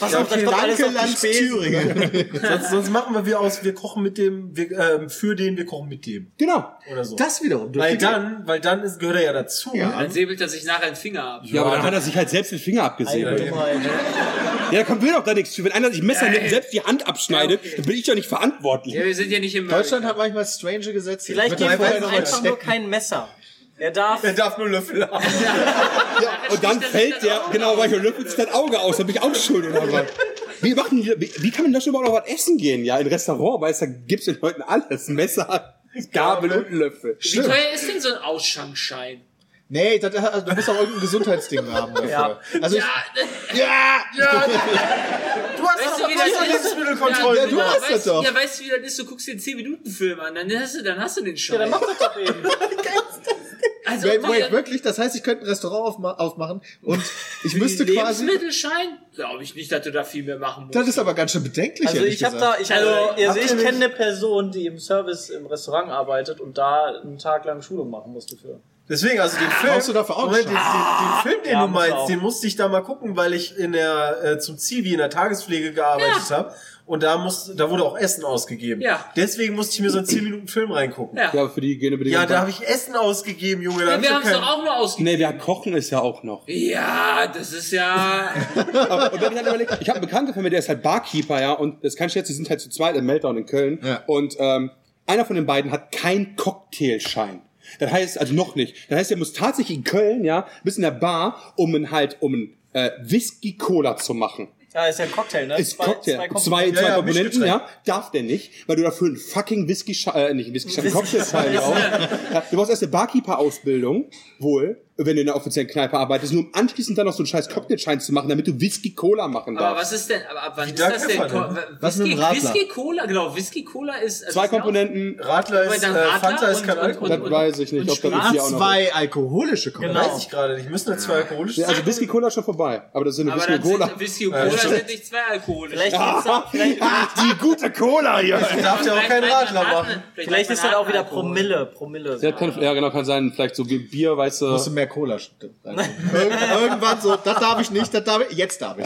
S8: Pass auf, das kommt alles auf die Spesen.
S4: Thüringen.
S6: <laughs> Sonst, sonst machen wir wir aus, wir kochen mit dem, wir, ähm, für den, wir kochen mit dem.
S7: genau.
S6: Oder so.
S4: Das wiederum.
S6: weil dann, weil dann ist, gehört er ja dazu.
S4: Ja.
S5: Dann säbelt er sich nachher den Finger ab.
S7: Ja, aber dann hat er sich halt selbst den Finger abgesäbelt.
S8: Dummheit.
S7: Ja, da kommt mir doch da nichts zu. Wenn einer sich Messer nimmt und selbst die Hand abschneidet, dann bin ich doch nicht verantwortlich.
S5: Ja, wir sind ja nicht im
S4: Deutschland hat manchmal strange Gesetze.
S8: Vielleicht
S4: Ich
S8: geben
S4: würde
S8: wir
S4: einfach
S8: ihm
S4: noch mal
S8: einfach nur
S4: checken.
S8: kein Messer. Er darf.
S6: Er darf nur Löffel haben.
S7: Und dann fällt der, genau, weil ich löffelt sich dein Auge aus, dann bin ich auch schuld oder was. Wie, machen die, wie, wie kann man das überhaupt noch was essen gehen? Ja, in Restaurant, weißt du, da gibt's den Leuten alles. Messer, Gabel und Löffel.
S5: Wie teuer ist denn so ein Ausschankschein?
S4: Nee, das, also, du musst auch irgendein Gesundheitsding haben dafür.
S8: Ja.
S4: Also ich, ja,
S6: Du hast
S5: Weißt
S6: doch
S5: du, wie das
S6: was
S5: ist?
S6: von Lebensmittelkontrolle
S5: Ja,
S4: du
S6: gemacht.
S4: hast das
S5: weißt,
S4: doch.
S5: ja, weißt du, wie das ist? Du guckst dir einen 10-Minuten-Film an, dann hast du, dann hast du den Schein. Ja, dann
S8: Mach das doch eben.
S5: also,
S4: wait,
S5: ob
S4: wait,
S5: wir-
S4: wirklich? Das heißt, ich könnte ein Restaurant aufma aufmachen und ich müsste quasi.
S5: Lebensmittelschein? Glaube ich nicht, dass du da viel mehr machen musst.
S4: Das ist aber ganz schön bedenklich.
S8: Also
S4: ehrlich
S8: ich habe da,
S4: gesagt.
S8: ich, also, also
S6: ihr
S8: ich
S6: nicht-
S8: kenne eine Person, die im Service im Restaurant arbeitet und da einen Tag lang Schulung machen musste für.
S6: Deswegen, also den Film,
S4: brauchst du dafür auch
S6: Moment, den, den,
S4: schon.
S6: den Film, den
S8: Ja,
S6: du
S8: muss
S6: meinst,
S8: auch.
S6: den musste ich da mal gucken, weil ich in der äh, zum Zivi in der Tagespflege gearbeitet habe und da musste, da wurde auch Essen ausgegeben.
S5: Ja.
S6: Deswegen musste ich mir so einen 10 Minuten Film reingucken.
S5: Ja.
S7: Ja, für die Hygienebedingungen.
S6: Ja, da habe ich Essen ausgegeben, Junge.
S5: Ja,
S6: Da hab ich
S5: wir
S6: doch
S5: haben es
S6: kein-
S5: doch auch nur ausgegeben.
S7: Nee, wir kochen ist ja auch noch.
S5: Ja, das ist ja.
S7: Aber, und wenn ich halt überlegt, ich habe einen Bekannten von mir, der ist halt Barkeeper, ja, und das ist kein Scherz, die sind halt zu zweit im Meltdown in Köln.
S4: Ja.
S7: Und ähm, einer von den beiden hat keinen Cocktailschein. Das heißt, also noch nicht. Das heißt, er muss tatsächlich in Köln, ja, bis in der Bar, um einen halt, um einen äh, Whisky-Cola zu machen.
S8: Ja, ist ja ein Cocktail, ne?
S7: Ist Cocktail. Zwei, zwei,
S6: Ja, ja,
S7: Komponenten,
S6: Mischgetränk.
S7: ja. Darf der nicht, weil du dafür einen fucking Whisky, äh, nicht Whisky, einen Cocktail brauchst. Ja, du brauchst erst eine Barkeeper-Ausbildung, wohl, wenn du in einer offiziellen Kneipe arbeitest, nur um anschließend dann noch so einen scheiß Cocktailschein zu machen, damit du Whisky-Cola machen
S5: Aber
S7: darfst.
S5: was ist denn? Aber ab wann ist
S6: Dark
S5: das denn?
S6: Pepper
S5: Ko-
S4: Was mit
S5: Whisky,
S4: dem Radler?
S5: Whisky Cola, genau. Whisky Cola ist. Also
S7: Zwei
S5: ist ja auch-
S7: Komponenten,
S6: Radler
S5: Aber
S6: ist, äh,
S5: dann Radler
S6: Fanta ist
S5: und-
S6: kein
S5: und-
S6: Alkohol.
S5: und-
S7: das weiß ich nicht, ob das jetzt
S4: Ah,
S7: hier auch noch...
S4: zwei alkoholische Komponenten.
S8: Genau.
S6: Weiß ich gerade nicht. Müssen da zwei alkoholisch
S7: Ja,
S6: sein?
S7: Also Whisky-Cola ist schon vorbei, aber das ist eine
S5: Aber dann sind
S7: Whisky-Cola.
S5: Whisky und Cola sind nicht zwei Alkohole.
S8: Vielleicht,
S7: <laughs>
S8: gibt's da, vielleicht,
S7: Die gute Cola hier!
S6: Ich darf ja auch keinen Radler machen.
S8: vielleicht ist dann auch wieder Promille, Promille.
S7: Ja, kann, ja, genau, kann sein. Vielleicht so wie Bier, weißt du.
S4: Musst du mehr Cola sch- reintun. <laughs> Irgend, Irgendwann so, das darf ich nicht, das darf ich, jetzt darf ich.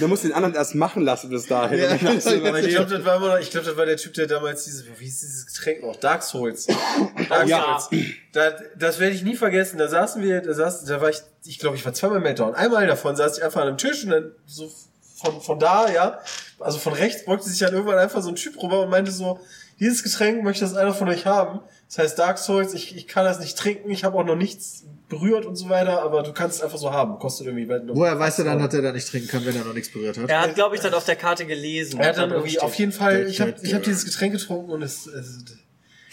S7: Man muss den anderen erst machen lassen bis dahin. <laughs>
S4: Ja.
S6: Aber ich glaube, das, war immer noch- ich glaub, das war der Typ, der damals dieses, wie hieß dieses Getränk noch? Dark Souls. Dark
S7: Ja.
S6: Souls. Da, das werde ich nie vergessen. Da saßen wir, da saß, da war ich, ich glaube, ich war zweimal im Meltdown. Einmal davon saß ich einfach an einem Tisch und dann so von, von da, ja, also von rechts beugte sich dann irgendwann einfach so ein Typ rüber und meinte so, dieses Getränk möchte das einer von euch haben. Das heißt Dark Souls, ich, ich kann das nicht trinken, ich habe auch noch nichts berührt und so weiter, aber du kannst es einfach so haben. Kostet irgendwie.
S4: Woher weiß er dann, dass er da nicht trinken kann, wenn er noch nichts berührt hat?
S8: Er hat, glaube ich, dann auf der Karte gelesen.
S6: Er hat dann irgendwie auf jeden Fall, ich habe
S4: Direkt,
S6: ich hab
S4: ja.
S6: dieses Getränk getrunken und es, es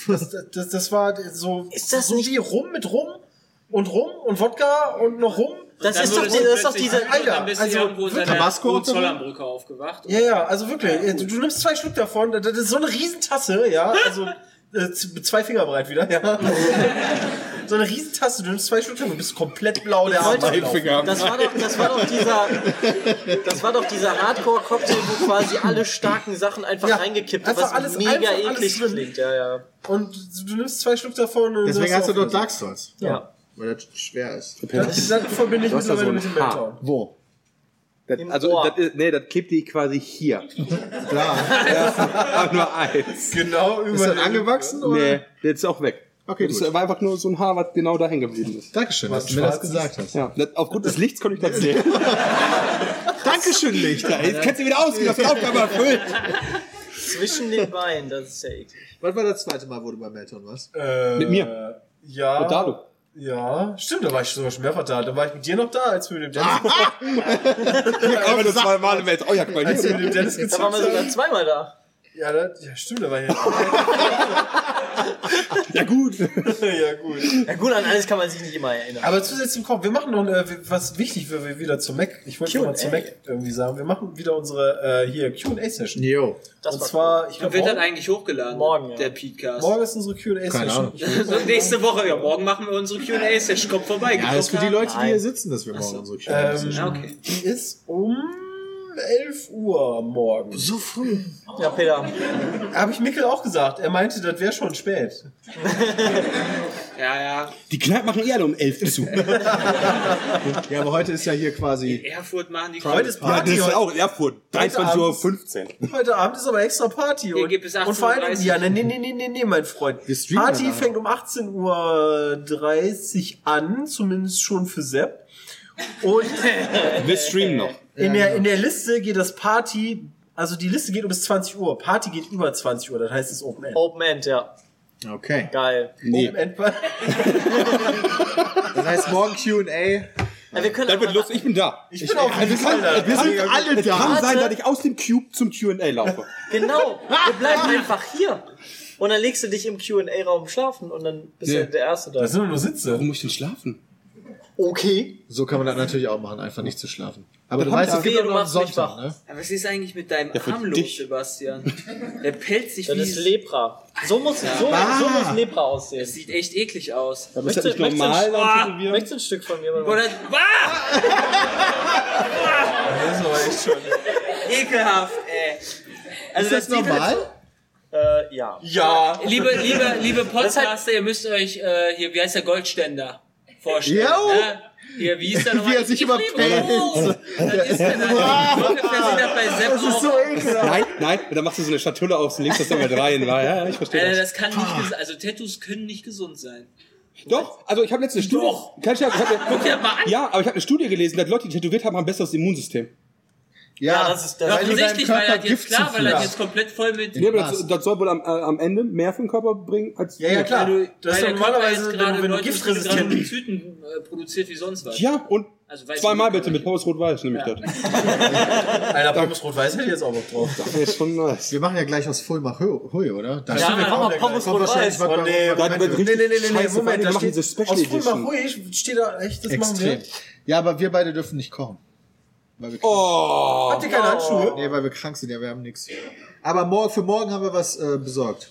S6: das, das, das war so,
S8: Ist das
S6: so
S8: nicht-
S6: wie rum mit rum und rum und Wodka und noch rum.
S8: Das ist doch, die- das ist doch diese.
S6: Alter,
S5: Alter, also
S6: also
S5: irgendwo in
S4: Tabasco
S5: Tabasco
S4: und so?
S5: Zollernbrücke aufgewacht.
S6: Ja, ja, also wirklich, äh, du, du nimmst zwei Schluck davon, das das ist so eine Riesentasse, ja,
S8: <laughs>
S6: also äh, z- zwei Finger breit wieder, ja. so eine Riesentasse, du nimmst zwei Schluck davon, bist komplett blau, der Arm
S8: wollte-
S6: war gelaufen.
S8: Das war doch, das war doch dieser,
S5: <laughs>
S8: das war doch dieser Hardcore-Cocktail, wo quasi alle starken Sachen einfach
S6: Ja,
S8: reingekippt
S6: einfach
S8: was
S6: alles-
S8: mega
S6: einfach alles
S8: eklig
S6: drin.
S8: klingt. Ja, ja.
S6: Und du nimmst zwei Schluck davon und
S4: Deswegen hast
S6: sagst
S4: du
S6: auch-
S4: dort Dark Souls.
S8: Ja.
S4: Weil das schwer ist.
S6: Das, das verbinde ich
S7: Du hast da
S6: mittlerweile
S7: so ein
S6: mit dem
S7: Haar.
S6: Meltdown.
S4: Wo?
S7: Das,
S8: Im
S7: also,
S8: Ohr.
S7: das, ist- nee, das klebt die
S4: <laughs>
S7: quasi hier.
S4: Klar.
S7: Aber nur eins.
S6: Genau, über
S4: Ist das <laughs>
S6: den-
S4: angewachsen? Oder?
S7: Nee, der ist auch weg.
S4: Okay,
S7: das
S4: gut.
S7: war einfach nur so ein Haar, was genau dahin geblieben ist.
S4: Dankeschön, dass du mir
S6: Schwarzes.
S4: das gesagt hast.
S7: Ja, das, aufgrund des Lichts konnte ich das sehen.
S4: <laughs> Dankeschön, Licht.
S7: Ja, jetzt kannst du wieder ausgehen, hast die Aufgabe erfüllt.
S8: Zwischen den Beinen, das ist ja eklig.
S4: Was war das zweite Mal, wo du bei Melton warst?
S6: Äh,
S7: Mit mir.
S6: Ja.
S7: Und Dalu.
S6: Ja, stimmt, da war ich sogar schon mehrfach da. Da war ich mit dir noch da, als wir mit dem Dennis,
S7: Aber nur zweimal im Welt. Oh ja, guck mal
S6: als wir mit
S7: hier.
S6: dem Dennis
S8: Da waren
S6: gezockt
S8: wir sogar
S6: haben.
S8: zweimal da.
S6: Ja, da, ja, stimmt, da war ich ja.
S7: Ja, gut.
S6: <laughs> ja, gut.
S8: Ja gut, an alles kann man sich nicht immer erinnern.
S6: Aber zusätzlich im Kopf, wir machen noch äh, was wichtig, wenn wir wieder zu Mac, ich wollte noch mal zu
S8: Q&A.
S6: Mac irgendwie sagen, wir machen wieder unsere äh, hier Q&A-Session.
S4: Jo.
S8: Das
S6: Und
S8: war
S6: zwar, ich
S5: Und
S6: glaube,
S5: wird dann
S6: morgen,
S5: eigentlich hochgeladen?
S8: Morgen, ja.
S5: Der Podcast. <laughs>
S6: morgen ist unsere
S4: Keine Ahnung.
S6: Q&A-Session.
S5: Und nächste Woche, ja, morgen machen wir unsere QA-Session. Kommt vorbei.
S4: Ja, das ist also für die Leute, die
S8: Nein.
S4: hier sitzen, dass wir morgen unsere Kinder
S6: Ähm,
S5: Ja, okay.
S6: Die ist um 11 Uhr morgen.
S4: So früh.
S8: Ja, Peter.
S6: Habe ich Mikkel auch gesagt. Er meinte, das wäre schon spät.
S5: Ja, ja.
S7: Die Kneipen machen eh alle um elf
S4: <laughs>
S7: zu. Ja,
S4: Ja, aber heute ist ja hier quasi.
S5: Erfurt machen die
S6: Heute ist Party.
S7: ist
S6: heute.
S7: auch in Erfurt. 23.15 Uhr.
S6: Heute Abend ist aber extra Party.
S5: Hier
S6: Und,
S5: gibt es
S6: und vor allem,
S5: 18.30.
S6: ja, nee, nee, nee, nee, nee, nee, mein Freund.
S4: streamen
S6: Party
S4: danach.
S6: fängt um 18.30 Uhr an, zumindest schon für Sepp.
S5: <laughs>
S6: Und
S7: Wir streamen noch.
S5: genau.
S6: in, der, in der Liste geht das Party, also die Liste geht um bis 20 Uhr. Party geht über 20 Uhr, das heißt es ist Open End.
S8: Open End, ja.
S4: Okay.
S8: Geil.
S7: Nee.
S6: Open End.
S4: Das heißt morgen QA.
S8: Ja, wir können
S7: Das wird
S8: einfach-
S7: lustig, ich bin da.
S6: Ich bin auf jeden Fall da.
S4: Wir sind alle
S7: Es kann
S4: da.
S7: sein, dass ich aus dem Cube zum Q&A laufe.
S8: Genau, wir bleiben einfach hier. Und dann legst du dich im Q&A-Raum schlafen und dann bist
S7: Ja.
S8: du der Erste da.
S6: Da sind nur Sitze.
S7: Warum muss ich denn schlafen?
S4: Okay. So kann man das natürlich auch machen, einfach nicht zu schlafen. Aber du
S7: haben
S4: weißt,
S7: wir-
S4: es gibt
S8: Wehe,
S4: ja
S8: du
S4: noch einen
S8: machst mich
S4: Sonntag,
S8: wach.
S4: ne?
S5: Aber was ist eigentlich mit deinem
S7: für
S5: Arm los,
S7: dich.
S5: Sebastian? Der pellt sich
S8: Das ist
S5: wie...
S8: Lepra. So muss, so, so muss Lepra
S5: Das
S8: aussehen.
S5: sieht echt eklig aus.
S7: Aber ist das
S8: Möchtest-
S7: nicht normal?
S8: möchtest-
S7: dann tätowieren?
S8: Möchtest du ein Stück von mir? Oder
S5: Oder... Ah!
S6: Das ist aber echt schon.
S5: Ekelhaft, ey. Also
S4: Ist das
S5: sieht
S4: normal?
S5: halt
S8: äh, äh, ja.
S6: Ja.
S5: Liebe, liebe, liebe
S8: Das
S5: Podcaster, ihr müsst euch äh, hier, wie heißt der Goldständer vorstellen.
S4: Jo!
S5: Ne? Hier, wie ist der nochmal?
S4: Wie er sich
S5: Ich liebe
S4: überpellt.
S5: Rot! Das ist der halt. Ungefähr sieht das bei Sepp
S4: Das ist
S5: auch.
S4: so ekelhaft.
S7: Nein, nein, und dann machst du so eine Schatulle auf und legst das dann mit rein. Ja, ja, ich verstehe
S5: Alter, Äh, das
S7: das.
S5: kann nicht, ges- also Tattoos können nicht gesund sein.
S7: Doch, also ich habe letzte Studie.
S5: Doch.
S7: Kann ich ja, ich hab,
S5: dir mal an.
S7: ja, aber ich habe eine Studie gelesen, dass Leute, die tätowiert haben, haben ein besseres Immunsystem.
S8: Ja, das ist- das
S4: weil
S8: ist
S4: du deinem
S5: Offensichtlich, weil
S4: Körper
S5: das jetzt
S4: Gift
S5: klar, weil das
S4: zuführst.
S5: jetzt komplett voll mit
S7: Nee, aber das, das soll wohl am, äh, am Ende mehr für den Körper bringen als.
S6: Ja, ja, klar. Das
S5: weil
S6: ist
S5: der Körper jetzt
S6: normalerweise, wenn
S5: gerade
S6: du, wenn du
S5: 90 Milligramm
S6: giftresistent bist.
S5: Glykosyden, äh, produziert wie sonst was.
S7: Ja, und
S5: Also weiß
S7: zweimal
S5: ich nicht,
S7: bitte mit Pommes Rot-Weiß, nehme ich das.
S6: Alter, Pommes Rot-Weiß hätte ich jetzt auch noch drauf.
S7: Das ist schon nice.
S4: Wir machen ja gleich aus Fulma Hui, oder? Da
S8: Ja,
S4: kommt
S8: dann machen wir Pommes
S4: kommt wahrscheinlich
S8: rot-weiß.
S4: was
S6: Oh, nee,
S4: bei-
S7: Da wird richtig scheiße, vor allem
S6: da
S7: machen
S6: steht-
S7: diese Special
S6: aus Fulma
S7: Edition.
S6: ruhig steht da echt, das
S4: Extrem.
S6: machen wir.
S4: Ja, aber wir beide dürfen nicht kochen. Weil wir krank
S7: Oh,
S6: Habt ihr keine Handschuhe?
S4: Nee, weil wir krank sind, ja, wir haben nichts. Aber morgen, für morgen haben wir was äh, besorgt.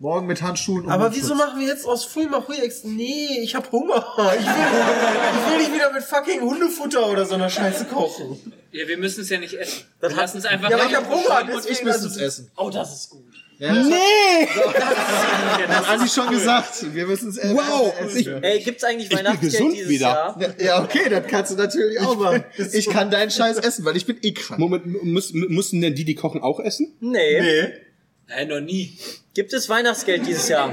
S4: Morgen mit Handschuhen und
S6: Aber
S4: Mundschutz.
S6: wieso machen wir jetzt aus Fulma Hui Ex? Nee, ich hab Hunger. <laughs> Ich will, ich will nicht wieder mit fucking Hundefutter oder so einer Scheiße kochen.
S5: Ja, wir müssen es ja nicht essen. Wir lassen es einfach
S6: Ja, aber
S5: rein
S6: ich hab Hunger,
S5: und
S6: deswegen. also
S4: Ich müsste es essen.
S8: Oh, das ist gut.
S4: Ja, das nee! Hat Andi schon gesagt, wir müssen es essen.
S7: Wow. Ich,
S8: Ey, gibt's eigentlich
S7: bin gesund
S8: Weihnachtsgeld dieses
S7: wieder.
S8: Jahr?
S4: Ja, okay, das kannst du natürlich auch machen. Ich kann deinen Scheiß essen, weil ich bin eh krank.
S7: Moment, müssen, müssen denn die, die kochen, auch essen?
S8: Nee.
S6: Nee.
S5: Nein, noch nie.
S8: Gibt es Weihnachtsgeld dieses Jahr?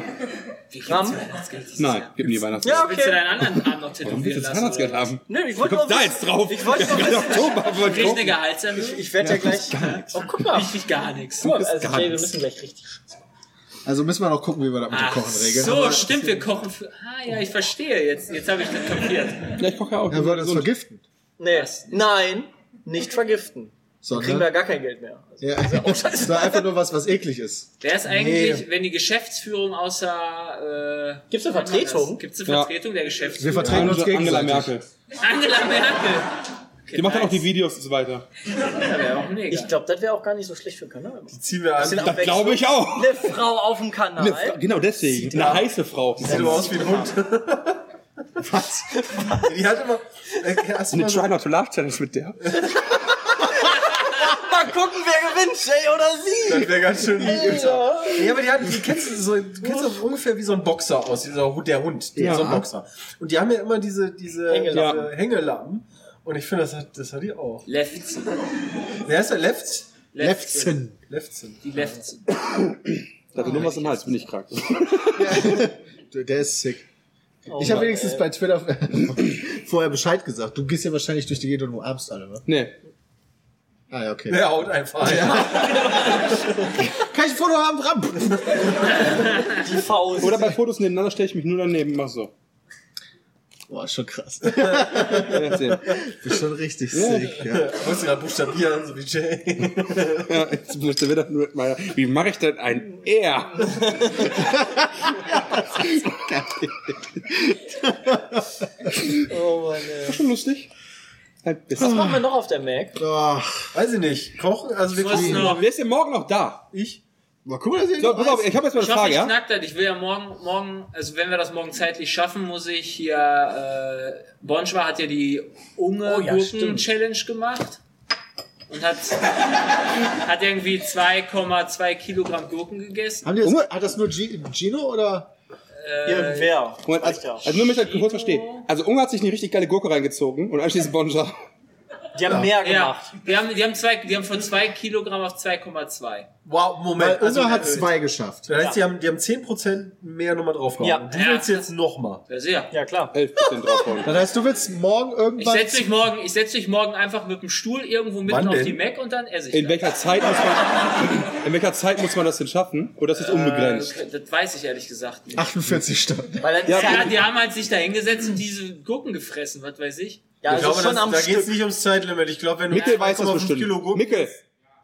S5: Wie gibt's
S8: Ram?
S5: Weihnachtsgeld dieses
S7: Nein,
S5: Jahr?
S7: gib mir die Weihnachtsgeld.
S8: Ja,
S5: Willst du
S8: okay.
S5: deinen anderen Arm noch
S7: Warum willst
S5: tätowieren
S7: du das
S5: lassen?
S7: Weihnachtsgeld
S5: oder was?
S7: haben?
S8: Nö, ich
S7: Du
S8: wollte nur
S7: kommst da
S8: wissen.
S7: jetzt drauf.
S8: Ich wollte nur wissen.
S4: genau.
S7: Oktober wird
S5: Kriegst eine
S7: kochen.
S5: Gehaltserhöhung?
S8: Ich werde ja, gleich. Oh, guck mal.
S5: Richtig gar nichts.
S8: Guck mal, also
S7: gar
S8: Jay, wir
S7: nichts.
S8: müssen gleich richtig.
S4: Also müssen wir noch gucken, wie wir das mit dem
S5: Ach,
S4: Kochen regeln.
S5: so, stimmt, wir kochen für... Ah ja, ich verstehe jetzt. Jetzt habe ich das kapiert.
S7: Ja, ich koche ja auch.
S4: Er würde uns
S7: Gesund.
S4: vergiften.
S8: Nee.
S5: Was?
S8: Nein, nicht vergiften. Wir kriegen da
S4: Sondern,
S8: gar kein Geld mehr. Also,
S4: ne? ja, das war einfach nur was, was eklig ist.
S5: Wäre es eigentlich, wenn die Geschäftsführung außer... Äh,
S8: Gibt's eine Vertretung?
S5: Gibt es eine
S7: Ja.
S5: Vertretung der
S4: Wir
S5: Geschäftsführung?
S4: vertreten uns
S7: Angela,
S4: gegenseitig.
S7: Angela Merkel.
S5: Angela Merkel. Oh, Okay,
S7: Die macht dann auch die
S5: nice.
S7: Videos und so weiter.
S5: Ja, wär auch mega.
S8: ich glaube, das wäre auch gar nicht so schlecht für den Kanal.
S6: Ziehen wir an.
S8: Bisschen
S6: Sieht
S7: Das glaube ich auch.
S8: Eine Frau auf dem Kanal.
S7: Eine Fra- genau deswegen. Eine heiße Frau.
S6: aber aus wie ein Hund. Was? Die hat immer. Äh, hast du
S7: Eine
S6: mal so,
S7: Try Not to Laugh Challenge mit der.
S8: Mal gucken, wer gewinnt, Jay oder sie.
S6: das wäre ganz schön lieb. Ja, aber die hatten, die kennst du so, du kennst doch ungefähr wie so ein Boxer aus, dieser Hut, der Hund, der
S7: Ja.
S6: so ein Boxer. Und die haben ja immer diese, diese
S8: Hängelappen.
S6: diese Hängelappen. Und ich finde, das hat, das hat die auch.
S5: Lefzen.
S6: Wer ist der Left?
S4: Lefzen.
S6: Leftzen.
S5: Die Lefzen.
S7: Da hat nur was im Hals, bin ich krank. <laughs>
S4: Der ist sick. ich habe wenigstens bei Twitter <laughs> vorher Bescheid gesagt. Du gehst ja wahrscheinlich durch die Gegend und umarmst alle, ne?
S7: Nee.
S4: Ah ja, okay.
S6: Der haut einfach. Ja.
S4: Kann ich ein Foto haben, Ramp?
S8: Die Faust.
S7: Oder bei Fotos nebeneinander stelle ich mich nur daneben, mach so.
S4: <laughs> Boah, schon krass.
S7: Ja, jetzt sehen.
S4: <laughs> Bist schon richtig sick, ja.
S6: <laughs> Muss ja buchstabieren, so wie Jay.
S7: Ja, jetzt musste wieder nur mal. Wie mache ich denn ein R? <laughs>
S8: oh, Mann, ey.
S7: Schon lustig. Ein
S8: Was
S7: bisschen.
S8: machen wir noch auf der Mac?
S4: Ach,
S6: Weiß ich nicht. Kochen? Also wir
S5: Was
S6: kochen.
S5: noch?
S7: Wer ist denn morgen noch da?
S6: Ich?
S4: mal gucken, dass ihr
S7: So, pass auf, ich habe jetzt mal
S5: Ich
S7: eine
S5: hoffe,
S7: Frage,
S5: ich
S7: ja?
S5: knack das. Ich will ja morgen, morgen, also wenn wir das morgen zeitlich schaffen, muss ich hier, äh, Bonschwa hat ja die
S8: Oh ja, stimmt.
S5: Unge-Gurken-Challenge gemacht. Und hat, hat irgendwie 2,2 Kilogramm Gurken gegessen.
S4: Haben die das, hat das nur G Gino oder?
S8: Äh, Irgendwer.
S7: Moment, also, also nur mich das kurz verstehen. Also Unge hat sich eine richtig geile Gurke reingezogen und anschließend Bonja.
S8: Die haben mehr
S5: Ja,
S8: gemacht.
S5: die haben, die haben zwei, die haben von 2 Kilogramm auf 2,2.
S6: Wow,
S4: Weil
S6: Moment.
S4: Unser hat
S6: äh,
S4: zwei geschafft.
S6: Das heißt, die haben, die haben 10% mehr nochmal draufgehauen.
S8: Ja.
S6: Und Du willst jetzt nochmal.
S5: Ja, sehr.
S8: Ja, klar.
S7: 11% draufhauen.
S5: <laughs>
S4: Das heißt, du willst morgen
S5: Ich
S4: irgendwann.
S5: setze mich morgen, ich setze mich morgen einfach mit dem Stuhl irgendwo mitten
S6: Wann
S5: auf
S6: denn?
S5: die Mac und dann esse ich
S7: In
S5: das.
S7: welcher Zeit muss man, in welcher Zeit muss man das denn schaffen? Oder ist es unbegrenzt?
S5: Äh, Das weiß ich ehrlich gesagt
S6: Ah,
S5: nicht.
S4: 48 Stunden.
S8: Weil dann ja,
S5: Ja,
S8: ja,
S5: die haben halt sich da hingesetzt und diese Gurken gefressen, was weiß ich.
S8: ja, also
S6: ich
S8: schon
S6: glaube,
S8: am
S6: das, da geht es
S8: Stück.
S6: nicht ums Zeitlimit. Ich glaube, wenn du
S7: Mikkel weiß das
S6: 2,5
S7: bestimmt.
S6: Kilo Gurken
S7: Mikkel,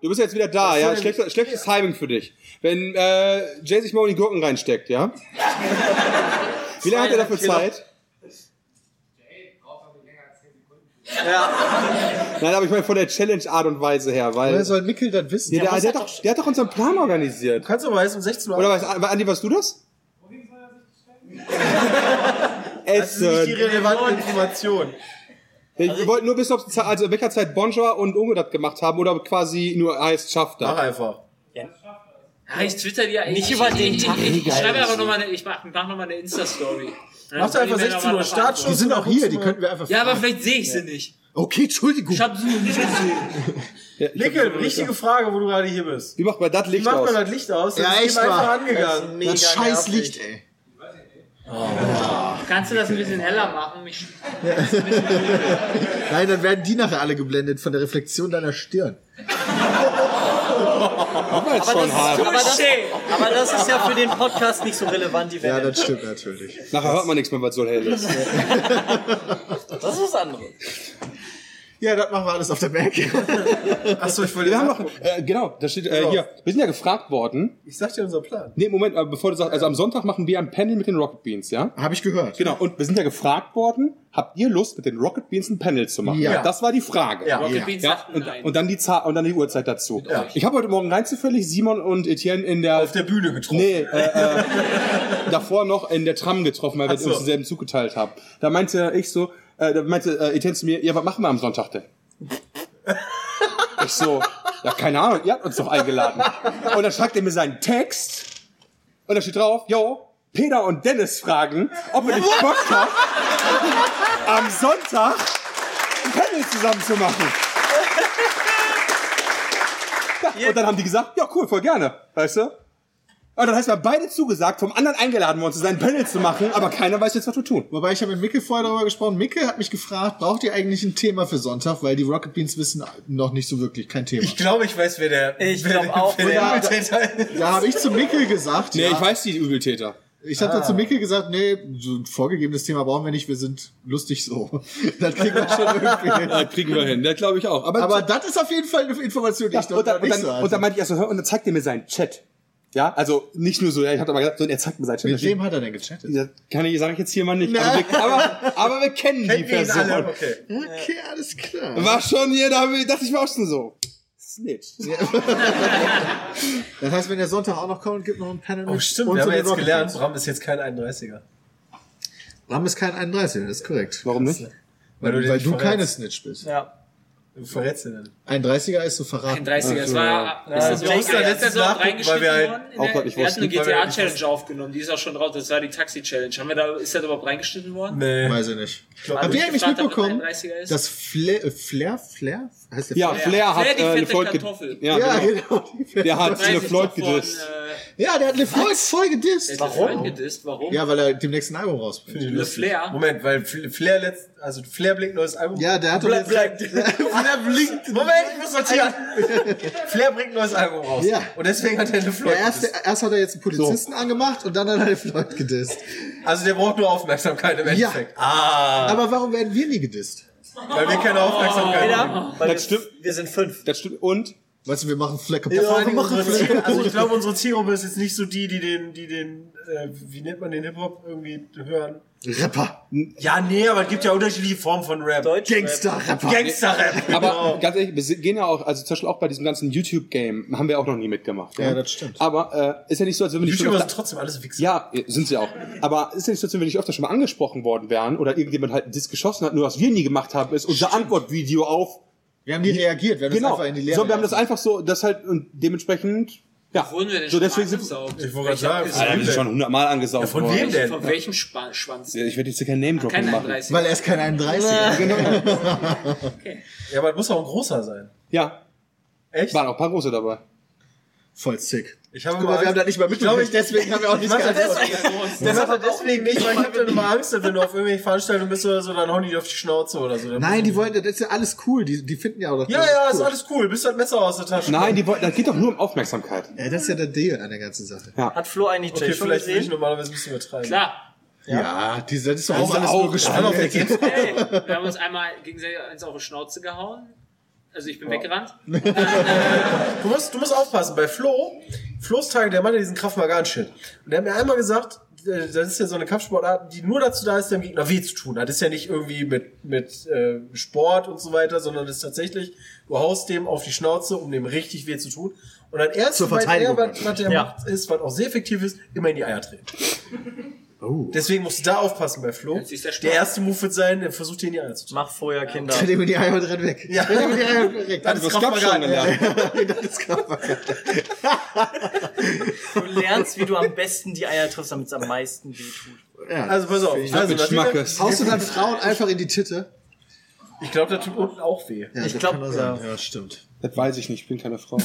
S7: du bist jetzt wieder da, ja?
S6: denn?
S7: Schlechter, schlechtes Timing für dich. Wenn äh, Jay sich morgen die Gurken reinsteckt, ja? Wie lange hat er dafür
S8: Zweieinhalb
S7: Zeit?
S8: Ja.
S7: Nein, aber ich meine von der Challenge-Art und Weise her, weil...
S4: Woher soll Mickel das wissen?
S7: Nee, der, der, hat doch, der hat doch unseren Plan organisiert.
S6: Kannst du aber erst um 16 Uhr
S7: Oder was, Andi, warst du das?
S6: Das ist nicht die
S7: Essen.
S4: äh,
S6: relevante Information.
S7: Wir wollten nur wissen, ob sie- also in welcher Zeit Bonjour und Unge das gemacht haben oder quasi nur Eis schafft
S6: Mach
S7: das.
S6: einfach.
S5: Ah, Ah, ich twitter die ja
S8: Nicht
S5: ich,
S8: über
S5: ich,
S8: den
S5: ich,
S8: Tag.
S5: Ich,
S8: Wie
S5: ich
S8: geil
S5: schreibe
S8: ist
S5: einfach
S8: die?
S5: nochmal eine, ich mach, mach nochmal eine Insta-Story. Dann
S6: Machst du
S5: können
S6: einfach
S5: die mir noch
S6: 16
S5: mal
S6: Uhr
S5: drauf
S6: Startschuss.
S4: Die sind auch hier, die
S6: Ja.
S4: könnten wir einfach.
S5: antworten. Ja, aber vielleicht sehe ich sie nicht.
S4: Okay, Entschuldigung.
S5: Ich habe sie nur nicht gesehen.
S6: Nickel, richtige Frage, wo du gerade hier bist.
S7: Wie macht man das
S6: Wie
S7: Licht
S6: macht
S7: aus?
S6: man das Licht aus?
S4: Ja,
S6: Dann ist
S4: echt
S6: ihm einfach
S4: wahr.
S6: angegangen.
S8: Mega
S4: Das scheiß
S8: nervig.
S4: Licht, ey.
S5: Kannst du das ein bisschen heller machen? Mich
S4: Nein, dann werden die nachher alle geblendet von der Reflexion deiner Stirn.
S7: Guck mal, jetzt schon hart.
S8: Aber das,
S5: Touché.
S8: aber das ist ja für den Podcast nicht so relevant, die
S4: Ja,
S8: Welle.
S4: das stimmt natürlich.
S7: Nachher hört man nichts mehr, weil es so
S6: <laughs>
S7: hell ist.
S8: das ist was anderes.
S4: Ja, das machen wir alles auf der Mac.
S6: Achso, ich wollte
S7: Wir haben
S6: ja
S7: noch, äh, genau, da steht äh, hier, wir sind ja gefragt worden.
S6: Ich sag dir unseren Plan.
S7: Nee, Moment, äh, bevor du sagst, also am Sonntag machen wir ein Panel mit den Rocket Beans, ja?
S4: Habe ich gehört.
S7: Genau, und wir sind ja gefragt worden, habt ihr Lust, mit den Rocket Beans ein Panel zu machen?
S4: Ja.
S7: Das war die Frage.
S6: Ja.
S5: Rocket Beans
S7: Ja,
S5: sagten
S7: und,
S5: nein.
S7: und dann die Zahl und dann die Uhrzeit dazu. Ich habe heute Morgen rein zufällig Simon und Etienne in der
S6: Auf der Bühne getroffen.
S7: Nee, äh, äh, davor noch in der Tram getroffen, weil wir
S6: Ach so.
S7: uns denselben Zug geteilt haben. Da meinte ich so, äh, da meinte äh, Etienne zu mir, ja, was machen wir am Sonntag denn? Ich so, ja, keine Ahnung, ihr habt uns doch eingeladen. Und dann schreibt er mir seinen Text und da steht drauf, yo, Peter und Dennis fragen, ob ihr nicht Bock habt, am Sonntag ein Panel zusammen zu machen. Ja, und dann haben die gesagt, ja, cool, voll gerne, weißt du? Aber dann heißt, wir haben beide zugesagt, vom anderen eingeladen worden zu sein, ein Panel zu machen, aber keiner weiß jetzt, was wir tun.
S4: Wobei ich habe mit Micke vorher darüber gesprochen. Micke hat mich gefragt, braucht ihr eigentlich ein Thema für Sonntag? Weil die Rocket Beans wissen noch nicht so wirklich kein Thema.
S6: Ich glaube, ich weiß, wer der,
S8: Ich
S6: wer,
S8: glaub auch,
S6: wer der
S4: ja.
S6: Übeltäter ist.
S4: Da habe ich zu Micke gesagt,
S7: Nee,
S4: ja,
S7: ich weiß Ah. die Übeltäter.
S4: ich habe da zu Micke gesagt, nee, so ein vorgegebenes Thema brauchen wir nicht, wir sind lustig so. <laughs> Das kriegen wir schon irgendwie hin.
S7: Das kriegen wir hin, das glaube ich auch. Aber,
S4: Aber das ist auf jeden Fall eine Information, die
S7: ja,
S4: ich noch
S7: und, dann, und,
S4: nicht
S7: dann,
S4: so hatte.
S7: und dann meinte ich erst so, hör, und dann zeigt er mir seinen Chat. Ja, also nicht nur so, ja, ich habe aber gesagt, sondern er zeigt mir seinen Chat. Da
S4: Mit
S7: steht-
S4: wem hat er denn gechattet?
S7: Das kann ich, sage ich jetzt hier mal nicht. Aber wir, aber, aber wir kennen die
S6: Kennen wir ihn
S7: Person.
S6: alle? Okay.
S4: Okay, alles klar.
S7: War schon hier, da hab ich- dachte ich mir auch schon so. Snitch.
S4: Das heißt, wenn der Sonntag auch noch kommt, gibt noch ein Panel
S6: Oh,
S4: mit
S6: stimmt,
S4: uns
S6: wir
S4: und
S6: haben ja
S4: den
S6: jetzt
S4: Rocket
S6: gelernt,
S4: Beans.
S6: Bram ist jetzt kein 31er.
S4: Bram ist kein 31, das ist korrekt.
S7: Warum nicht?
S4: Weil,
S6: den
S4: weil
S6: nicht
S4: du
S6: verrätst.
S4: keine Snitch bist.
S8: Ja.
S6: Du verrätst ihn dann.
S4: Ein 30er ist so verraten.
S5: Ein 30er, das war,
S6: Ja,
S5: das
S6: wir
S5: ist
S6: mussten
S5: so
S6: da
S5: das
S6: letztens
S5: ist auch
S6: nachgucken,
S5: reingeschnitten
S6: weil wir
S5: worden.
S6: halt
S5: in
S7: auch
S5: der-
S7: grad nicht
S5: wir hatten eine
S7: wussten,
S6: weil wir halt nicht
S5: GTA-Challenge aufgenommen, die ist auch schon drauf, das war die Taxi-Challenge. Haben wir da, ist das überhaupt reingeschnitten worden?
S4: <laughs>
S6: Nee.
S4: Weiß ich nicht.
S6: glaub,
S4: Habt
S5: ich
S4: ihr eigentlich
S5: gefragt, ob
S4: mitbekommen,
S5: er 31er ist?
S4: dass Flair, äh, Flair, Flair? Heißt der
S7: Ja,
S4: Flair?
S7: Flair hat
S5: Flair, die
S7: äh, eine
S5: fette
S7: Floyd
S5: Kartoffel.
S7: gedisst. Ja,
S4: Ja,
S7: genau.
S4: genau.
S7: Der
S5: <laughs>
S7: hat
S5: Weiß
S7: eine
S5: ich
S7: Floyd
S5: doch von,
S7: gedisst.
S5: äh,
S4: Ja, der hat LeFloid voll gedisst.
S5: Warum? Gedisst. Warum?
S4: Ja, weil er demnächst ein Album rausbringt.
S5: Le Flair.
S6: Moment, weil Fl- Flair letzt, also Flair blinkt neues Album.
S4: Ja, der hat doch
S6: Blank,
S4: jetzt-
S6: blank. Flair blinkt. Moment, ich muss sortieren. <laughs> Flair bringt neues Album raus.
S4: Ja.
S6: Und deswegen hat er eine Floyd.
S4: Ja, erst, erst hat er jetzt einen Polizisten angemacht und dann hat er LeFloid gedisst.
S6: Also der braucht nur Aufmerksamkeit im
S4: Ja.
S6: Endeffekt. Ah,
S4: Aber warum werden wir nie gedisst?
S6: weil wir keine Aufmerksamkeit haben.
S8: Ja, weil wir,
S7: stimmt.
S8: wir sind fünf.
S7: Das stimmt. Und?
S4: Weißt du, wir machen Flecke.
S6: Vor allen Dingen unsere Ziel- Also ich glaube, unsere Zielgruppe ist jetzt nicht so die, die den, die den, äh, wie nennt man den Hip-Hop irgendwie hören.
S4: Rapper.
S6: Ja, nee, aber es gibt ja unterschiedliche Formen von Rap.
S8: Deutsch.
S4: Gangster-Rapper.
S6: Gangster-Rap.
S4: Genau.
S7: Aber ganz ehrlich, wir sind- gehen ja auch, also zum Beispiel auch bei diesem ganzen YouTube-Game haben wir auch noch nie mitgemacht. Ja,
S4: Ja, das stimmt.
S7: Aber äh, ist ja nicht so, als wenn wir nicht schon
S6: YouTuber
S7: öfter-
S6: sind trotzdem alles Wichser.
S7: Ja, sind sie auch. Aber ist ja nicht so, als wenn wir nicht öfter schon mal angesprochen worden wären oder irgendjemand halt einen Diss geschossen hat, nur was wir nie gemacht haben, ist unser Antwortvideo auf.
S4: Wir haben nie reagiert, wir haben
S7: Genau.
S4: das einfach in die Lehre.
S7: So, wir haben das einfach so, das halt und dementsprechend. Ja.
S5: Wurden wir denn
S7: so
S5: schon mal
S7: deswegen sind
S5: angesaugt?
S6: Ich wollte
S5: Welcher
S6: gerade
S7: Alter,
S6: sagen,
S5: Episode?
S7: die sind schon hundertmal angesaugt
S6: Ja, von
S7: worden.
S6: wem denn?
S5: Von welchem Spa- Schwanz?
S7: Ja, Ich werde jetzt hier keinen Name-Dropping
S5: Kein
S7: machen.
S5: 31er.
S4: Weil er ist kein 31er.
S6: Ja, aber es muss auch ein großer sein.
S7: Ja,
S6: Echt?
S7: waren auch ein paar große dabei.
S4: Voll sick.
S6: Ich habe
S4: Guck mal, wir haben das nicht mal mitgekriegt, deswegen haben wir auch nicht geantwortet.
S6: Das hat er deswegen nicht, weil ich habe dann immer Angst, dass wenn du auf irgendwelche Veranstaltungen bist oder so, dann hauen die dir auf die Schnauze oder so. Dann
S4: Nein, die wollen, das ist ja alles cool. Die, die finden ja auch das
S6: Ja,
S4: das
S6: ja,
S4: cool.
S6: ist alles cool. Bist du das Messer aus der Tasche?
S7: Nein, die wollten, das geht doch nur um Aufmerksamkeit.
S4: Ja, das ist ja der Deal an der ganzen Sache.
S8: Hat Flo eigentlich
S6: Okay,
S8: Jay schon
S6: vielleicht würde ich
S8: gesehen?
S6: normalerweise ein bisschen übertreiben.
S5: Klar.
S4: Ja, die, das ist doch Also auch
S7: ist
S4: alles
S7: auch
S4: nur
S6: Einmal auf
S4: gespielt.
S6: der Gamescom.
S5: Ey, wir haben uns einmal gegenseitig eins auf die Schnauze gehauen. Also ich bin weggerannt.
S6: Du musst, du musst aufpassen. Bei Flo, Flo's Tage, der Mann, der diesen Kraftmagan-Shit. Und der hat mir einmal gesagt, äh, das ist ja so eine Kampfsportart, die nur dazu da ist, dem Gegner weh zu tun. Das ist ja nicht irgendwie mit, mit äh, Sport und so weiter, sondern das ist tatsächlich, du haust dem auf die Schnauze, um dem richtig weh zu tun. Und dann erst,
S4: Zur
S6: was er,
S4: Verteidigung halt, ne?
S6: was, was er
S8: Ja.
S6: macht, ist, was auch sehr effektiv ist, immer in die Eier treten. Deswegen musst du da aufpassen bei Flo.
S5: Jetzt ist er
S6: Der
S5: stark.
S6: erste Move wird sein, er versucht dir in die Eier zu
S8: Mach vorher,
S4: <laughs>
S8: Kinder.
S4: Tritt ihm in die Eier und renn weg.
S6: Ja.
S4: Tritt ihm in die Eier und renn weg. Das
S7: Das
S4: ist
S7: gab schon gelernt.
S4: Kraftmagat. Das ist Kraftmagat.
S8: Du lernst, wie du am besten die Eier triffst, damit es am meisten
S4: <laughs>
S8: wehtut.
S4: Ja.
S6: Also pass auf.
S7: Also,
S6: Also,
S7: mit
S6: Nadine,
S7: Schmackes.
S4: Haust du dann Frauen einfach in die Titte?
S6: ich glaube, das tut unten auch weh.
S4: Ja,
S8: Ich
S4: das
S8: glaub,
S4: kann doch sein. Ja, stimmt.
S7: Das weiß ich nicht, ich bin keine Frau.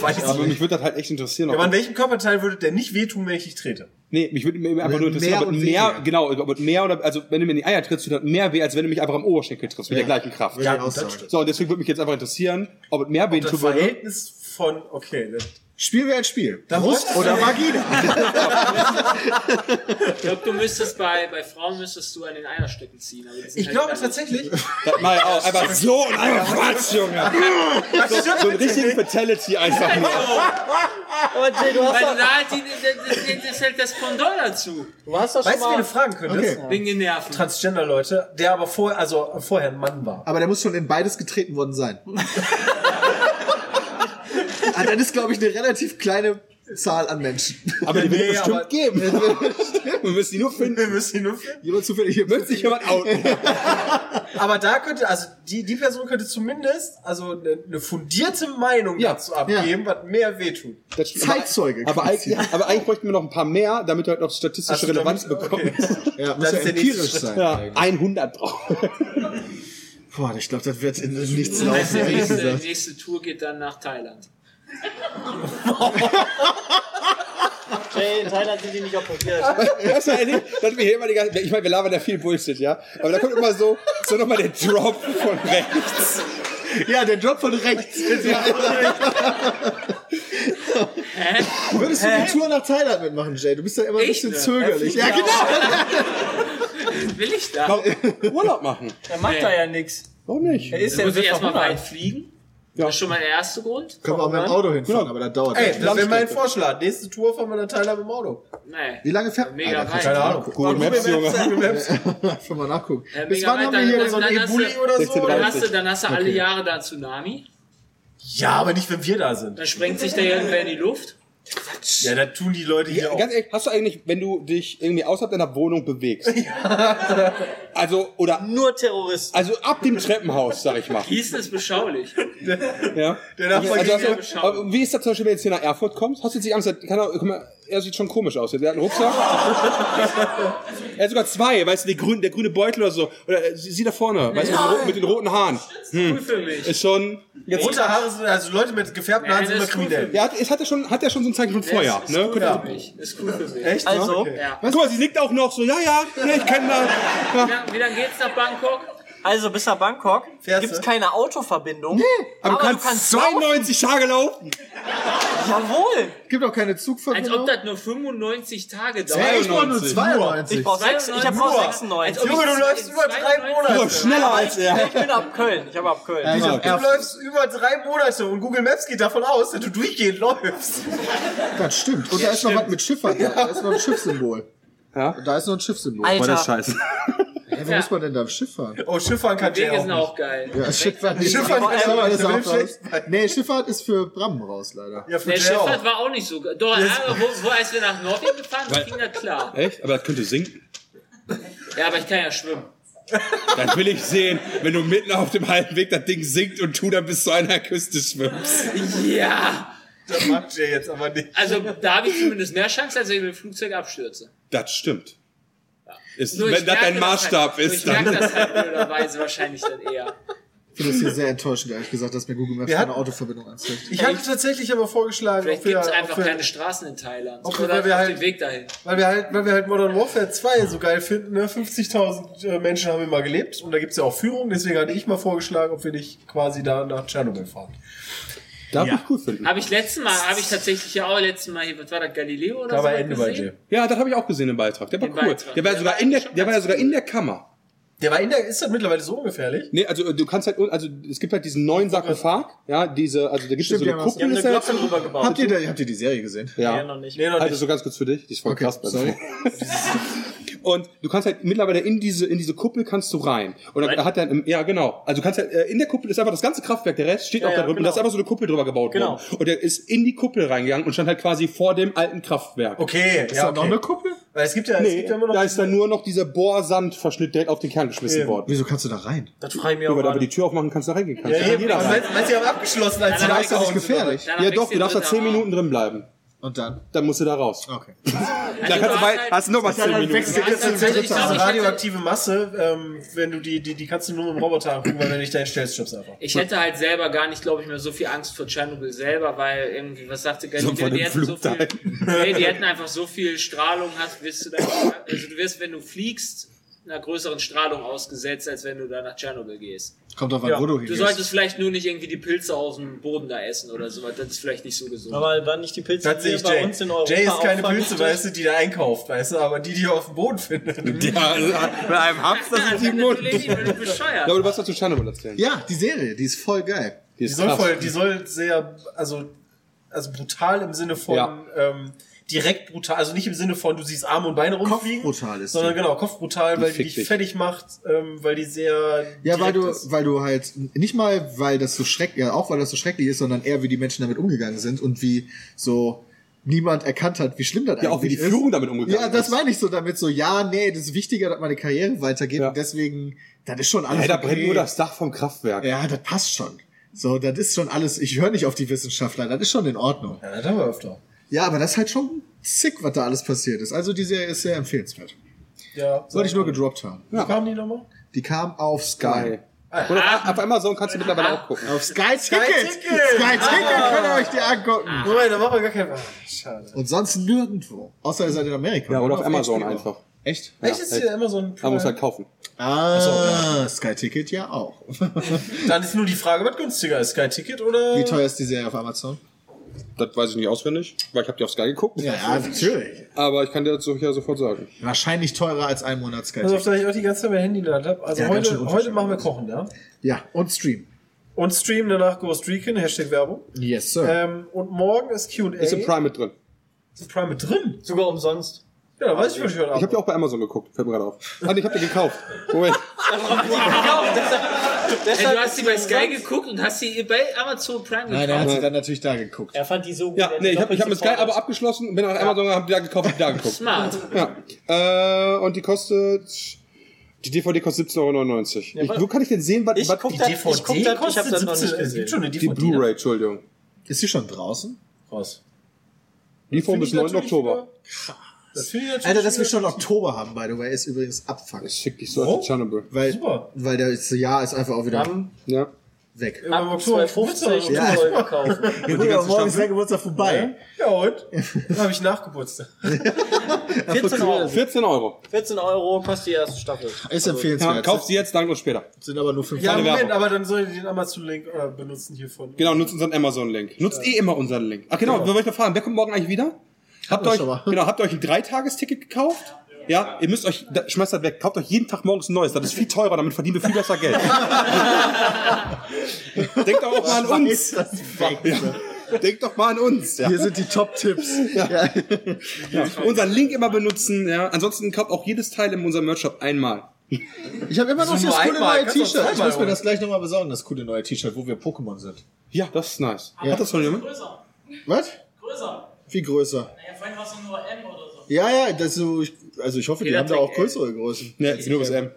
S6: Weiß ich
S7: Aber
S6: nicht.
S7: mich würde das halt echt interessieren.
S6: Aber
S7: Ob
S6: an welchem Körperteil würde der nicht wehtun, wenn ich dich trete?
S7: nee, mich würde mir einfach nur interessieren,
S4: Mehr
S7: ob es
S4: und
S7: mehr,
S4: weniger.
S7: genau, ob es mehr oder, also wenn du mir in die Eier trittst, tut das mehr weh, als wenn du mich einfach am Oberschenkel trittst, mit der gleichen Kraft.
S4: Ja,
S6: Ja,
S4: das
S6: das
S4: stimmt.
S7: So, und deswegen würde mich jetzt einfach interessieren, ob es mehr weh
S6: Das
S7: tut würde.
S6: Verhältnis von, okay, das,
S4: Spielen wir ein Spiel.
S6: Da
S4: Brust
S6: muss-
S4: oder Vagina?
S5: Ich glaube, du müsstest bei, bei Frauen müsstest du an den Eierstücken ziehen. aber die sind
S6: ich
S5: halt
S6: glaube
S5: klein.
S6: tatsächlich,
S7: Das mal auch einfach so und <laughs> einfach Quatsch, Junge. so, so ein richtigen Fatality einfach nur.
S8: Aber Jay, du hast
S5: Weil
S8: doch,
S5: da halt die, das, das, das hält das Pendant dazu.
S8: du hast doch schon
S6: weißt du, wen
S8: mal...
S6: du fragen könntest?
S5: Wegen den Nerven.
S6: Transgender-Leute, der aber vorher, also vorher ein Mann war.
S4: Aber der muss schon in beides getreten worden sein. ah, das ist, glaube ich, eine relativ kleine Zahl an Menschen.
S7: Aber die wird es
S6: Nee,
S7: bestimmt
S6: aber-
S7: geben. Wir müssen die nur finden.
S6: Wir müssen ihn nur finden.
S4: Jemand zufällig hier
S7: Wird sich jemand outen.
S6: Aber da könnte, also die, die Person könnte zumindest also eine, eine fundierte Meinung
S7: Ja,
S6: dazu abgeben, was mehr wehtut.
S7: Das stimmt.
S4: Zeitzeuge.
S7: Aber, aber,
S4: quasi.
S7: eigentlich, aber eigentlich bräuchten wir noch ein paar mehr, damit du halt noch
S6: Hast
S7: statistische
S6: du
S7: Relevanz
S6: damit-
S7: bekommst.
S4: ja, muss ja
S6: das ist der nächste
S4: empirisch
S6: Schritt.
S4: sein.
S7: Ja, 100 Äh, brauchen. <laughs>
S4: Boah, ich glaube, das wird in in nichts
S5: Das heißt,
S4: laufen,
S5: die
S4: ehrlich
S5: nächste,
S4: gesagt.
S5: die nächste Tour geht dann nach Thailand.
S8: Jay, in Thailand sind die nicht operiert.
S7: Weißt du ehrlich, dass wir hier immer die ganze, ich meine, wir labern ja viel Bullshit, ja. Aber da kommt immer so, so nochmal der Drop von rechts.
S4: Ja, der Job von
S7: <laughs>
S4: rechts. Würdest du die Tour nach Thailand mitmachen, Jay? Du bist ja immer ein
S5: Ich,
S4: bisschen
S5: ne?
S4: zögerlich. Ja, genau.
S5: Will ich da?
S7: Warum- Urlaub machen.
S8: Er macht da ja nichts.
S7: Warum nicht?
S8: Er ist
S5: Muss
S8: ja
S5: ich erstmal weit fliegen?
S7: Ja.
S5: Das ist schon mal der erste Grund?
S4: Können wir auch mit dem Auto hinfahren,
S7: Ja.
S4: aber das dauert.
S6: Ey,
S4: nicht.
S6: das wäre mein Vorschlag. Nächste Tour fahren wir dann Teilhabe im Auto.
S5: Nee.
S4: Wie lange fährt
S5: Mega
S4: Alter, kannst
S5: weit.
S4: du mal
S5: Keine
S4: nachgucken.
S7: Google Maps, Junge.
S6: <laughs> Google Maps.
S4: Einfach mal nachgucken.
S5: Äh,
S4: Bis
S5: mega
S4: wann
S5: weit,
S4: haben wir
S5: dann-
S4: hier
S5: dann-
S4: so einen
S5: dann hast du-
S4: E-Bulli oder so?
S7: 16
S5: Dann hast du, dann hast du alle Jahre da einen Tsunami.
S6: <laughs> Ja, aber nicht, wenn wir da sind.
S5: Dann sprengt sich da irgendwer in die Luft.
S6: Ja, da tun die Leute hier auch.
S7: Ganz ehrlich, hast du eigentlich, wenn du dich irgendwie außerhalb deiner Wohnung bewegst, also, oder,
S8: Nur Terroristen.
S7: also ab dem Treppenhaus, sag ich mal,
S5: Gießen ist beschaulich.
S7: ja.
S6: Der darf mal
S7: Also,
S6: gehen.
S7: also,
S5: ja beschauen.
S7: aber wie ist das zum Beispiel, wenn du jetzt hier nach Erfurt kommst? Hast du jetzt die Angst, dass- keine Ahnung, guck mal, er sieht schon komisch aus. Der hat einen Rucksack. er hat sogar zwei, weißt du, die grüne, der grüne Beutel oder so. Oder äh, sie, sie da vorne, weißt du, mit den roten- mit den roten Haaren.
S5: Cool für mich.
S7: Ist schon, jetzt,
S6: Rote Haare sind, also Leute mit gefärbten
S5: Nee,
S6: Haaren sind
S5: das
S6: immer
S5: ist gut.
S6: kriminell.
S7: ja, hat, ist, hat er schon, hat er schon so ein Zeichen von Feuer,
S5: ist, ist
S7: ne?
S5: cool
S7: Ja.
S5: für mich. Ist cool für mich.
S6: Echt? ne?
S8: Also,
S6: Okay.
S5: Ja.
S7: Guck mal, sie nickt auch noch so, ja, ja, ja ich kenne das. Ja.
S5: Ja, wie lange geht's nach Bangkok?
S8: also bis nach Bangkok
S6: Fährst
S8: gibt's
S6: du?
S8: keine Autoverbindung.
S7: Aber du kannst, 92 Tage laufen.
S8: laufen. Jawohl.
S4: Es gibt auch keine
S5: Als ob
S4: Zugverbindung.
S5: das nur 95 Tage dauert.
S4: Hey, ich brauche nur
S7: 92.
S4: 92.
S8: Ich brauch, sechs, ich hab
S5: Nur.
S8: nur
S5: Als
S8: 96.
S5: ob
S6: Junge,
S5: ich
S6: du läufst
S5: in
S6: über drei
S5: 92
S6: Monate.
S7: Nur schneller als er.
S8: Ich bin ab Köln. Ich habe ab
S7: Äh,
S8: Köln.
S4: Also,
S6: Du läufst über drei Monate und Google Maps geht davon aus, dass du durchgehend läufst.
S4: Das stimmt. Und da ist noch was mit Schiffern. Da ist noch ein Schiffssymbol.
S7: Ja.
S4: Und da ist noch ein Schiffssymbol.
S8: Alter.
S4: Hä,
S7: Scheiße.
S4: wo muss man denn da Schiff fahren?
S6: Oh, Schifffahren kann
S5: Wege
S6: Jay auch
S5: sind
S6: nicht.
S5: auch geil.
S4: Ja, Schifffahrt nicht.
S6: Schifffahrt
S4: Aber
S6: ist
S4: aber
S6: aber
S4: ist
S6: für
S4: auch
S6: den
S4: raus.
S6: Schlechtbein.
S4: Nee, Schifffahrt ist für Brammen raus, leider.
S6: Ja, für
S5: Der
S6: Jay
S5: Schifffahrt
S6: auch.
S5: war auch nicht so geil. Doch, aber wo, wo, als wir nach Norwegen gefahren sind, ging das klar.
S7: Echt? Aber das könnte sinken.
S5: Ja, aber ich kann ja schwimmen.
S7: Dann will ich sehen, wenn du mitten auf dem halben Weg das Ding sinkt und du dann bis zu einer Küste schwimmst.
S5: Ja!
S6: Das macht Jay jetzt aber nicht.
S5: Also, da habe ich zumindest mehr Chance, als wenn ich mit dem Flugzeug abstürze.
S7: Das stimmt. Ist,
S5: Nur ich
S7: wenn das
S5: merke
S7: dein Maßstab
S5: halt, nur
S7: ist,
S5: ich
S7: dann.
S5: merke das halt blöderweise wahrscheinlich dann eher.
S4: Ich finde das hier sehr enttäuschend, ehrlich gesagt, dass mir Google Maps
S6: Wir
S4: keine
S6: hatten-
S4: Autoverbindung anzeigt.
S6: Ich hatte tatsächlich aber vorgeschlagen,
S5: Vielleicht
S6: ob
S5: gibt
S6: wir,
S5: es einfach
S6: ob wir,
S5: keine Straßen in Thailand.
S6: ob wir-
S5: Oder
S6: weil wir
S5: auf
S6: halt-
S5: den Weg dahin.
S6: weil wir halt, weil wir halt Modern Warfare 2 so geil finden, ne? 50.000 äh, Menschen haben immer gelebt und da gibt's ja auch Führung, deswegen hatte ich mal vorgeschlagen, ob wir nicht quasi da nach Tschernobyl fahren.
S7: Darf ich cool finden.
S5: Habe ich letzten Mal, habe ich tatsächlich ja auch letzten Mal hier, was war das, Galileo oder
S6: Da
S5: so?
S6: war Ende bei Jay.
S7: Ja, das habe ich auch gesehen im Beitrag. Der war
S5: Im
S7: cool.
S5: Beitrag.
S7: Der war,
S5: Der
S7: sogar
S5: war
S7: in der,
S5: schon
S7: der war ja
S5: ganz
S7: sogar
S5: cool.
S7: in der Kammer.
S6: Der war in der, ist das mittlerweile so ungefährlich?
S7: Nee, also äh, du kannst halt, un- also es gibt halt diesen neuen Sarkophag, ja, diese, also da gibt es
S4: Stimmt,
S7: so
S4: die
S7: eine
S4: haben was-
S7: Kuppel.
S8: eine
S7: ist da jetzt-
S8: Glocke drüber gebaut.
S4: Habt ihr, da, habt ihr die Serie gesehen?
S8: Ja,
S7: Ja.
S8: noch nicht.
S6: Nee, noch
S7: Also
S6: nicht.
S7: so ganz kurz für dich. Die ist voll
S4: Okay,
S7: krass bei
S4: sorry.
S7: sorry. Und du kannst halt mittlerweile in diese, in diese Kuppel kannst du rein. Und dann hat dann, im- ja genau. Also du kannst halt, äh, in der Kuppel ist einfach das ganze Kraftwerk, der Rest steht
S8: Ja,
S7: auch da
S8: ja,
S7: drüben. Und
S8: genau.
S7: da ist einfach so eine Kuppel drüber gebaut
S8: Genau.
S7: worden. Und der ist in die Kuppel reingegangen und stand halt quasi vor dem alten Kraftwerk.
S6: Okay,
S4: Ist
S6: ja,
S4: da noch
S6: okay.
S4: eine Kuppel?
S6: Weil es gibt ja, es
S7: Nee,
S6: gibt ja immer noch.
S7: da ist dann nur noch dieser Bohrsandverschnitt direkt auf den Kern geschmissen
S6: Eben.
S7: worden.
S4: Wieso kannst du da rein?
S8: Das frage ich mir
S7: Ja,
S8: auch
S7: weil du aber
S8: an.
S7: die Tür aufmachen kannst, da reingehen kannst.
S6: ja, genau. eben,
S7: jeder
S6: aber
S7: rein.
S6: meinst, meinst du, die haben abgeschlossen, als sie
S5: Nein,
S6: da
S5: aber
S4: Das ist
S6: ist
S4: gefährlich.
S5: Danach
S7: ja
S5: wächst
S7: doch,
S5: dir
S7: du darfst da
S5: drin,
S7: 10
S5: aber-
S7: Minuten drin bleiben.
S4: Und dann.
S7: Dann musst du da raus.
S4: Okay.
S7: Da kannst du
S5: hast
S7: bei,
S5: halt-
S7: hast du nochmal 10 Minuten.
S5: Du hast halt-
S6: Also
S5: also ich
S6: ich
S5: glaub, ich
S6: diese
S5: hätte-
S6: radioaktive Masse, ähm, wenn du die, die, die kannst du nur mit dem Roboter angucken, weil wenn du dich da hinstellst, stirbst du einfach.
S5: Ich hätte halt selber gar nicht, glaube ich, mehr so viel Angst vor Tschernobyl selber, weil irgendwie, was sagte Galileo,
S7: Sondern von
S5: die
S7: dem
S5: hätten so
S7: Flug
S5: viel, nee, die hätten einfach so viel Strahlung, hast, wirst du dann, also du wirst, wenn du fliegst, einer größeren Strahlung ausgesetzt, als wenn du da nach Tschernobyl gehst.
S4: Kommt auf an,
S6: Ja,
S4: wo du
S5: Du
S4: hingehst.
S5: solltest vielleicht nur nicht irgendwie die Pilze aus dem Boden da essen oder sowas, das ist vielleicht nicht so gesund.
S8: Aber waren nicht die Pilze
S6: Das
S8: die
S6: sehe
S8: wir
S6: ich
S8: bei
S6: Jay.
S8: uns in Europa
S6: Jay ist keine
S8: auch
S6: Pilze,
S8: vernichtet?
S6: weißt du, die da einkauft, weißt du, aber die, die er auf dem Boden findet.
S7: Ja, also, mit einem Hamster
S5: <laughs>
S7: sind die im Mund.
S5: natürlich,
S7: Ja,
S5: weil also du bescheuert.
S7: aber du warst doch zu Tschernobyl erzählen.
S4: Ja, die Serie, die ist voll geil.
S7: Die
S6: Die
S7: ist
S6: soll
S7: krass.
S6: voll, die soll sehr, also, also brutal im Sinne von,
S7: Ja.
S6: ähm, direkt brutal, also nicht im Sinne von, du siehst Arme und Beine rumfliegen.
S4: Kopfbrutal ist die.
S6: Sondern genau, kopfbrutal, weil die
S7: fickt
S6: dich
S7: dich.
S6: fertig macht, ähm, weil die sehr.
S4: Ja, weil
S6: direkt
S4: du,
S6: ist.
S4: weil du halt nicht mal, weil das so schreck, ja, auch weil das so schrecklich ist, sondern eher wie die Menschen damit umgegangen sind und wie so niemand erkannt hat, wie schlimm das
S7: Ja, auch wie
S4: eigentlich
S7: die
S4: ist.
S7: Führung damit umgegangen
S4: Ja, das
S7: ist.
S4: meine ich so damit so, ja, nee, das ist wichtiger, dass meine Karriere weitergeht
S7: Ja.
S4: und deswegen, das ist schon alles.
S7: Ey, da
S4: okay.
S7: brennt nur das Dach vom Kraftwerk.
S4: Ja, das passt schon. So, das ist schon alles, ich höre nicht auf die Wissenschaftler, das ist schon in Ordnung.
S6: Ja, das haben wir öfter.
S4: Ja, aber das ist halt schon sick, was da alles passiert ist. Also die Serie ist sehr empfehlenswert.
S6: Ja.
S4: Sollte ich nur gedroppt haben.
S6: Wie kamen die nochmal?
S4: Die kam auf Sky.
S7: Geil. Oder auf Amazon kannst du mittlerweile auch gucken.
S4: Auf Sky Ticket! Sky
S6: Ticket!
S4: Ticket, könnt ihr euch die angucken.
S6: Moment, da machen wir gar keinen. Ah, schade.
S4: Und sonst nirgendwo. Außer ihr seid in Amerika.
S7: Ja, oder auf Amazon
S4: HBO.
S7: einfach.
S4: Echt?
S6: Echt ist hier immer so ein.
S7: Man muss halt kaufen.
S4: Ah, Sky Ticket ja auch. <laughs>
S6: Dann ist nur die Frage, was günstiger ist, Sky Ticket oder.
S4: Wie teuer ist die Serie auf Amazon?
S7: Das weiß ich nicht auswendig, weil ich habe die auf Sky geguckt.
S4: Ja, ja natürlich.
S7: Aber ich kann dir das so- ja sofort sagen.
S4: Wahrscheinlich teurer als ein Monat Sky
S6: Also, auf
S4: Ticket.
S6: der ich auch die ganze Zeit mein Handy in der Hand habe. Also,
S4: Ja, ganz schön
S6: heute, heute
S4: unterschiedlich.
S6: machen wir Kochen, ja?
S4: Ja, und Stream.
S6: Und streamen danach Ghost Recon, Hashtag Werbung.
S4: Yes, sir.
S6: Ähm, und morgen ist Q&A.
S7: Ist im Prime mit drin.
S6: Ist Prime mit drin?
S8: Sogar umsonst.
S6: Ja, weiß ich, was ich heute
S7: Ich habe
S6: Abend
S7: die auch bei Amazon geguckt, fällt mir gerade auf. Ah, nee, ich habe die gekauft. Moment.
S5: Ey, du hast die bei Sky geguckt und hast sie bei Amazon Prime
S4: Nein, er
S5: gekauft.
S4: hat sie dann natürlich da geguckt.
S8: Er fand die so gut.
S7: Ja,
S8: er hat
S7: nee, ich habe
S8: doppelt
S7: ich hab mit Sky
S8: gefordert.
S7: aber abgeschlossen, bin nach Amazon, habe die da gekauft, hab die da geguckt.
S5: Smart.
S7: Ja. Äh, und die kostet. Die DVD kostet 17,99 Euro. Ich, wo kann ich denn sehen, was,
S8: Ich
S7: was
S8: guck
S7: die,
S8: da-
S6: Die DVD
S8: Ich guck da- ich
S6: kostet
S8: hab das noch nicht
S6: 17, es
S8: gesehen.
S6: gibt schon eine
S7: die
S6: DVD.
S7: Blu-ray, Entschuldigung.
S4: Ist sie schon draußen?
S6: raus.
S7: Lieferung bis 9. Oktober.
S6: Das finde ich natürlich
S4: Alter, dass wir schon
S6: wieder-
S4: Oktober haben, by the way, ist übrigens Abfuck. Oh,
S7: Ich schick dich so
S6: Warum?
S7: auf Chernobyl.
S4: Weil,
S6: Super.
S4: weil das Jahr ist einfach auch wieder
S7: Ja.
S4: weg.
S6: Irgendwann im
S8: Ab
S6: Oktober
S8: 2,50
S6: Ja.
S4: Ja.
S8: Euro kaufen.
S4: <laughs> Ja, Bruder, morgen ist der Geburtstag vorbei.
S6: ja, und? Dann habe ich Nachgeburtstag.
S8: 14 Euro.
S7: 14 Euro.
S8: 14 Euro kostet die erste Staffel.
S4: Ist
S7: Ja,
S4: empfehlenswert.
S7: kauf sie jetzt, dank uns später.
S4: Sind aber nur fünf
S6: Ja,
S7: Keine
S6: Moment,
S7: Werbung.
S6: aber dann soll ich den Amazon-Link äh, benutzen hiervon.
S7: Genau, nutzt unseren Amazon-Link. Nutzt eh immer unseren Link. Ach genau, wollte ich noch fragen, wer kommt morgen eigentlich wieder? Habt ihr
S4: wir
S7: euch,
S4: schon mal.
S7: genau, habt ihr euch ein Dreitagesticket gekauft? Ja, ihr müsst euch, da, schmeißt das weg, kauft euch jeden Tag morgens ein neues, das ist viel teurer, damit verdienen wir viel besser Geld. Denkt doch auch mal an uns. Ja. Denkt doch mal an uns. Ja.
S4: Hier sind die Top-Tipps.
S7: Unseren Link immer benutzen. Ja. Ansonsten kauft auch jedes Teil in unserem Merch-Shop einmal.
S4: Ich habe immer noch
S6: So
S4: das
S6: nur
S4: coole
S6: einmal,
S4: neue
S6: kannst du auch
S4: T-Shirt. Ich
S6: zweimal
S4: muss mir
S6: holen.
S4: das gleich nochmal besorgen, das coole neue T-Shirt, wo wir Pokémon sind.
S7: Ja, das ist nice. Hat das schon jemand?
S4: Was? Viel größer. Ja, ja, das ist so, ich, also ich hoffe, die
S5: Jeder
S4: haben da
S5: trägt
S4: auch größere Größen.
S7: Nee, ist nur bis M.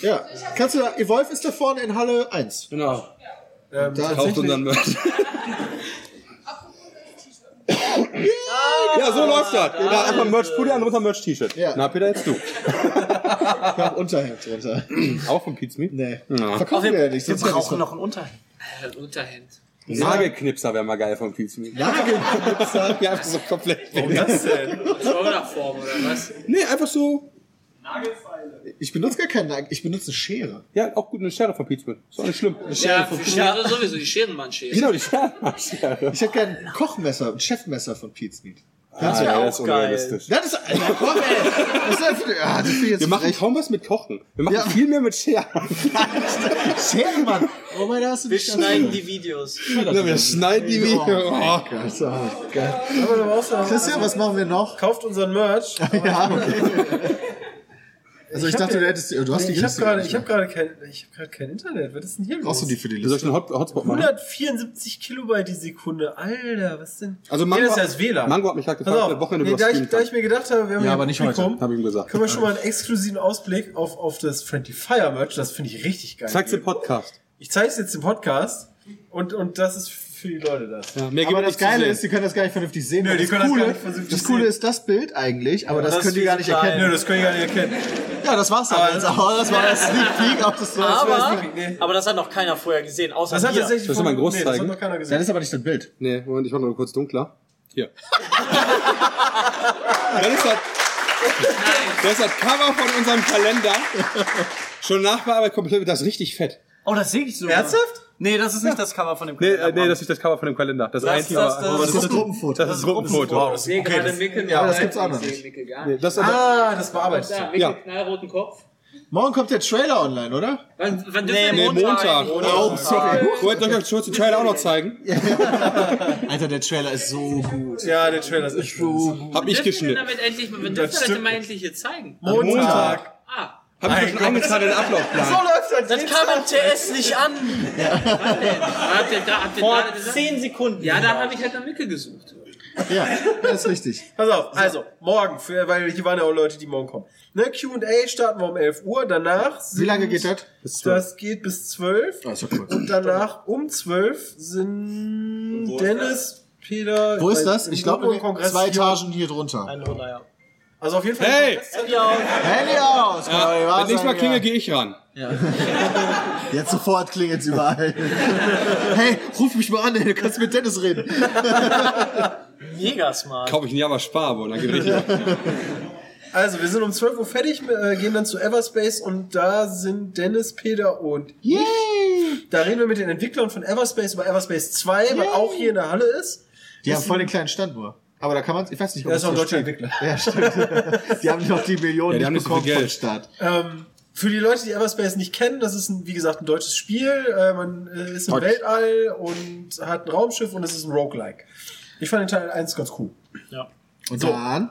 S4: Ja. Kannst du da, Evolve ist da vorne in Halle 1.
S7: Genau.
S6: Ähm,
S4: Da-
S7: Kauft
S6: tatsächlich-
S7: unseren Merch. Ja, so läuft das. Da einmal Merch-Pulli, an unser Merch-T-Shirt.
S4: Ja.
S7: Na, Peter, jetzt du.
S4: Ich hab Unterhemd
S7: <clears throat>
S4: drunter.
S7: Auch von Pizza Me?
S4: Nee.
S7: Ja.
S4: Verkaufen wir ja nicht.
S8: Wir
S4: sonst hätte ich's
S8: brauchen noch ein Unterhemd.
S5: Alter, Unterhemd.
S7: Nagelknipser wäre mal geil von Pizza Me.
S4: <laughs> Nagelknipser?
S7: Ja, einfach so komplett.
S6: Warum das denn?
S5: Schauderform oder was?
S7: Nee, einfach so.
S4: noch- Ich benutze gar keinen Nagel, ich benutze eine Schere.
S7: Ja, auch gut, eine Schere von Pizza Me. Ist auch nicht schlimm.
S5: Ja, für Schere sowieso, die Scherenmannschere.
S7: Genau, die Schere. <laughs> Schere.
S4: Ich hätte gern ein Kochmesser, ein Chefmesser von Pete's Meat.
S7: Das
S8: wär auch
S7: Ah, das ist
S8: geil.
S7: unrealistisch.
S4: Das ist, Alter, komm, ey. Das ist einfach, ah, das finde ich jetzt
S7: Wir machen
S4: frech.
S7: kaum was mit Kochen. Wir machen
S4: Ja.
S7: viel mehr mit Scheren.
S4: Schere, Mann. Oh mein, da hast du
S8: Wir
S4: nicht ganz
S8: schneiden
S4: recht.
S8: die Videos.
S7: Ja, wir schneiden die Videos.
S4: Oh Gott, oh Gott.
S6: Aber wir brauchen auch-
S4: Christian, was machen wir noch?
S6: Kauft unseren Merch.
S4: Ja, Also ich, dachte, du hättest die, du hast die
S6: Nee, ich habe
S4: Liste
S6: gerade,
S4: nicht
S6: ich habe
S4: mehr.
S6: gerade kein, ich habe gerade kein Internet. Was ist denn hier los?
S4: Brauchst du die für die
S7: Du sollst
S4: Liste?
S7: einen Hot Hotspot machen.
S6: 174 Kilobyte die Sekunde, Alter, was denn?
S7: Also
S6: Mango,
S7: Mango,
S6: ja, das ist ja das WLAN.
S7: Mango hat mich gerade gefragt, am Wochenende
S6: nee,
S7: nee,
S6: da,
S7: das
S6: ich,
S7: streamen
S6: da ich
S7: kann.
S6: mir gedacht habe, wir haben
S4: Ja,
S6: hier
S4: aber nicht heute.
S6: Publikum,
S7: Hab ich ihm gesagt.
S6: Können wir schon mal einen exklusiven Ausblick auf, auf das Friendly Fire Merch, das finde ich richtig geil.
S7: Zeig's im Podcast.
S6: Ich zeig's jetzt im Podcast und, und das ist für die Leute das.
S7: Ja, mehr
S4: Aber
S7: gibt
S4: das
S7: nicht zu
S4: Geile
S7: sehen.
S4: ist, die können das gar nicht vernünftig sehen.
S6: Nö,
S4: weil
S6: die
S4: das
S6: können das
S4: Coole,
S6: gar nicht vernünftig
S4: Das Coole
S6: sehen.
S4: ist das Bild eigentlich, aber das,
S6: Das
S4: können die
S6: ist
S4: gar nicht
S6: klein.
S4: erkennen.
S6: Nö, das können die gar nicht erkennen.
S4: Ja, das war's dann jetzt. Aber das war der Sneak Peek auf das
S8: Aber,
S6: nee.
S8: aber das hat noch keiner vorher gesehen, außer
S6: Das hat
S8: wir.
S6: tatsächlich.
S7: Sollst du mal
S6: <laughs>
S7: groß
S6: das hat
S7: zeigen?
S6: noch keiner gesehen.
S4: Dann ist aber nicht das Bild.
S7: Nee, Moment, ich mach nur kurz dunkler. <laughs> Hier. das, ist das, das ist das Cover von unserem Kalender. Schon nachbearbeitet komplett, das ist richtig fett.
S8: Oh, das sehe ich so.
S6: Ernsthaft?
S8: Nee, das ist nicht das Cover von dem
S7: Nee,
S8: Kalender.
S7: äh, nee, das ist nicht das Cover von dem Kalender. Das,
S8: Das-
S7: einzige,
S8: das-
S7: aber-
S8: das-
S7: aber
S4: Das ist das Gruppenfoto.
S7: das ist ein Gruppenfoto.
S5: Ich sehe gerade Mickel.
S4: aber
S5: nur
S4: das gibt's auch noch
S5: Ich sehe
S4: nicht.
S5: Mickel gar
S7: Nee,
S5: nicht.
S7: Das ist aber,
S6: Ah, das bearbeitet.
S5: Da, Mickel
S7: Ja.
S5: knallroten Kopf.
S4: Morgen kommt der Trailer online, oder?
S5: Wann, wann
S8: Nee,
S5: dürfen
S7: nee,
S5: wir
S8: Montag.
S7: Montag.
S4: Oh, sorry.
S7: Wollt ihr euch kurz den Trailer auch noch zeigen?
S4: <laughs> Alter, der Trailer ist so gut.
S6: Ja, der Trailer ist echt gut.
S7: Hab ich
S5: Dürfen wir
S7: geschnitten.
S5: damit endlich, wann dürfen wir
S6: Das
S5: das
S6: stimmt
S5: denn mal endlich hier zeigen?
S6: Montag.
S5: Ah,
S7: Hab ich doch schon eingezahlt in den Ablaufplan.
S6: läuft's als
S8: das kam am TS nicht an.
S5: habt ihr, gra- habt ihr
S8: Vor
S5: gerade gesagt?
S8: 10 Sekunden.
S5: Ja, da habe ich halt nach Mickel gesucht.
S4: Ja, das ist richtig.
S6: Pass auf, also, morgen, für, weil hier waren ja auch Leute, die morgen kommen. Ne, Q&A starten wir um 11 Uhr, danach
S4: Wie
S6: sind,
S4: lange geht das?
S6: das geht bis 12
S7: Oh.
S4: Ah, ist ja kurz.
S6: und danach um 12 sind Dennis, Peter...
S4: Wo ist
S6: bei-
S4: das?
S6: im
S4: Ich glaube,
S6: Kongress
S4: zwei
S6: hier.
S4: Etagen hier drunter.
S8: Eine Runde, ja.
S6: Also auf jeden Fall...
S7: Hey!
S4: Handy aus!
S7: Ja, wenn ich mal klingel, gehe ich ran.
S4: Jetzt sofort klingelt's überall. <laughs> hey, ruf mich mal an, ey, du kannst mit Dennis reden.
S8: Mega smart.
S7: Kaufe ich ein Jahr was Sparabo und dann gebe
S4: <laughs>
S7: ich richtig.
S6: Also, wir sind um 12 Uhr fertig, äh, gehen dann zu Everspace und da sind Dennis, Peter und ich. Da reden wir mit den Entwicklern von Everspace über Everspace 2, weil auch hier in der Halle ist.
S4: Die haben voll den kleinen Stand nur. Aber da kann man, ich weiß nicht, ob
S6: Da ist
S4: das
S6: auch ein
S4: da
S6: deutscher
S4: steht.
S6: Entwickler.
S4: Ja, stimmt. Die haben noch die Millionen
S7: Ja, die haben
S4: nicht
S7: nicht so
S4: bekommen
S7: viel
S4: vom
S7: Geld.
S4: Staat.
S6: Ähm, für die Leute, die Everspace nicht kennen, das ist, ein, wie gesagt, ein deutsches Spiel. Äh, man äh, ist im Weltall und hat ein Raumschiff und es ist ein Roguelike. Ich fand den Teil 1 ganz cool.
S4: Und dann?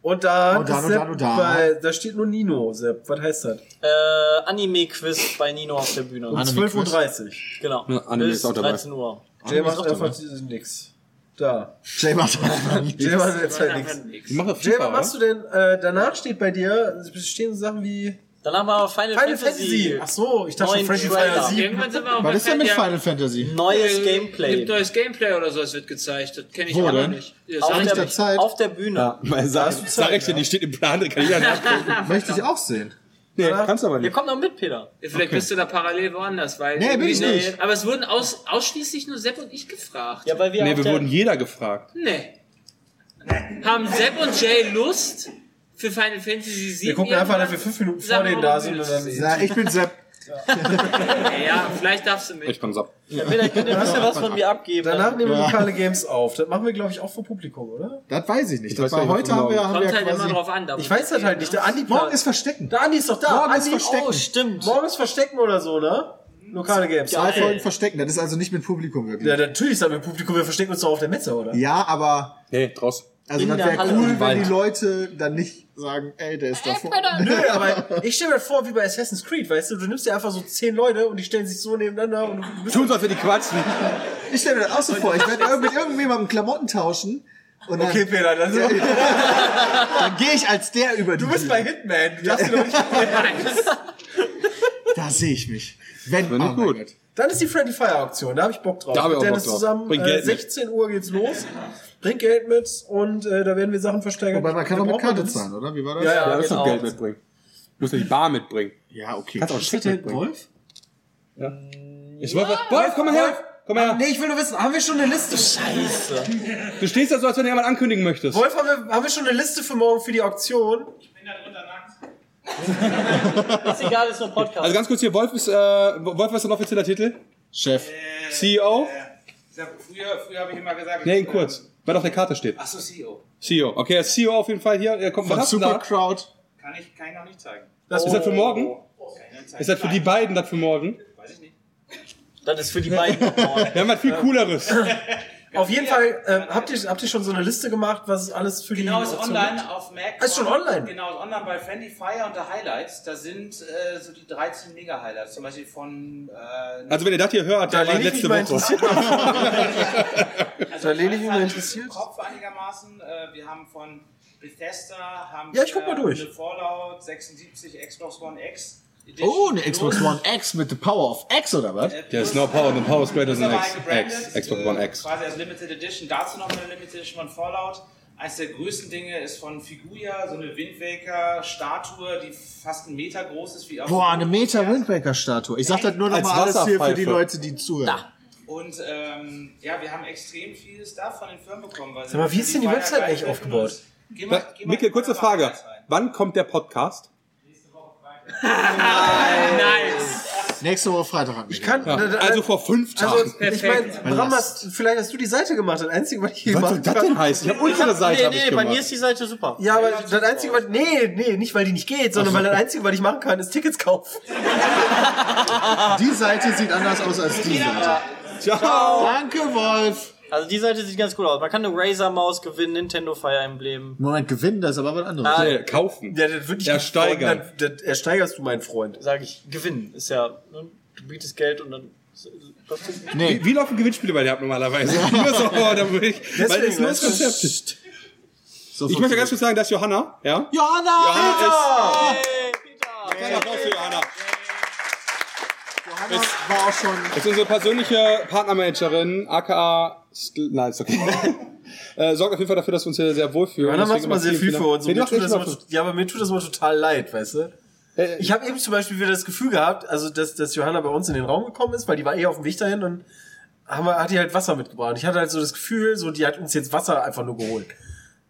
S6: Und da,
S4: Und dann,
S6: ist
S4: und
S6: Sepp
S4: dann, und dann.
S6: Bei, da steht nur Nino, Sepp. Was heißt das?
S8: Äh, Anime-Quiz bei Nino auf der Bühne.
S6: Um
S4: Anime-Quiz.
S6: 12.30
S8: Genau.
S7: Ja, Anime
S8: Bis
S7: ist auch dabei.
S8: 13 Uhr.
S6: Uhr. Der macht einfach nix. Da.
S4: Jay macht einfach <laughs> nichts.
S6: Der macht jetzt halt nix.
S7: Ich mache das
S6: Jay,
S7: FIFA,
S6: was machst du denn? Äh, danach steht bei dir, es stehen so Sachen wie
S8: Danach machen wir Final,
S6: Final
S8: Fantasy.
S6: Fantasy. Ach so, ich dachte schon
S8: Neuen
S6: Final
S8: Trailer.
S6: Fantasy.
S5: Irgendwann sind wir auch
S4: Was
S5: bei
S4: ist denn mit
S5: ja,
S4: Final Fantasy?
S8: Neues
S5: äh, Gibt
S8: Gameplay.
S5: neues Gameplay oder so, es wird gezeigt. Das kenne ich
S4: Wo
S5: auch noch
S4: denn?
S5: nicht. Das
S8: Auf
S5: sag ich
S4: der
S8: der,
S5: nicht.
S4: Zeit.
S8: auf der Bühne.
S7: Weil sag,
S6: hast du Zeit,
S7: sag ich dir, die steht im Plan, drin, kann jeder nachgucken.
S4: Möchte ich auch sehen.
S7: Nee, kannst aber
S8: Ihr
S7: nicht.
S8: kommt noch mit, Peter.
S5: Vielleicht bist du da parallel woanders, weil.
S4: Nee, bin ich
S5: irgendwie-
S4: nicht.
S5: Aber es wurden aus, ausschließlich nur Sepp und ich gefragt.
S8: Ja, weil wir,
S7: Nee,
S8: auf
S7: wir
S8: der,
S7: wurden jeder gefragt.
S5: Nee. Haben Sepp und Jay Lust für Final Fantasy 7?
S6: Wir gucken einfach, dass wir fünf Minuten vor denen da sind und dann.
S4: Na, ich bin Sepp.
S5: Ja, vielleicht darfst du mit.
S7: Ich kann ab.
S8: ja, vielleicht könnt ihr ein bisschen was von mir abgeben.
S6: Danach nehmen wir
S4: Ja.
S6: lokale Games auf. Das machen wir, glaube ich, auch vor Publikum, oder?
S4: Das weiß ich nicht.
S7: Ich
S4: das
S7: weiß
S4: war
S7: gar nicht,
S4: heute
S7: was
S4: haben wir,
S7: morgen-
S4: haben
S5: Kommt
S4: wir
S5: halt immer
S4: quasi.
S5: drauf an. da muss
S6: Ich weiß das
S5: gehen,
S6: halt nicht. Der Andi
S4: Morgen ist Verstecken.
S6: Der Andi ist doch da.
S4: Morgen ist
S6: Andi,
S4: Verstecken.
S8: Oh, stimmt.
S6: Morgen ist Verstecken oder so, ne? Lokale Games.
S4: Zwei Folgen Verstecken. Das ist also nicht mit Publikum
S6: Ja,
S4: wirklich.
S6: natürlich sagen wir Publikum, wir verstecken uns doch auf der Messe, oder?
S4: Ja, aber
S7: Nee, draußen.
S4: also
S8: In
S4: das
S8: der
S4: wäre
S8: Halle
S4: cool,
S8: im
S4: wenn
S7: Wald.
S4: die Leute dann nicht sagen, ey, der ist davor.
S6: Nö, aber ich stelle mir vor, wie bei Assassin's Creed, weißt du, du nimmst dir einfach so zehn Leute und die stellen sich so nebeneinander und du bist
S7: Tun soll für
S4: <laughs>
S7: die quatschen.
S4: Ich stelle mir das auch so vor. Ich werde mit irgendjemandem Klamotten tauschen und dann,
S6: Okay, Peter, dann so.
S4: <laughs> dann gehe ich als der über die.
S6: Du bist bei Hitman. Du darfst dir doch nicht
S4: Da sehe ich mich. Wenn
S7: Wenn nicht
S4: oh mein
S7: gut.
S4: Gott.
S6: Dann ist die Freddy Fire Auktion, da habe ich Bock drauf.
S7: Da hab ich auch
S6: Mit Dennis
S7: Bock drauf.
S6: zusammen,
S7: Bring
S6: äh,
S7: Geld mit.
S6: 16 Uhr geht's los. Bring Geld mit und äh, da werden wir Sachen versteigern.
S4: Wobei man kann
S6: Da
S4: auch mit
S6: braucht man
S4: Karte
S6: das-
S4: zahlen, oder? Wie war das?
S6: Ja, ja.
S7: Ja, das
S8: genau.
S7: noch Geld mitbringen. Du musst ja die Bar mitbringen.
S4: Ja, okay.
S7: Kannst auch einen Scheck mitbringen.
S4: Wolf?
S7: Ich wollte, Wolf, komm mal her! Komm mal her!
S4: ich will nur wissen, haben wir schon eine Liste?
S8: Scheiße.
S7: Du stehst da so, als wenn du jemand ankündigen möchtest.
S6: Wolf, haben wir, haben wir schon eine Liste für morgen für die Auktion?
S8: Ist egal, ist nur Podcast.
S7: Also ganz kurz hier, Wolf ist, äh, Wolf, was ist dein offizieller Titel?
S4: Chef.
S7: CEO?
S6: Äh,
S10: Ich hab Früher, früher habe ich immer gesagt.
S7: Nee,
S10: ich- äh,
S7: in kurz. Weil auf der Karte steht.
S10: Achso, CEO.
S7: CEO. Okay, er ist CEO auf jeden Fall hier. Er kommt
S4: Von
S7: was hast du da?
S4: Supercrowd.
S10: Kann ich, kann ich noch nicht zeigen.
S7: Ist das für morgen? Ist das für die beiden das für morgen?
S10: <laughs>
S8: Das ist für die beiden.
S10: Genau,
S7: Wir haben was viel cooleres. Also
S6: Auf jeden Fall, ähm, habt, ihr, habt ihr schon so eine Liste gemacht, was es alles für
S10: Genau,
S6: die
S10: ist
S6: Optionen gibt?
S10: online auf Mac.
S6: Ah, ist schon online?
S10: Genau, ist online bei Fendi Fire unter Highlights. Da sind äh, so die 13 Mega-Highlights. Zum Beispiel von. Äh,
S7: Also wenn ihr das hier hört,
S6: Da
S7: dann war
S6: lehne ich mich
S7: letzte
S6: mal
S7: Woche.
S6: interessiert. auf.
S10: also
S6: da lehne ich mich mal
S10: Alpha
S6: interessiert.
S10: im Kopf einigermaßen. Äh, wir haben von Bethesda. Haben
S6: Ja, ich guck mal
S10: wir
S6: durch.
S10: eine Fallout 76 Xbox One X. Edition
S4: Oh, eine Xbox
S10: plus,
S4: One X mit The Power of X oder was?
S10: äh,
S7: There's
S10: plus,
S7: no power, no power is
S10: äh,
S7: greater than
S10: dabei
S7: X.
S10: gebrandet,
S7: X, Xbox One
S10: äh,
S7: X.
S10: Quasi als Limited Edition. Dazu noch eine Limited Edition von Fallout. Eines der größten Dinge ist von Figuia, so eine Wind Waker Statue, die fast einen Meter groß ist. Wie auf
S4: Boah, eine Meter Wind Waker Statue. Ich sag das nur noch
S7: Als
S4: mal alles hier für die
S7: Wasserpfeife.
S4: Leute, die zuhören.
S10: Und ähm, ja, wir haben extrem viel Stuff von den Firmen bekommen. Weil
S6: Sag mal, wie ist denn die Website eigentlich aufgebaut?
S10: Geh mal-
S7: Da,
S10: geh mal-
S7: Mikkel, kurze
S10: geh mal
S7: Frage.
S10: rein.
S7: Wann kommt der Podcast?
S5: Nice.
S4: Nächste Woche Freitag an.
S6: Ich kann,
S7: Ja,
S6: da- da-
S7: also vor fünf
S6: also
S7: Tagen.
S6: ich meine, Bram,
S4: Verlasst.
S6: hast, vielleicht hast du die Seite gemacht. Das Einzige, was ich hier
S7: was
S6: gemacht
S7: soll das denn heißen? Ich habe unsere Seite hab ich
S8: bei mir
S7: gemacht.
S8: ist die Seite super.
S6: Ja, aber das Einzige, was, nee, nee, nicht weil die nicht geht, sondern weil das Einzige, was ich machen kann, ist Tickets kaufen.
S4: Die Seite sieht anders aus als die Seite.
S7: Ciao.
S4: Danke, Wolf.
S8: Also die Seite sieht ganz cool aus. Man kann eine Razer Maus gewinnen, Nintendo Fire Emblem.
S4: Moment, gewinnen, das ist aber was anderes.
S8: Ah,
S7: Nee, kaufen.
S6: Ja, das wird nicht
S7: Ersteigern.
S6: gefallen, Das, das ersteigerst du, mein Freund.
S8: Sag ich, gewinnen ist ja, ne? du bietest Geld und dann was ist das?
S4: Nee.
S7: Wie, wie laufen Gewinnspiele bei dir ab normalerweise? nur so, oh, da will ich, weil das ein
S6: weißt
S7: neues
S6: du.
S7: Konzept ist.
S4: So,
S7: Ich möchte ganz kurz sagen, dass Johanna, ja?
S4: Johanna!
S7: Johanna ist... Kein Applaus für Johanna.
S4: Johanna war auch schon
S7: Das ist unsere persönliche Partnermanagerin, aka... Skill- Nein,
S6: <laughs>
S7: ist okay. äh, sorgt auf jeden Fall dafür, dass wir uns hier sehr wohlfühlen.
S6: Johanna macht
S7: Deswegen
S6: immer sehr
S7: vielen,
S6: viel
S7: vielen
S6: für uns. Und
S7: Dank. Nee,
S6: mir
S7: macht
S6: tut
S7: echt
S6: das
S7: immer
S6: immer, ja, aber mir tut das immer total leid, weißt du?
S7: Äh,
S6: Ich habe eben zum Beispiel wieder das Gefühl gehabt, also dass, dass Johanna bei uns in den Raum gekommen ist, weil die war eh auf dem Weg dahin und haben, wir- hat die halt Wasser mitgebracht. Ich hatte halt so das Gefühl, so die hat uns jetzt Wasser einfach nur geholt.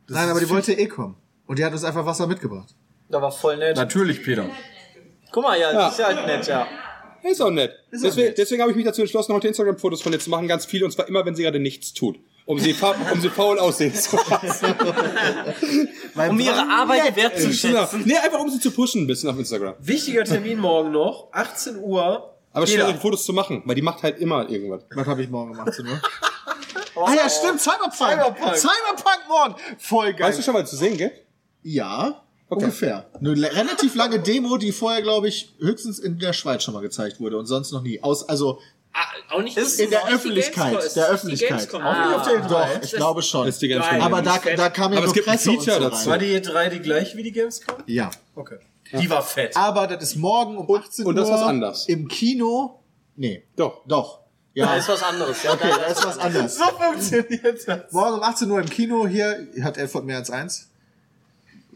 S6: Das
S4: Nein,
S6: ist
S4: aber die
S6: viel-
S4: wollte eh kommen. Und die hat uns einfach Wasser mitgebracht.
S8: Da war voll nett.
S6: Natürlich, Peter.
S8: Guck mal, ja, das ist ja halt nett, ja.
S7: Ist auch nett. deswegen deswegen habe ich mich dazu entschlossen, heute Instagram-Fotos von ihr zu machen, ganz viele, und zwar immer, wenn sie gerade nichts tut. Um sie, fa um sie faul aussehen zu
S6: <laughs>
S7: lassen.
S8: Um ihre Arbeit wertzuschätzen.
S7: nee, einfach um sie zu pushen ein bisschen auf Instagram.
S6: Wichtiger Termin morgen noch, 18 Uhr.
S7: Aber schön,
S6: Peter.
S7: solche Fotos zu machen, weil die macht halt immer irgendwas.
S4: Was habe ich morgen gemacht?
S7: <laughs>
S4: Ne? ah ja, stimmt, Cyberpunk.
S6: Cyberpunk.
S4: Cyberpunk, morgen. Voll geil.
S7: Weißt du schon mal zu sehen, gell?
S4: Ja, ungefähr. Eine le- relativ lange Demo, die vorher, glaube ich, höchstens in der Schweiz schon mal gezeigt wurde und sonst noch nie. Aus, also
S5: Ah, auch nicht
S4: Ist in der
S5: auch nicht die
S4: Öffentlichkeit,
S5: Gamescom, ist
S4: der
S5: nicht die
S4: Öffentlichkeit.
S5: Gamescom. Ah.
S4: auf der doch, ich
S5: Das-
S4: glaube schon.
S7: Das ist die ganz
S5: Geil.
S4: Aber da, da kam ja
S7: Aber es
S4: nur
S7: gibt ein
S4: Presse und so
S7: Feature
S4: rein.
S7: dazu.
S6: War die E3 die gleiche wie die Gamescom?
S4: Ja.
S6: Okay. Die war fett.
S4: Aber das ist morgen um 18 Uhr.
S7: und das ist was anderes.
S4: Im Kino. Nee.
S7: Doch.
S4: Doch.
S8: Da
S4: Ja,
S8: ist was anderes, ja.
S4: okay,
S8: da,
S4: da ist was anderes.
S6: So funktioniert das.
S4: Morgen um 18 Uhr im Kino hier hat Erfurt mehr als eins.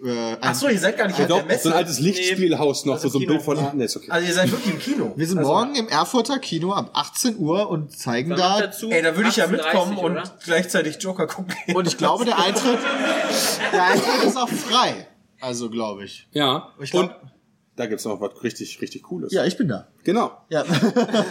S4: Äh, ein-
S6: Achso, ihr seid gar nicht
S7: Ja,
S6: auf der
S7: doch, so ein
S6: Messe.
S7: altes Lichtspielhaus noch,
S8: Also
S7: wo so ein
S8: Kino.
S7: Bild von hinten ist, okay.
S6: Also ihr seid wirklich im Kino.
S4: Wir sind
S6: also,
S4: morgen im Erfurter Kino ab 18 Uhr und zeigen
S5: Dann noch
S4: da.
S5: dazu
S6: Ey, da würde ich ja
S5: 18.30,
S6: mitkommen und
S5: oder?
S6: gleichzeitig Joker gucken.
S4: Und ich
S8: <laughs>
S4: glaube, der
S6: <laughs>
S4: Eintritt, der Eintritt ist auch frei. Also glaube ich.
S7: Ja.
S4: Ich glaub-
S7: und da gibt's noch was richtig, richtig Cooles.
S4: Ja, ich bin da.
S7: Genau.
S4: Ja.
S5: Also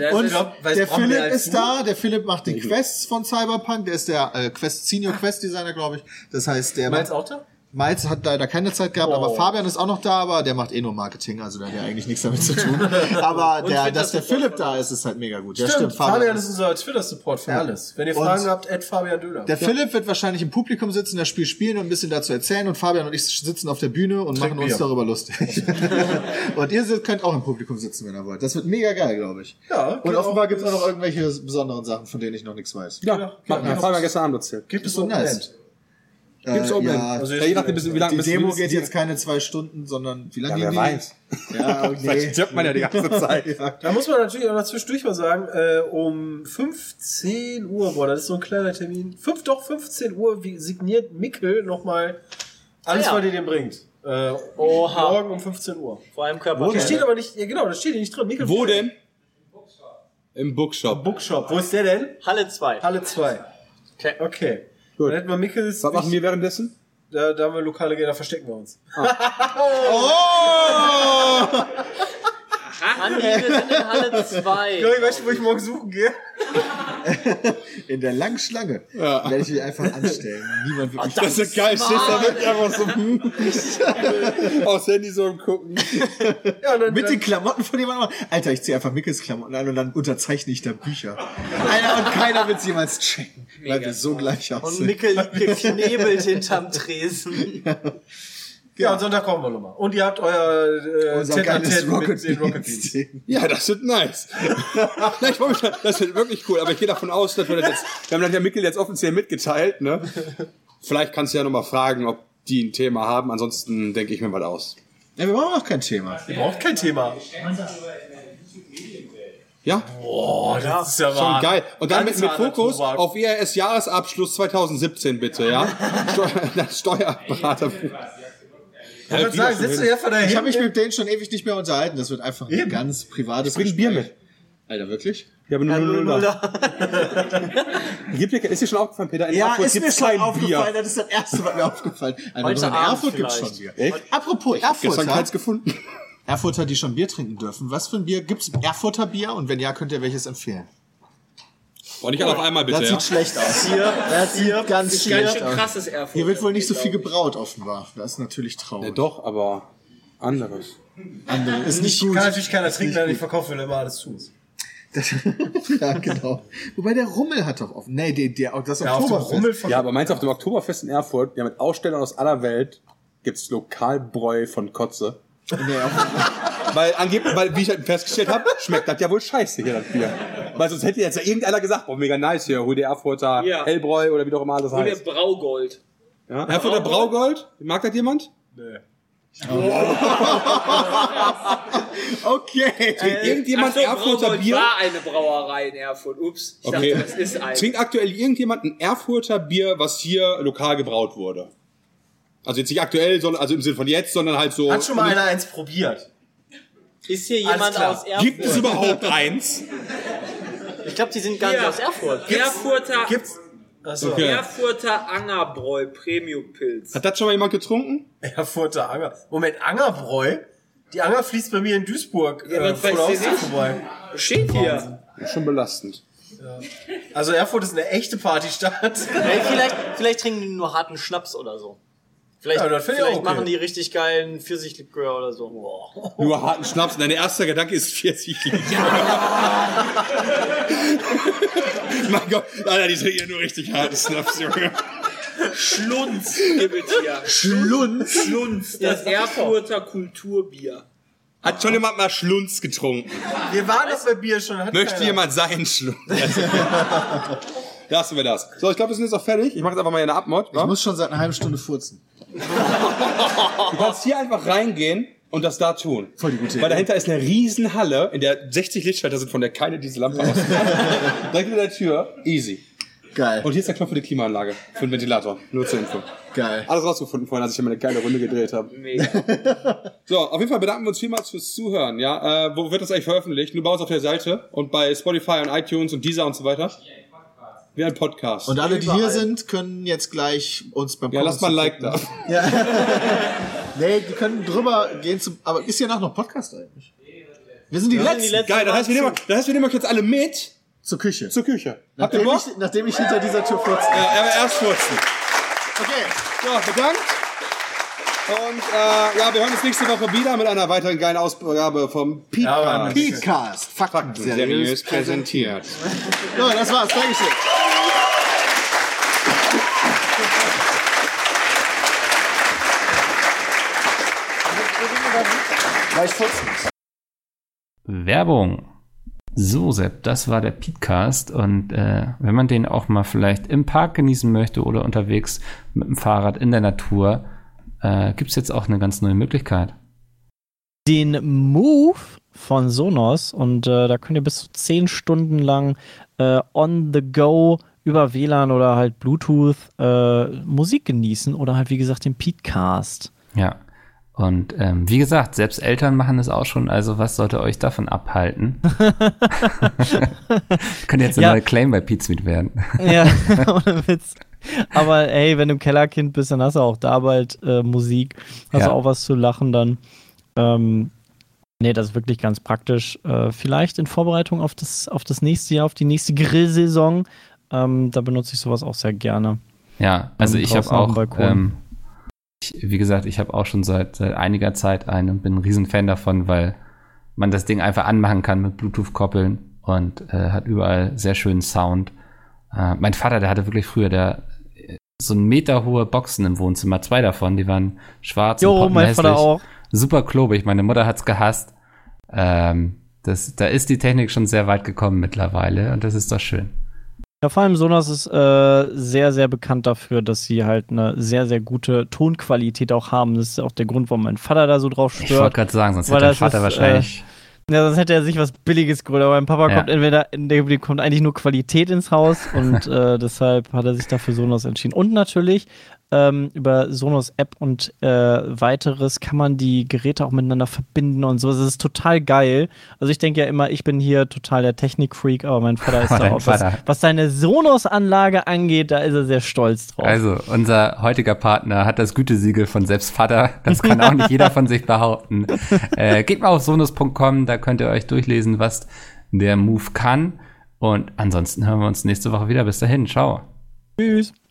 S5: das
S4: Und
S5: ist-
S6: weiß
S4: der
S6: Bram mehr
S4: Philipp
S6: als
S4: ist
S6: du?
S4: da, der Philipp macht die Quests von Cyberpunk, der ist der äh, Quest Senior Quest Designer, glaube ich. Das heißt, der
S6: Meinst du auch da?
S4: Miles hat leider keine Zeit gehabt,
S6: Oh.
S4: aber Fabian ist auch noch da, aber der macht eh nur Marketing, also der hat ja eigentlich nichts damit zu
S6: <laughs>
S4: tun. Aber der, dass der Philipp da ist, ist halt mega gut. ja, stimmt
S6: Fabian, ist unser Twitter-Support für alles. Wenn ihr
S4: Und-
S6: Fragen habt, add Fabian Döder.
S4: Der Philipp wird wahrscheinlich im Publikum sitzen, das Spiel spielen und ein bisschen dazu erzählen und Fabian und ich sitzen auf der Bühne und machen uns
S6: Bier.
S4: darüber lustig. <laughs> und ihr sit- könnt auch im Publikum sitzen, wenn ihr wollt. Das wird mega geil, glaube ich.
S6: Ja,
S4: Und
S6: genau.
S4: offenbar gibt es auch noch irgendwelche besonderen Sachen, von denen ich noch nichts weiß.
S7: Ja, ja, ja, ja. Fabian gestern Abend erzählt.
S6: Gibt es
S4: so
S6: so
S4: nice.
S6: nice.
S7: Gibt's
S4: Äh,
S7: Open
S4: ja.
S7: End.
S4: Also
S7: ja, je nachdem, bis- wie lange
S4: Die
S7: bis-
S4: Demo
S7: bis-
S4: geht jetzt keine zwei Stunden, sondern wie lange
S7: Ja, wer
S4: die-
S7: weiß.
S4: Ja,
S7: <laughs>
S4: okay.
S7: Stirbt man ja die ganze Zeit.
S6: Da muss man natürlich auch noch zwischendurch mal sagen, äh, um 15 Uhr, boah, das ist so ein kleiner Termin. Fünf, doch 15 Uhr wie signiert Mickel nochmal alles,
S8: Ah ja.
S6: was ihr dem bringt. Äh,
S8: Oha.
S6: Morgen um 15 Uhr.
S8: Vor allem
S6: Das
S8: Körper.
S6: steht aber nicht, ja, genau, das steht hier nicht drin. Mickel
S7: Wo denn? Im Bookshop.
S6: Bookshop. Wo ist der denn?
S8: Halle 2.
S6: Halle 2.
S8: Okay.
S6: Okay.
S7: Gut.
S6: Dann hätten wir Mickels.
S7: Was machen wir währenddessen?
S6: Da, da haben wir lokale Gelder, verstecken wir uns.
S8: Andi, wir sind in Halle 2.
S6: Jörg, weißt du, wo ich morgen suchen gehe?
S4: In der langen Schlange werde ich mich einfach anstellen. Niemand wird mich
S7: Ah, Das ist geil, stehst da wirklich einfach so
S6: <laughs>
S7: hm, aufs Handy so im Gucken.
S6: Ja, und dann,
S4: Mit
S6: dann,
S4: den Klamotten von jemandem. Alter, ich ziehe einfach Mickels Klamotten an und dann unterzeichne ich da Bücher. Alter, und keiner wird jeweils checken, weil wir so gleich
S8: Und
S4: aussehen.
S8: Mickel liegt geknebelt hinterm Tresen.
S6: ja, und Sonntag kommen wir nochmal. Und ihr habt euer äh,
S4: Unser geiles
S6: Tête-à-Tête mit
S4: Rocket
S6: den Rocket Beans.
S4: Beans.
S7: Ja, das wird nice. <laughs> Nein, ich freu mich, schon, das wird wirklich cool, aber ich gehe davon aus, dass wir das jetzt, wir haben das ja Mikkel jetzt offiziell mitgeteilt, ne? Vielleicht kannst du ja nochmal fragen, ob die ein Thema haben, ansonsten denke ich mir mal aus.
S4: Ja, wir brauchen auch kein Thema.
S6: Ihr braucht kein Thema.
S7: Ja?
S6: Boah, Oh, das ist ja
S7: Schon
S6: wahr.
S7: geil. Und dann mit,
S6: Ganz
S7: mit
S6: harter
S7: Fokus
S6: Tobak.
S7: auf E IRS-Jahresabschluss 2017 bitte, <laughs> ja? Steuer, das Steuerberater.
S6: Ich wollte sagen, sitzt du ja von da
S4: Ich habe
S6: hinten.
S4: mich mit denen schon ewig nicht mehr unterhalten. Das wird einfach ein ganz privates
S7: bring Bier
S4: Gespräch. Alter, wirklich?
S7: Ja, aber nur null Nuller.
S8: Oder
S7: <laughs> Gibt dir- Ist dir schon aufgefallen, Peter? In Erfurt gibt's kein Bier.
S4: Das ist das erste, was mir aufgefallen ist. Alter,
S8: Heute
S4: nur in
S8: Abend
S4: Erfurt gibt's
S8: vielleicht.
S4: schon Bier.
S7: Echt?
S4: Apropos
S7: Gestern
S4: Erfurter.
S7: keins gefunden.
S4: Erfurter, die schon Bier trinken dürfen. Was für ein Bier? Gibt's Erfurter Bier? Und wenn ja, könnt ihr welches empfehlen?
S7: Und nicht alle auf einmal bitte,
S4: Das
S7: ja?
S4: sieht schlecht aus.
S3: Hier, das hier,
S4: ganz
S3: ist
S4: schlecht
S5: Ganz schön
S4: aus.
S5: krasses Erfurt.
S4: Hier wird wohl nicht so viel gebraut, offenbar. Das ist natürlich
S7: Ja,
S4: traurig.
S7: äh, doch, aber anderes.
S4: Andere ist nicht gut.
S6: Kann natürlich keiner trinken, wenn er nicht verkauft, wenn er immer alles zu ist.
S4: <laughs> ja, genau. Wobei der Rummel hat doch offen. Nee, der, der, auch das
S6: Ja, auf dem
S4: Oktoberfest.
S6: Rummel von
S7: Ja, aber meinst du, auf dem Oktoberfest in Erfurt, ja, mit Ausstellern aus aller Welt, gibt's Lokalbräu von Kotze?
S4: Nee, auf,
S7: <laughs> Weil, angeblich, weil, wie ich halt festgestellt habe, schmeckt das ja wohl scheiße hier, das Bier. Weil sonst hätte jetzt ja irgendeiner gesagt, boah, mega nice hier, hol dir Erfurter
S5: Ja.
S7: Hellbräu oder wie doch immer alles
S5: Und der
S7: heißt.
S5: Braugold.
S7: Ja? Erfurter Braugold? Mag das jemand? <laughs>
S4: okay.
S7: Trinkt irgendjemand
S5: Ach so,
S7: Erfurter
S5: Braugold
S7: Bier?
S5: war eine Brauerei in Erfurt. Ups, ich
S7: Okay.
S5: dachte, das ist eine.
S7: Trinkt aktuell irgendjemand ein Erfurter Bier, was hier lokal gebraut wurde? Also jetzt nicht aktuell, sondern, also im Sinne von jetzt, sondern halt so.
S6: Hat schon mal einer eins probiert?
S8: ist hier
S6: Alles
S8: jemand
S6: klar.
S8: aus
S7: Gibt es
S8: Erfurt?
S7: überhaupt eins?
S8: Ich glaube, die sind gar nicht
S5: Ja.
S8: aus Erfurt.
S5: Erfurter,
S6: Gibt's? Achso.
S7: Also, Okay.
S5: Erfurter Angerbräu Premium Pilz.
S7: Hat das schon mal jemand getrunken?
S6: Erfurter Anger. Moment, Angerbräu? Die Anger fließt bei mir in Duisburg
S5: Ja,
S6: äh,
S5: was
S6: vor der
S5: weiß ich
S6: Haustür
S5: nicht?
S6: vorbei.
S5: Steht hier.
S7: Ist Schon belastend.
S6: Also Erfurt ist eine echte Partystadt.
S5: <laughs>
S8: Ey, vielleicht, vielleicht trinken die nur harten Schnaps oder so. Vielleicht,
S6: Ja, das find ich auch
S8: vielleicht
S6: okay.
S8: machen die richtig geilen Pfirsichlikör oder so.
S7: Nur harten Schnaps. Dein erster Gedanke ist 40 Liter. <laughs> mein Gott, Alter, die trinken ja nur richtig harten Schnaps, Junge.
S5: Schlunz gibt es hier.
S4: Schlunz.
S5: Schlunz, das Erfurter Kulturbier.
S7: Hat schon jemand mal Schlunz getrunken?
S6: Wir waren das bei Bier schon. Hat
S7: Möchte
S6: keiner.
S7: jemand sein
S5: <laughs>
S7: Schlunz? Lassen wir das. So, ich glaube, wir sind jetzt auch fertig. Ich mache jetzt einfach mal hier eine Abmod.
S4: Ich
S7: wa?
S4: muss schon seit einer halben Stunde furzen.
S7: Du kannst hier einfach reingehen und das da tun.
S4: Voll die gute
S7: Weil
S4: Idee.
S7: dahinter ist eine riesen Halle, in der 60 Lichtschalter sind, von der keine diese Lampe aus.
S4: <laughs>
S7: Direkt in der Tür. Easy.
S4: Geil.
S7: Und hier ist der Knopf für die Klimaanlage, für den Ventilator. Nur zur Info.
S4: Geil.
S7: Alles rausgefunden vorhin, als ich hier meine geile Runde gedreht habe.
S5: Mega.
S7: <laughs> So, auf jeden Fall bedanken wir uns vielmals fürs Zuhören. Ja, äh, wo wird das eigentlich veröffentlicht? Nur bei uns auf der Seite und bei Spotify und iTunes und Deezer und so weiter. Wie ein Podcast.
S4: Und alle, die hier sind, können jetzt gleich uns beim
S7: ja,
S4: Kochen
S7: lasst mal ein Like da.
S4: Nee, die können drüber gehen zum. Aber ist hier nach noch Podcast eigentlich? Wir sind die letzten
S7: Geil, das heißt, wir nehmen, das heißt, wir nehmen euch jetzt alle mit
S4: zur Küche.
S7: zur Küche. Habt ihr
S4: nachdem,
S7: Bock?
S4: ich, nachdem ich hinter dieser Tür furze.
S7: Ja, aber erst furzen.
S4: Okay.
S7: Ja, bedankt. Und äh, ja, wir hören uns nächste Woche wieder mit einer weiteren geilen Ausgabe vom Pete.
S6: Ja, Mann.
S4: Podcast. Fakten. Seriös präsentiert. So, das war's. Dankeschön. Weil ich furzen muss.
S2: Werbung. So, Sepp, das war der Podcast. Und äh, wenn man den auch mal vielleicht im Park genießen möchte oder unterwegs mit dem Fahrrad in der Natur, äh, gibt es jetzt auch eine ganz neue Möglichkeit.
S3: den Move von Sonos und äh, da könnt ihr bis zu 10 Stunden lang äh, on the go über WLAN oder halt Bluetooth äh, Musik genießen oder halt wie gesagt den Peatcast.
S2: Ja. Und ähm, wie gesagt, selbst Eltern machen es auch schon, also was sollte euch davon abhalten? <laughs> Könnte jetzt eine
S3: Ja.
S2: neue Claim bei Pizmeet werden.
S3: Ja, <laughs> ohne Witz. Aber ey, wenn du Kellerkind bist, dann hast du auch da bald äh, Musik, hast
S2: Ja.
S3: du auch was zu lachen dann. Ähm, Nee, das ist wirklich ganz praktisch. Äh, vielleicht in Vorbereitung auf das, auf das nächste Jahr, auf die nächste Grillsaison. Ähm, da benutze ich sowas auch sehr gerne.
S2: Ja, also
S3: Ähm,
S2: ich habe
S3: draußen auf dem
S2: auch,
S3: Balkon.
S2: ähm, ich, wie gesagt, ich habe auch schon seit, seit einiger Zeit einen und bin ein Riesenfan davon, weil man das Ding einfach anmachen kann mit Bluetooth koppeln und äh, hat überall sehr schönen Sound. Äh, mein Vater, der hatte wirklich früher der äh, so einen Meter hohe Boxen im Wohnzimmer, zwei davon, die waren schwarz und
S3: Jo, mein
S2: pottenhässlich.
S3: Vater auch.
S2: Super klobig, meine Mutter hat's gehasst. Ähm, das, da ist die Technik schon sehr weit gekommen mittlerweile und das ist doch schön.
S3: Ja, vor allem Sonos ist äh, sehr, sehr bekannt dafür, dass sie halt eine sehr, sehr gute Tonqualität auch haben. Das ist auch der Grund, warum mein Vater da so drauf
S2: Ich wollte
S3: stört.
S2: gerade sagen, sonst
S3: Weil
S2: hätte dein
S3: das
S2: Vater
S3: ist, äh,
S2: wahrscheinlich
S3: Ja, sonst hätte er sich was Billiges geholt. Aber mein Papa
S2: Ja.
S3: kommt entweder, der kommt eigentlich nur Qualität ins Haus
S2: <laughs>
S3: und äh, deshalb hat er sich dafür Sonos entschieden. Und natürlich ähm, über Sonos App und äh, weiteres kann man die Geräte auch miteinander verbinden und so. Das ist total geil. Also ich denke ja immer, ich bin hier total der Technikfreak, aber mein Vater
S2: <laughs>
S3: ist
S2: Aber
S3: da
S2: dein
S3: auch. Was,
S2: Vater.
S3: was seine Sonos-Anlage angeht, da ist er sehr stolz drauf.
S2: Also, unser heutiger Partner hat das Gütesiegel von selbst Vater. Das kann auch nicht jeder von sich behaupten. Äh, geht mal auf sonus.com, da könnt ihr euch durchlesen, was der Move kann. Und ansonsten hören wir uns nächste Woche wieder. Bis dahin, ciao.
S3: Tschüss.